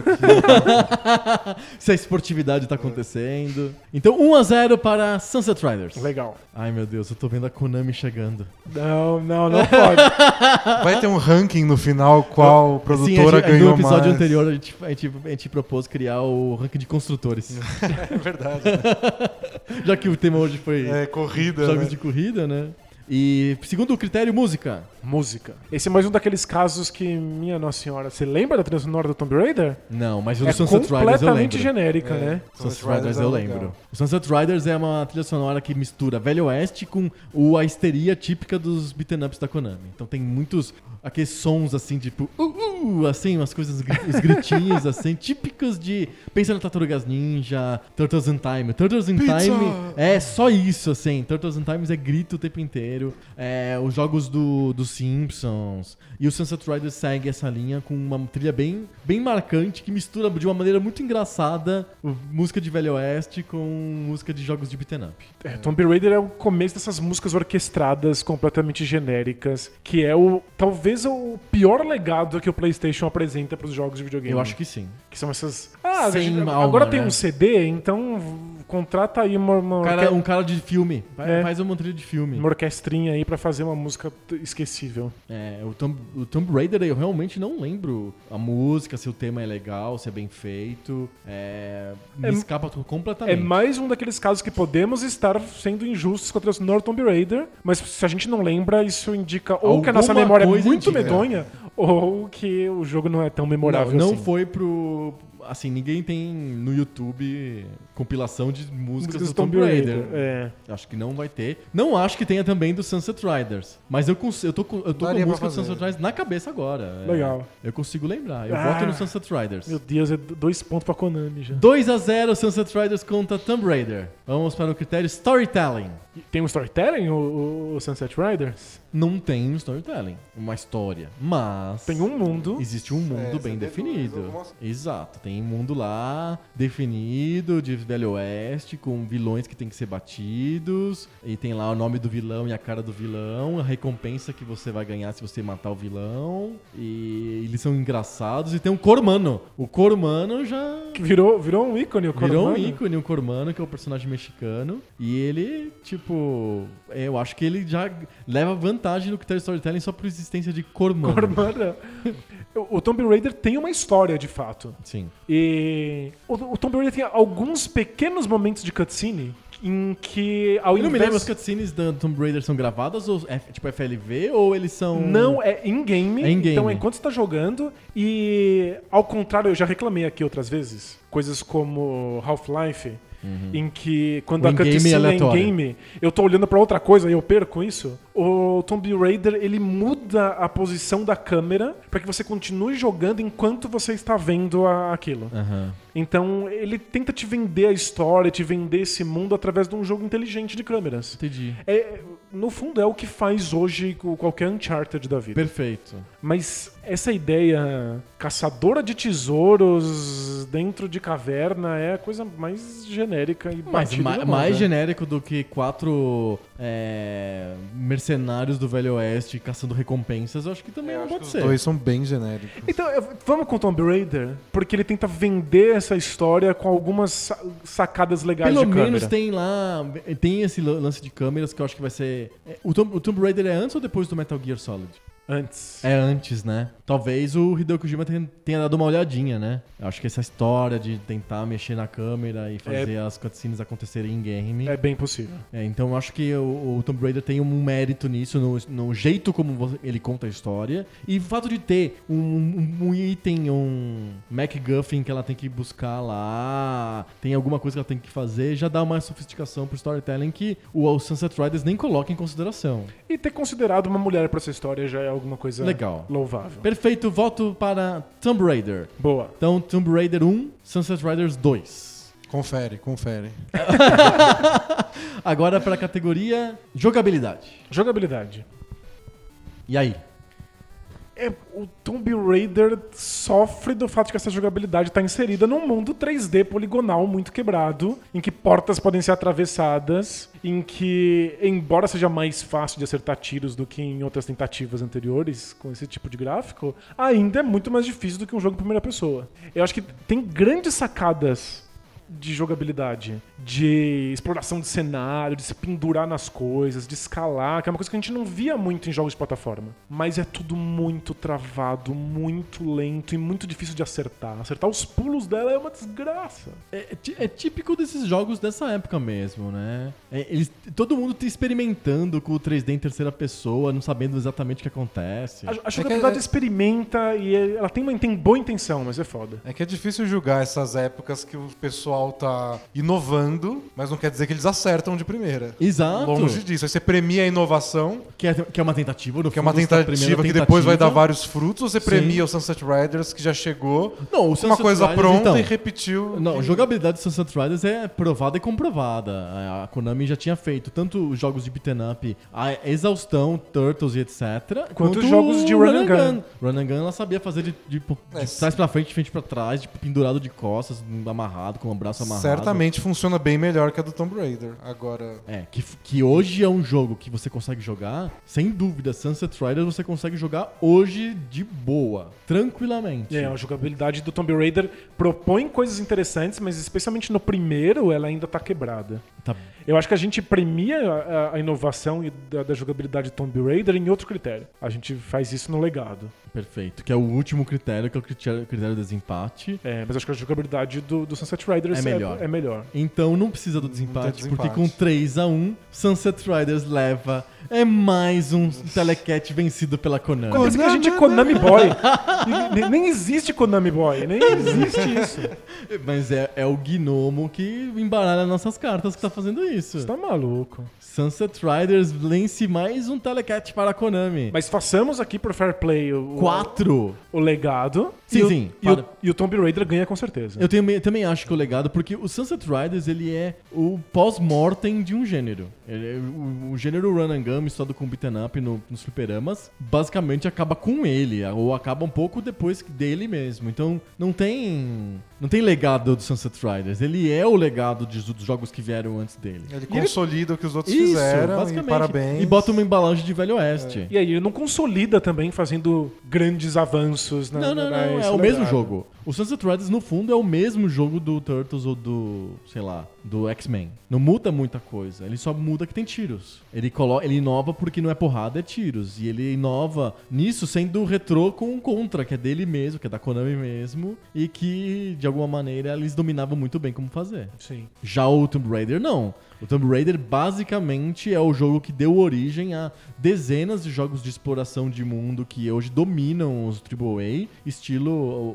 Speaker 1: Se a esportividade tá acontecendo. Então, 1x0 para Sunset Riders.
Speaker 2: Legal.
Speaker 1: Ai, meu Deus, eu tô vendo a Konami chegando.
Speaker 2: Não, não, não pode.
Speaker 3: Vai ter um ranking no final qual produtora
Speaker 1: Sim, é a gente-
Speaker 3: ganhou
Speaker 1: No episódio
Speaker 3: mais.
Speaker 1: anterior, a gente, a, gente, a gente propôs criar o ranking de construtores.
Speaker 3: É verdade. né?
Speaker 1: já que o tema hoje foi
Speaker 3: É corrida.
Speaker 1: jogos
Speaker 3: né?
Speaker 1: de corrida, né? E segundo o critério, música.
Speaker 2: Música. Esse é mais um daqueles casos que, minha nossa senhora, você lembra da trilha sonora do Tomb Raider?
Speaker 1: Não, mas o
Speaker 2: é
Speaker 1: do Sunset Riders eu
Speaker 2: completamente
Speaker 1: lembro.
Speaker 2: genérica, né?
Speaker 1: Sunset Riders eu
Speaker 3: é
Speaker 1: lembro.
Speaker 3: legal.
Speaker 1: O Sunset Riders é uma trilha sonora que mistura Velho Oeste com o, a histeria típica dos beaten ups da Konami. Então tem muitos aqueles sons assim, tipo, uh, uh, assim, umas coisas, gri- os gritinhos assim, típicos de. Pensa no Tartarugas Ninja, Turtles in Time. Turtles in
Speaker 3: Pizza!
Speaker 1: Time é só isso, assim. Turtles in Times é grito o tempo inteiro. É, os jogos do, dos Simpsons. E o Sunset Riders segue essa linha com uma trilha bem, bem marcante que mistura de uma maneira muito engraçada o- música de Velho Oeste com música de jogos de beaten up.
Speaker 2: É, Tomb Raider é o começo dessas músicas orquestradas completamente genéricas, que é o talvez o pior legado que o PlayStation apresenta para os jogos de videogame.
Speaker 1: Eu acho que sim.
Speaker 2: que são essas. Ah,
Speaker 1: Sem
Speaker 2: gente,
Speaker 1: alma,
Speaker 2: agora tem
Speaker 1: né?
Speaker 2: um CD, então v- contrata aí uma, uma, é
Speaker 1: Um cara,
Speaker 2: orque-
Speaker 1: um cara de filme. Vai-
Speaker 2: É.
Speaker 1: Faz uma trilha de filme.
Speaker 2: uma orquestrinha aí para fazer uma música t- esquecível.
Speaker 1: É, o, Tomb, o Tomb Raider eu realmente não lembro a música, se o tema é legal, se é bem feito. É, me
Speaker 2: É-
Speaker 1: escapa completamente.
Speaker 2: É mais um daqueles casos que podemos estar sendo injustos contra o North Tomb Raider, mas se a gente não lembra, isso indica ou que a nossa
Speaker 1: Alguma
Speaker 2: memória é
Speaker 1: coisa
Speaker 2: muito
Speaker 1: indica.
Speaker 2: medonha, ou que o jogo não é tão memorável
Speaker 1: não, não
Speaker 2: assim.
Speaker 1: foi pro. Assim, ninguém tem no YouTube compilação de músicas
Speaker 2: Músicas
Speaker 1: do Tomb Raider.
Speaker 2: É.
Speaker 1: Acho que não vai ter. Não acho que tenha também do Sunset Riders. Mas eu, cons- eu tô, com- eu tô com a
Speaker 3: Daria pra
Speaker 1: música do
Speaker 3: fazer.
Speaker 1: Sunset Riders na cabeça agora. É,
Speaker 2: Legal.
Speaker 1: eu consigo lembrar. Eu
Speaker 2: Ah.
Speaker 1: voto no Sunset Riders.
Speaker 2: Meu Deus, é do- dois pontos pra Konami já.
Speaker 1: 2 a 0 Sunset Riders contra Tomb Raider. Vamos para o critério storytelling.
Speaker 2: Tem um storytelling, o, o Sunset Riders?
Speaker 1: Não tem um storytelling, uma história, mas
Speaker 2: Tem um mundo.
Speaker 1: Existe um mundo
Speaker 3: É,
Speaker 1: bem
Speaker 3: você
Speaker 1: definido.
Speaker 3: deduz algumas-
Speaker 1: Exato. Tem um mundo lá definido de Velho Oeste, com vilões que tem que ser batidos. E tem lá o nome do vilão e a cara do vilão, a recompensa que você vai ganhar se você matar o vilão. E eles são engraçados. E tem um Cormano. O Cormano já.
Speaker 2: Que virou, virou um ícone, o
Speaker 1: Virou um
Speaker 2: Cormano.
Speaker 1: ícone, o Cormano, que é o personagem mexicano. E ele, tipo, eu acho que ele já leva vantagem no critério de storytelling só por existência de Cormano.
Speaker 2: Cormana. O o Tomb Raider tem uma história, de fato.
Speaker 1: Sim.
Speaker 2: E o, o Tomb Raider tem alguns pequenos momentos de cutscene em que ao
Speaker 1: Eu não me
Speaker 2: invés-
Speaker 1: lembro, as cutscenes do Tomb Raider são gravadas, ou é, tipo FLV, ou eles são.
Speaker 2: Não, é in-game.
Speaker 1: É in-game.
Speaker 2: Então, enquanto você tá jogando, e ao contrário, eu já reclamei aqui outras vezes, coisas como Half-Life, em que quando
Speaker 1: Uhum. O
Speaker 2: a
Speaker 1: in-game é
Speaker 2: cutscene é
Speaker 1: aleatório.
Speaker 2: in-game, eu tô olhando pra outra coisa e eu perco isso. O Tomb Raider, ele muda a posição da câmera pra que você continue jogando enquanto você está vendo a- aquilo.
Speaker 1: Aham.
Speaker 2: Então, ele tenta te vender a história, te vender esse mundo através de um jogo inteligente de câmeras.
Speaker 1: Entendi.
Speaker 2: É, no fundo, é o que faz hoje com qualquer Uncharted da vida.
Speaker 1: Perfeito.
Speaker 2: Mas essa ideia caçadora de tesouros dentro de caverna é a coisa mais genérica e
Speaker 1: Mas
Speaker 2: batida
Speaker 1: ma-
Speaker 2: da moda.
Speaker 1: mais genérico do que quatro é, mercenários do Velho Oeste caçando recompensas, eu acho que também não pode
Speaker 3: Os
Speaker 1: ser.
Speaker 3: dois Então, são bem genéricos.
Speaker 2: Então, eu- vamos com o Tomb Raider, porque ele tenta vender essa história com algumas sa- sacadas legais
Speaker 1: Pelo
Speaker 2: de câmera.
Speaker 1: menos tem lá. Tem esse lan- lance de câmeras que eu acho que vai ser. é, O Tomb, o Tomb Raider é antes ou depois do Metal Gear Solid?
Speaker 2: Antes.
Speaker 1: É antes, né? Talvez o Hideo Kojima ten- tenha dado uma olhadinha, né? Eu acho que essa história de tentar mexer na câmera e fazer as cutscenes acontecerem em game.
Speaker 2: É bem possível.
Speaker 1: É, então eu acho que o, o Tomb Raider tem um mérito nisso, no, no jeito como vo- ele conta a história. E o fato de ter um, um- um item, um MacGuffin que ela tem que buscar lá, tem alguma coisa que ela tem que fazer, já dá uma sofisticação pro storytelling que o, o Sunset Riders nem coloca em consideração.
Speaker 2: E ter considerado uma mulher pra essa história já é alguma coisa
Speaker 1: Legal.
Speaker 2: louvável.
Speaker 1: Perfeito, voto para Tomb Raider.
Speaker 2: Boa.
Speaker 1: Então, Tomb Raider 1, Sunset Riders 2.
Speaker 3: Confere, confere.
Speaker 1: Agora para a categoria jogabilidade.
Speaker 2: Jogabilidade.
Speaker 1: E aí?
Speaker 2: É, o Tomb Raider sofre do fato de que essa jogabilidade está inserida num mundo 3D poligonal muito quebrado, em que portas podem ser atravessadas, em que, embora seja mais fácil de acertar tiros do que em outras tentativas anteriores com esse tipo de gráfico, ainda é muito mais difícil do que um jogo em primeira pessoa. Eu acho que tem grandes sacadas de jogabilidade, de exploração de cenário, de se pendurar nas coisas, de escalar, que é uma coisa que a gente não via muito em jogos de plataforma. Mas é tudo muito travado, muito lento e muito difícil de acertar. Acertar os pulos dela é uma desgraça.
Speaker 1: É, é ti- é típico desses jogos dessa época mesmo, né? É, eles, todo mundo tá experimentando com o 3D em terceira pessoa, não sabendo exatamente o que acontece.
Speaker 2: A, a jogabilidade
Speaker 3: é-
Speaker 2: experimenta e é- ela tem, uma, tem boa intenção, mas é foda.
Speaker 3: É que é difícil julgar essas épocas que o pessoal tá inovando, mas não quer dizer que eles acertam de primeira.
Speaker 1: Exato.
Speaker 3: Longe disso. Aí você premia a inovação,
Speaker 1: Que é, que é uma tentativa, no
Speaker 3: que é uma
Speaker 1: fundo, você tá
Speaker 3: tentativa,
Speaker 1: primeiro
Speaker 3: que depois vai dar
Speaker 1: tentativa.
Speaker 3: vários frutos, ou você premia o Sunset Riders, que já chegou
Speaker 1: Não, o
Speaker 3: com uma
Speaker 1: Sunset
Speaker 3: coisa
Speaker 1: Riders,
Speaker 3: pronta
Speaker 1: então.
Speaker 3: e repetiu.
Speaker 1: Não,
Speaker 3: que-
Speaker 1: jogabilidade do Sunset Riders é provada e comprovada. A- A Konami já tinha feito tanto os jogos de beat'em up, a exaustão, Turtles e etc.
Speaker 2: Quanto os jogos de
Speaker 1: o
Speaker 2: run and gun.
Speaker 1: Run and Gun ela sabia fazer de, de, de
Speaker 3: É,
Speaker 1: trás pra frente, de frente pra trás, de pendurado de costas, amarrado, com o braço é amarrado.
Speaker 3: Certamente funciona bem melhor que a do Tomb Raider. Agora,
Speaker 1: É, que, que hoje é um jogo que você consegue jogar, sem dúvida, Sunset Riders você consegue jogar hoje de boa, tranquilamente.
Speaker 2: É, a jogabilidade do Tomb Raider propõe coisas interessantes, mas especialmente no primeiro ela ainda tá quebrada.
Speaker 1: Tá
Speaker 2: Eu acho que a gente premia a, a- a inovação e da, da jogabilidade do Tomb Raider em outro critério. A gente faz isso no legado.
Speaker 1: perfeito. Que é o último critério, que é o critério, critério do desempate.
Speaker 2: É, mas acho que a jogabilidade do, do Sunset Riders
Speaker 1: É melhor.
Speaker 2: É, melhor.
Speaker 1: Então não precisa do desempate,
Speaker 3: tem
Speaker 1: porque
Speaker 3: desempate.
Speaker 1: com 3 a 1 Sunset Riders leva. É mais um telecat vencido pela Konami.
Speaker 2: Por isso que a gente é Konami Boy. E nem, nem existe Konami Boy, nem existe isso.
Speaker 1: Mas é, é o gnomo que embaralha nossas cartas que tá fazendo isso.
Speaker 2: Você tá maluco.
Speaker 1: Sunset Riders vence mais um telecat para a Konami.
Speaker 2: Mas façamos aqui por Fair Play o, o,
Speaker 1: 4.
Speaker 2: legado.
Speaker 1: Sim,
Speaker 2: e o-
Speaker 1: sim,
Speaker 2: E o,
Speaker 1: para.
Speaker 2: e o Tomb Raider ganha com certeza.
Speaker 1: Eu também, também acho que o legado, porque o Sunset Riders ele é o pós-mortem de um gênero. Ele é- o, o gênero run and gun misturado com beaten up no- nos fliperamas, basicamente acaba com ele, ou acaba um pouco depois dele mesmo. Então não tem não tem legado do Sunset Riders, ele é o legado de- dos jogos que vieram antes dele.
Speaker 3: ele consolida o que os outros
Speaker 1: Isso,
Speaker 3: fizeram, e
Speaker 1: basicamente.
Speaker 3: parabéns. É.
Speaker 1: E bota uma embalagem de Velho Oeste.
Speaker 2: E aí, ele não consolida também fazendo grandes avanços na
Speaker 1: Não, não, não.
Speaker 2: na-
Speaker 1: É
Speaker 2: na- esse
Speaker 1: o mesmo
Speaker 2: legado.
Speaker 1: jogo. O Sunset Riders, no fundo, é o mesmo jogo do Turtles ou do, sei lá, do X-Men. Não muda muita coisa. Ele só muda que tem tiros. Ele, colo ele inova porque não é porrada, é tiros. E ele inova nisso sendo retrô com o Contra, que é dele mesmo, que é da Konami mesmo. E que, de alguma maneira, eles dominavam muito bem como fazer.
Speaker 2: Sim.
Speaker 1: Já o Tomb Raider, não. O Tomb Raider basicamente é o jogo que deu origem a dezenas de jogos de exploração de mundo que hoje dominam os AAA, estilo o,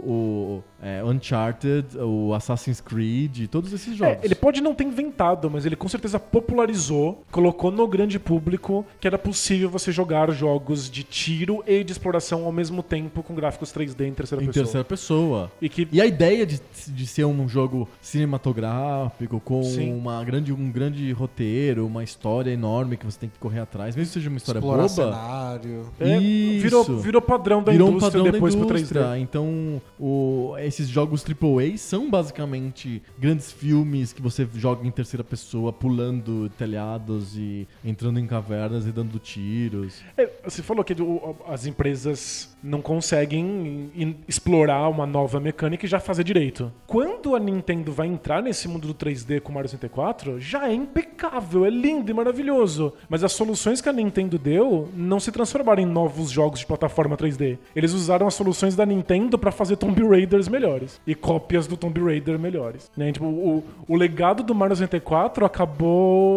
Speaker 1: o, é, Uncharted, o Assassin's Creed, todos esses jogos.
Speaker 2: É, ele pode não ter inventado, mas ele com certeza popularizou, colocou no grande público que era possível você jogar jogos de tiro e de exploração ao mesmo tempo com gráficos 3D em terceira
Speaker 1: em
Speaker 2: pessoa.
Speaker 1: terceira pessoa.
Speaker 2: E que
Speaker 1: E a ideia de, de ser um jogo cinematográfico, com
Speaker 2: Sim.
Speaker 1: uma grande, um grande roteiro, uma história enorme que você tem que correr atrás, mesmo que seja uma história
Speaker 3: Explorar
Speaker 1: boba.
Speaker 3: cenário.
Speaker 2: é,
Speaker 1: Isso.
Speaker 2: virou, virou padrão da
Speaker 1: virou um
Speaker 2: indústria
Speaker 1: padrão
Speaker 2: depois
Speaker 1: da
Speaker 2: pro
Speaker 1: indústria.
Speaker 2: 3D.
Speaker 1: Então, o, é esses jogos AAA são basicamente grandes filmes que você joga em terceira pessoa, pulando telhados e entrando em cavernas e dando tiros.
Speaker 2: É, Você falou que o- as empresas não conseguem in- explorar uma nova mecânica e já fazer direito. Quando a Nintendo vai entrar nesse mundo do 3D com o Mario 64, já é impecável, é lindo e maravilhoso. Mas as soluções que a Nintendo deu não se transformaram em novos jogos de plataforma 3D. Eles usaram as soluções da Nintendo pra fazer Tomb Raiders melhores e cópias do Tomb Raider melhores. né? Tipo, o, o legado do Mario 64 acabou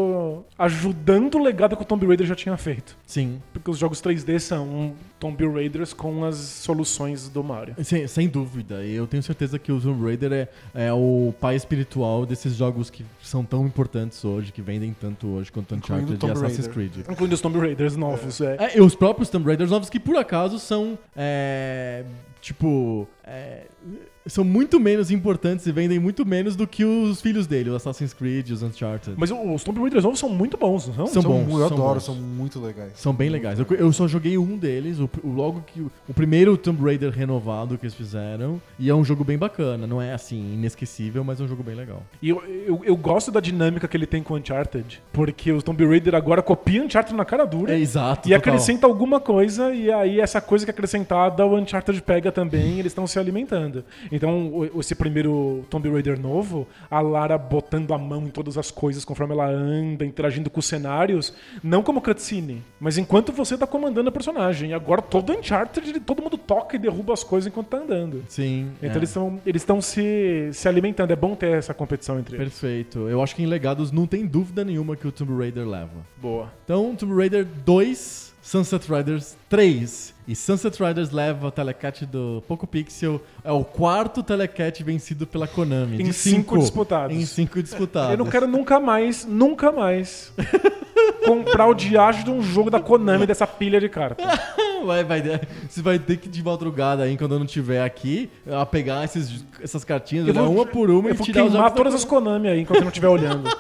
Speaker 2: ajudando o legado que o Tomb Raider já tinha feito.
Speaker 1: Sim.
Speaker 2: Porque os jogos 3D são Tomb Raiders com as soluções do Mario.
Speaker 1: Sem, sem dúvida, e eu tenho certeza que o Tomb Raider é, é o pai espiritual desses jogos que são tão importantes hoje, que vendem tanto hoje quanto
Speaker 3: Incluindo
Speaker 1: Uncharted e
Speaker 3: Tomb
Speaker 1: Assassin's
Speaker 3: Raider.
Speaker 1: Creed.
Speaker 2: Incluindo os Tomb Raiders novos, é.
Speaker 1: É, e os próprios Tomb Raiders novos que por acaso são. é, tipo. é, são muito menos importantes e vendem muito menos do que os filhos dele, os Assassin's Creed, os Uncharted.
Speaker 2: Mas o- os Tomb Raiders novos são muito bons, não?
Speaker 1: São bons,
Speaker 3: Eu
Speaker 1: são
Speaker 3: adoro,
Speaker 1: bons.
Speaker 3: são muito legais.
Speaker 1: São bem legais. Eu, eu só joguei um deles, o, o- logo que. o- O primeiro Tomb Raider renovado que eles fizeram. E é um jogo bem bacana. Não é assim, inesquecível, mas é um jogo bem legal.
Speaker 2: E eu, eu, eu gosto da dinâmica que ele tem com Uncharted, porque o Tomb Raider agora copia Uncharted na cara dura.
Speaker 1: É exato.
Speaker 2: E
Speaker 1: total.
Speaker 2: acrescenta alguma coisa, e aí essa coisa que é acrescentada, o Uncharted pega também, eles estão se alimentando. Então, o- esse primeiro Tomb Raider novo, a Lara botando a mão em todas as coisas conforme ela anda, interagindo com os cenários, não como cutscene, mas enquanto você tá comandando a personagem. E agora todo Uncharted, ele- todo mundo toca e derruba as coisas enquanto tá andando.
Speaker 1: Sim.
Speaker 2: Então
Speaker 1: é.
Speaker 2: eles estão eles tão se, se alimentando, é bom ter essa competição entre eles.
Speaker 1: Perfeito. Eu acho que em legados não tem dúvida nenhuma que o Tomb Raider leva.
Speaker 2: Boa.
Speaker 1: Então, Tomb Raider 2, Sunset Riders 3. E Sunset Riders leva o telecat do Poco Pixel. É o quarto telecat vencido pela Konami.
Speaker 2: Em
Speaker 1: de
Speaker 2: cinco disputados.
Speaker 1: Em cinco disputados.
Speaker 2: Eu não quero nunca mais, nunca mais comprar o diacho de um jogo da Konami dessa pilha de cartas.
Speaker 1: Vai, vai, você vai ter que de madrugada aí, quando eu não estiver aqui, a pegar esses, essas cartinhas,
Speaker 2: Eu
Speaker 1: olhar
Speaker 2: vou-
Speaker 1: uma por uma
Speaker 2: Eu
Speaker 1: e
Speaker 2: vou
Speaker 1: tirar os
Speaker 2: queimar
Speaker 1: jogos
Speaker 2: todas
Speaker 1: da-
Speaker 2: as Konami aí enquanto eu não estiver olhando.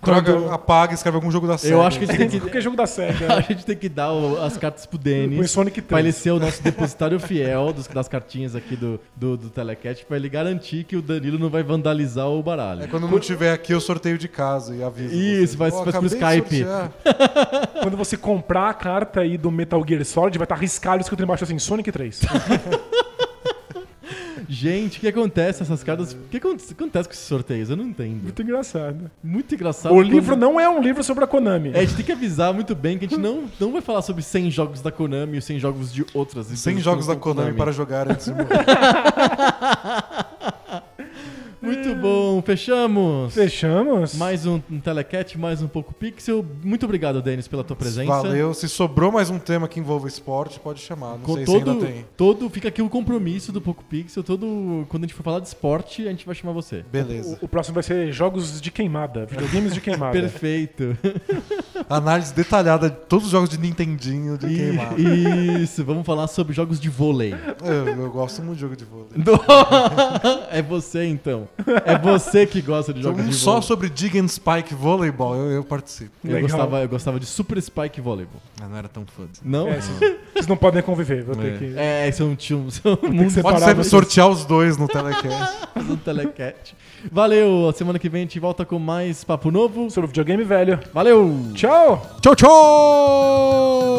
Speaker 3: Droga, apaga, escreve algum jogo da série.
Speaker 1: Eu acho que a gente tem que,
Speaker 2: Qualquer jogo da
Speaker 1: a
Speaker 2: SEGA.
Speaker 1: gente tem que dar o- as cartas pro Denis.
Speaker 2: O Sonic
Speaker 1: Vai
Speaker 2: 3.
Speaker 1: ele ser o nosso depositário fiel dos- das cartinhas aqui do, do, do Telecat, pra ele garantir que o Danilo não vai vandalizar o baralho.
Speaker 3: É quando não tiver aqui, eu sorteio de casa e aviso.
Speaker 1: Isso,
Speaker 3: vocês.
Speaker 1: vai-
Speaker 3: Ó,
Speaker 1: vai pro
Speaker 3: acabei de
Speaker 1: Skype.
Speaker 3: sortear.
Speaker 2: Quando você comprar a carta aí do Metal Gear Solid, vai estar riscado escrito embaixo assim, Sonic 3.
Speaker 1: Gente, o que acontece essas cartas? O que aconte- acontece com esses sorteios? Eu não entendo.
Speaker 2: Muito engraçado.
Speaker 1: Muito engraçado.
Speaker 2: O
Speaker 1: quando-
Speaker 2: livro não é um livro sobre a Konami.
Speaker 1: Tá É, a gente tem que avisar muito bem que a gente não, não vai falar sobre 100 jogos da Konami ou 100 jogos de outras. empresas
Speaker 3: 100
Speaker 1: que
Speaker 3: jogos
Speaker 1: não
Speaker 3: da
Speaker 1: são
Speaker 3: Konami para jogar antes de morrer.
Speaker 1: Muito bom, fechamos.
Speaker 2: Fechamos?
Speaker 1: Mais um, um Telecat, mais um Poco Pixel. Muito obrigado, Denis, pela tua presença.
Speaker 3: Valeu. Se sobrou mais um tema que envolva esporte, pode chamar. Não
Speaker 1: Com
Speaker 3: sei se
Speaker 1: todo,
Speaker 3: ainda tem.
Speaker 1: todo fica aqui o compromisso do Poco Pixel. Todo quando a gente for falar de esporte, a gente vai chamar você.
Speaker 3: Beleza.
Speaker 2: O, o próximo vai ser jogos de queimada, videogames de
Speaker 3: Ah,
Speaker 2: queimada.
Speaker 1: Perfeito.
Speaker 3: né? Análise detalhada de todos os jogos de Nintendinho, de queimar.
Speaker 1: E- Isso, vamos falar sobre jogos de vôlei.
Speaker 3: Eu, eu gosto muito de jogo de vôlei.
Speaker 1: Do- É você então. É você que gosta de
Speaker 3: Então,
Speaker 1: jogos
Speaker 3: um
Speaker 1: de
Speaker 3: só
Speaker 1: vôlei.
Speaker 3: sobre Dig and Spike Volleyball, eu, eu participo.
Speaker 1: Eu
Speaker 2: Legal.
Speaker 1: gostava, eu gostava de Super Spike Volleyball.
Speaker 3: Ah, não era tão fã. disso.
Speaker 1: Não?
Speaker 2: É, vocês, vocês não podem conviver, vou ter
Speaker 3: É.
Speaker 2: que...
Speaker 1: É, são, são, são mundos
Speaker 2: separar
Speaker 3: Pode sempre
Speaker 2: vocês.
Speaker 3: sortear os dois no telecast.
Speaker 1: do um Telecat. Valeu, semana que vem a gente volta com mais papo novo.
Speaker 2: Sobre videogame velho.
Speaker 1: Valeu!
Speaker 2: Tchau!
Speaker 3: tchau, tchau!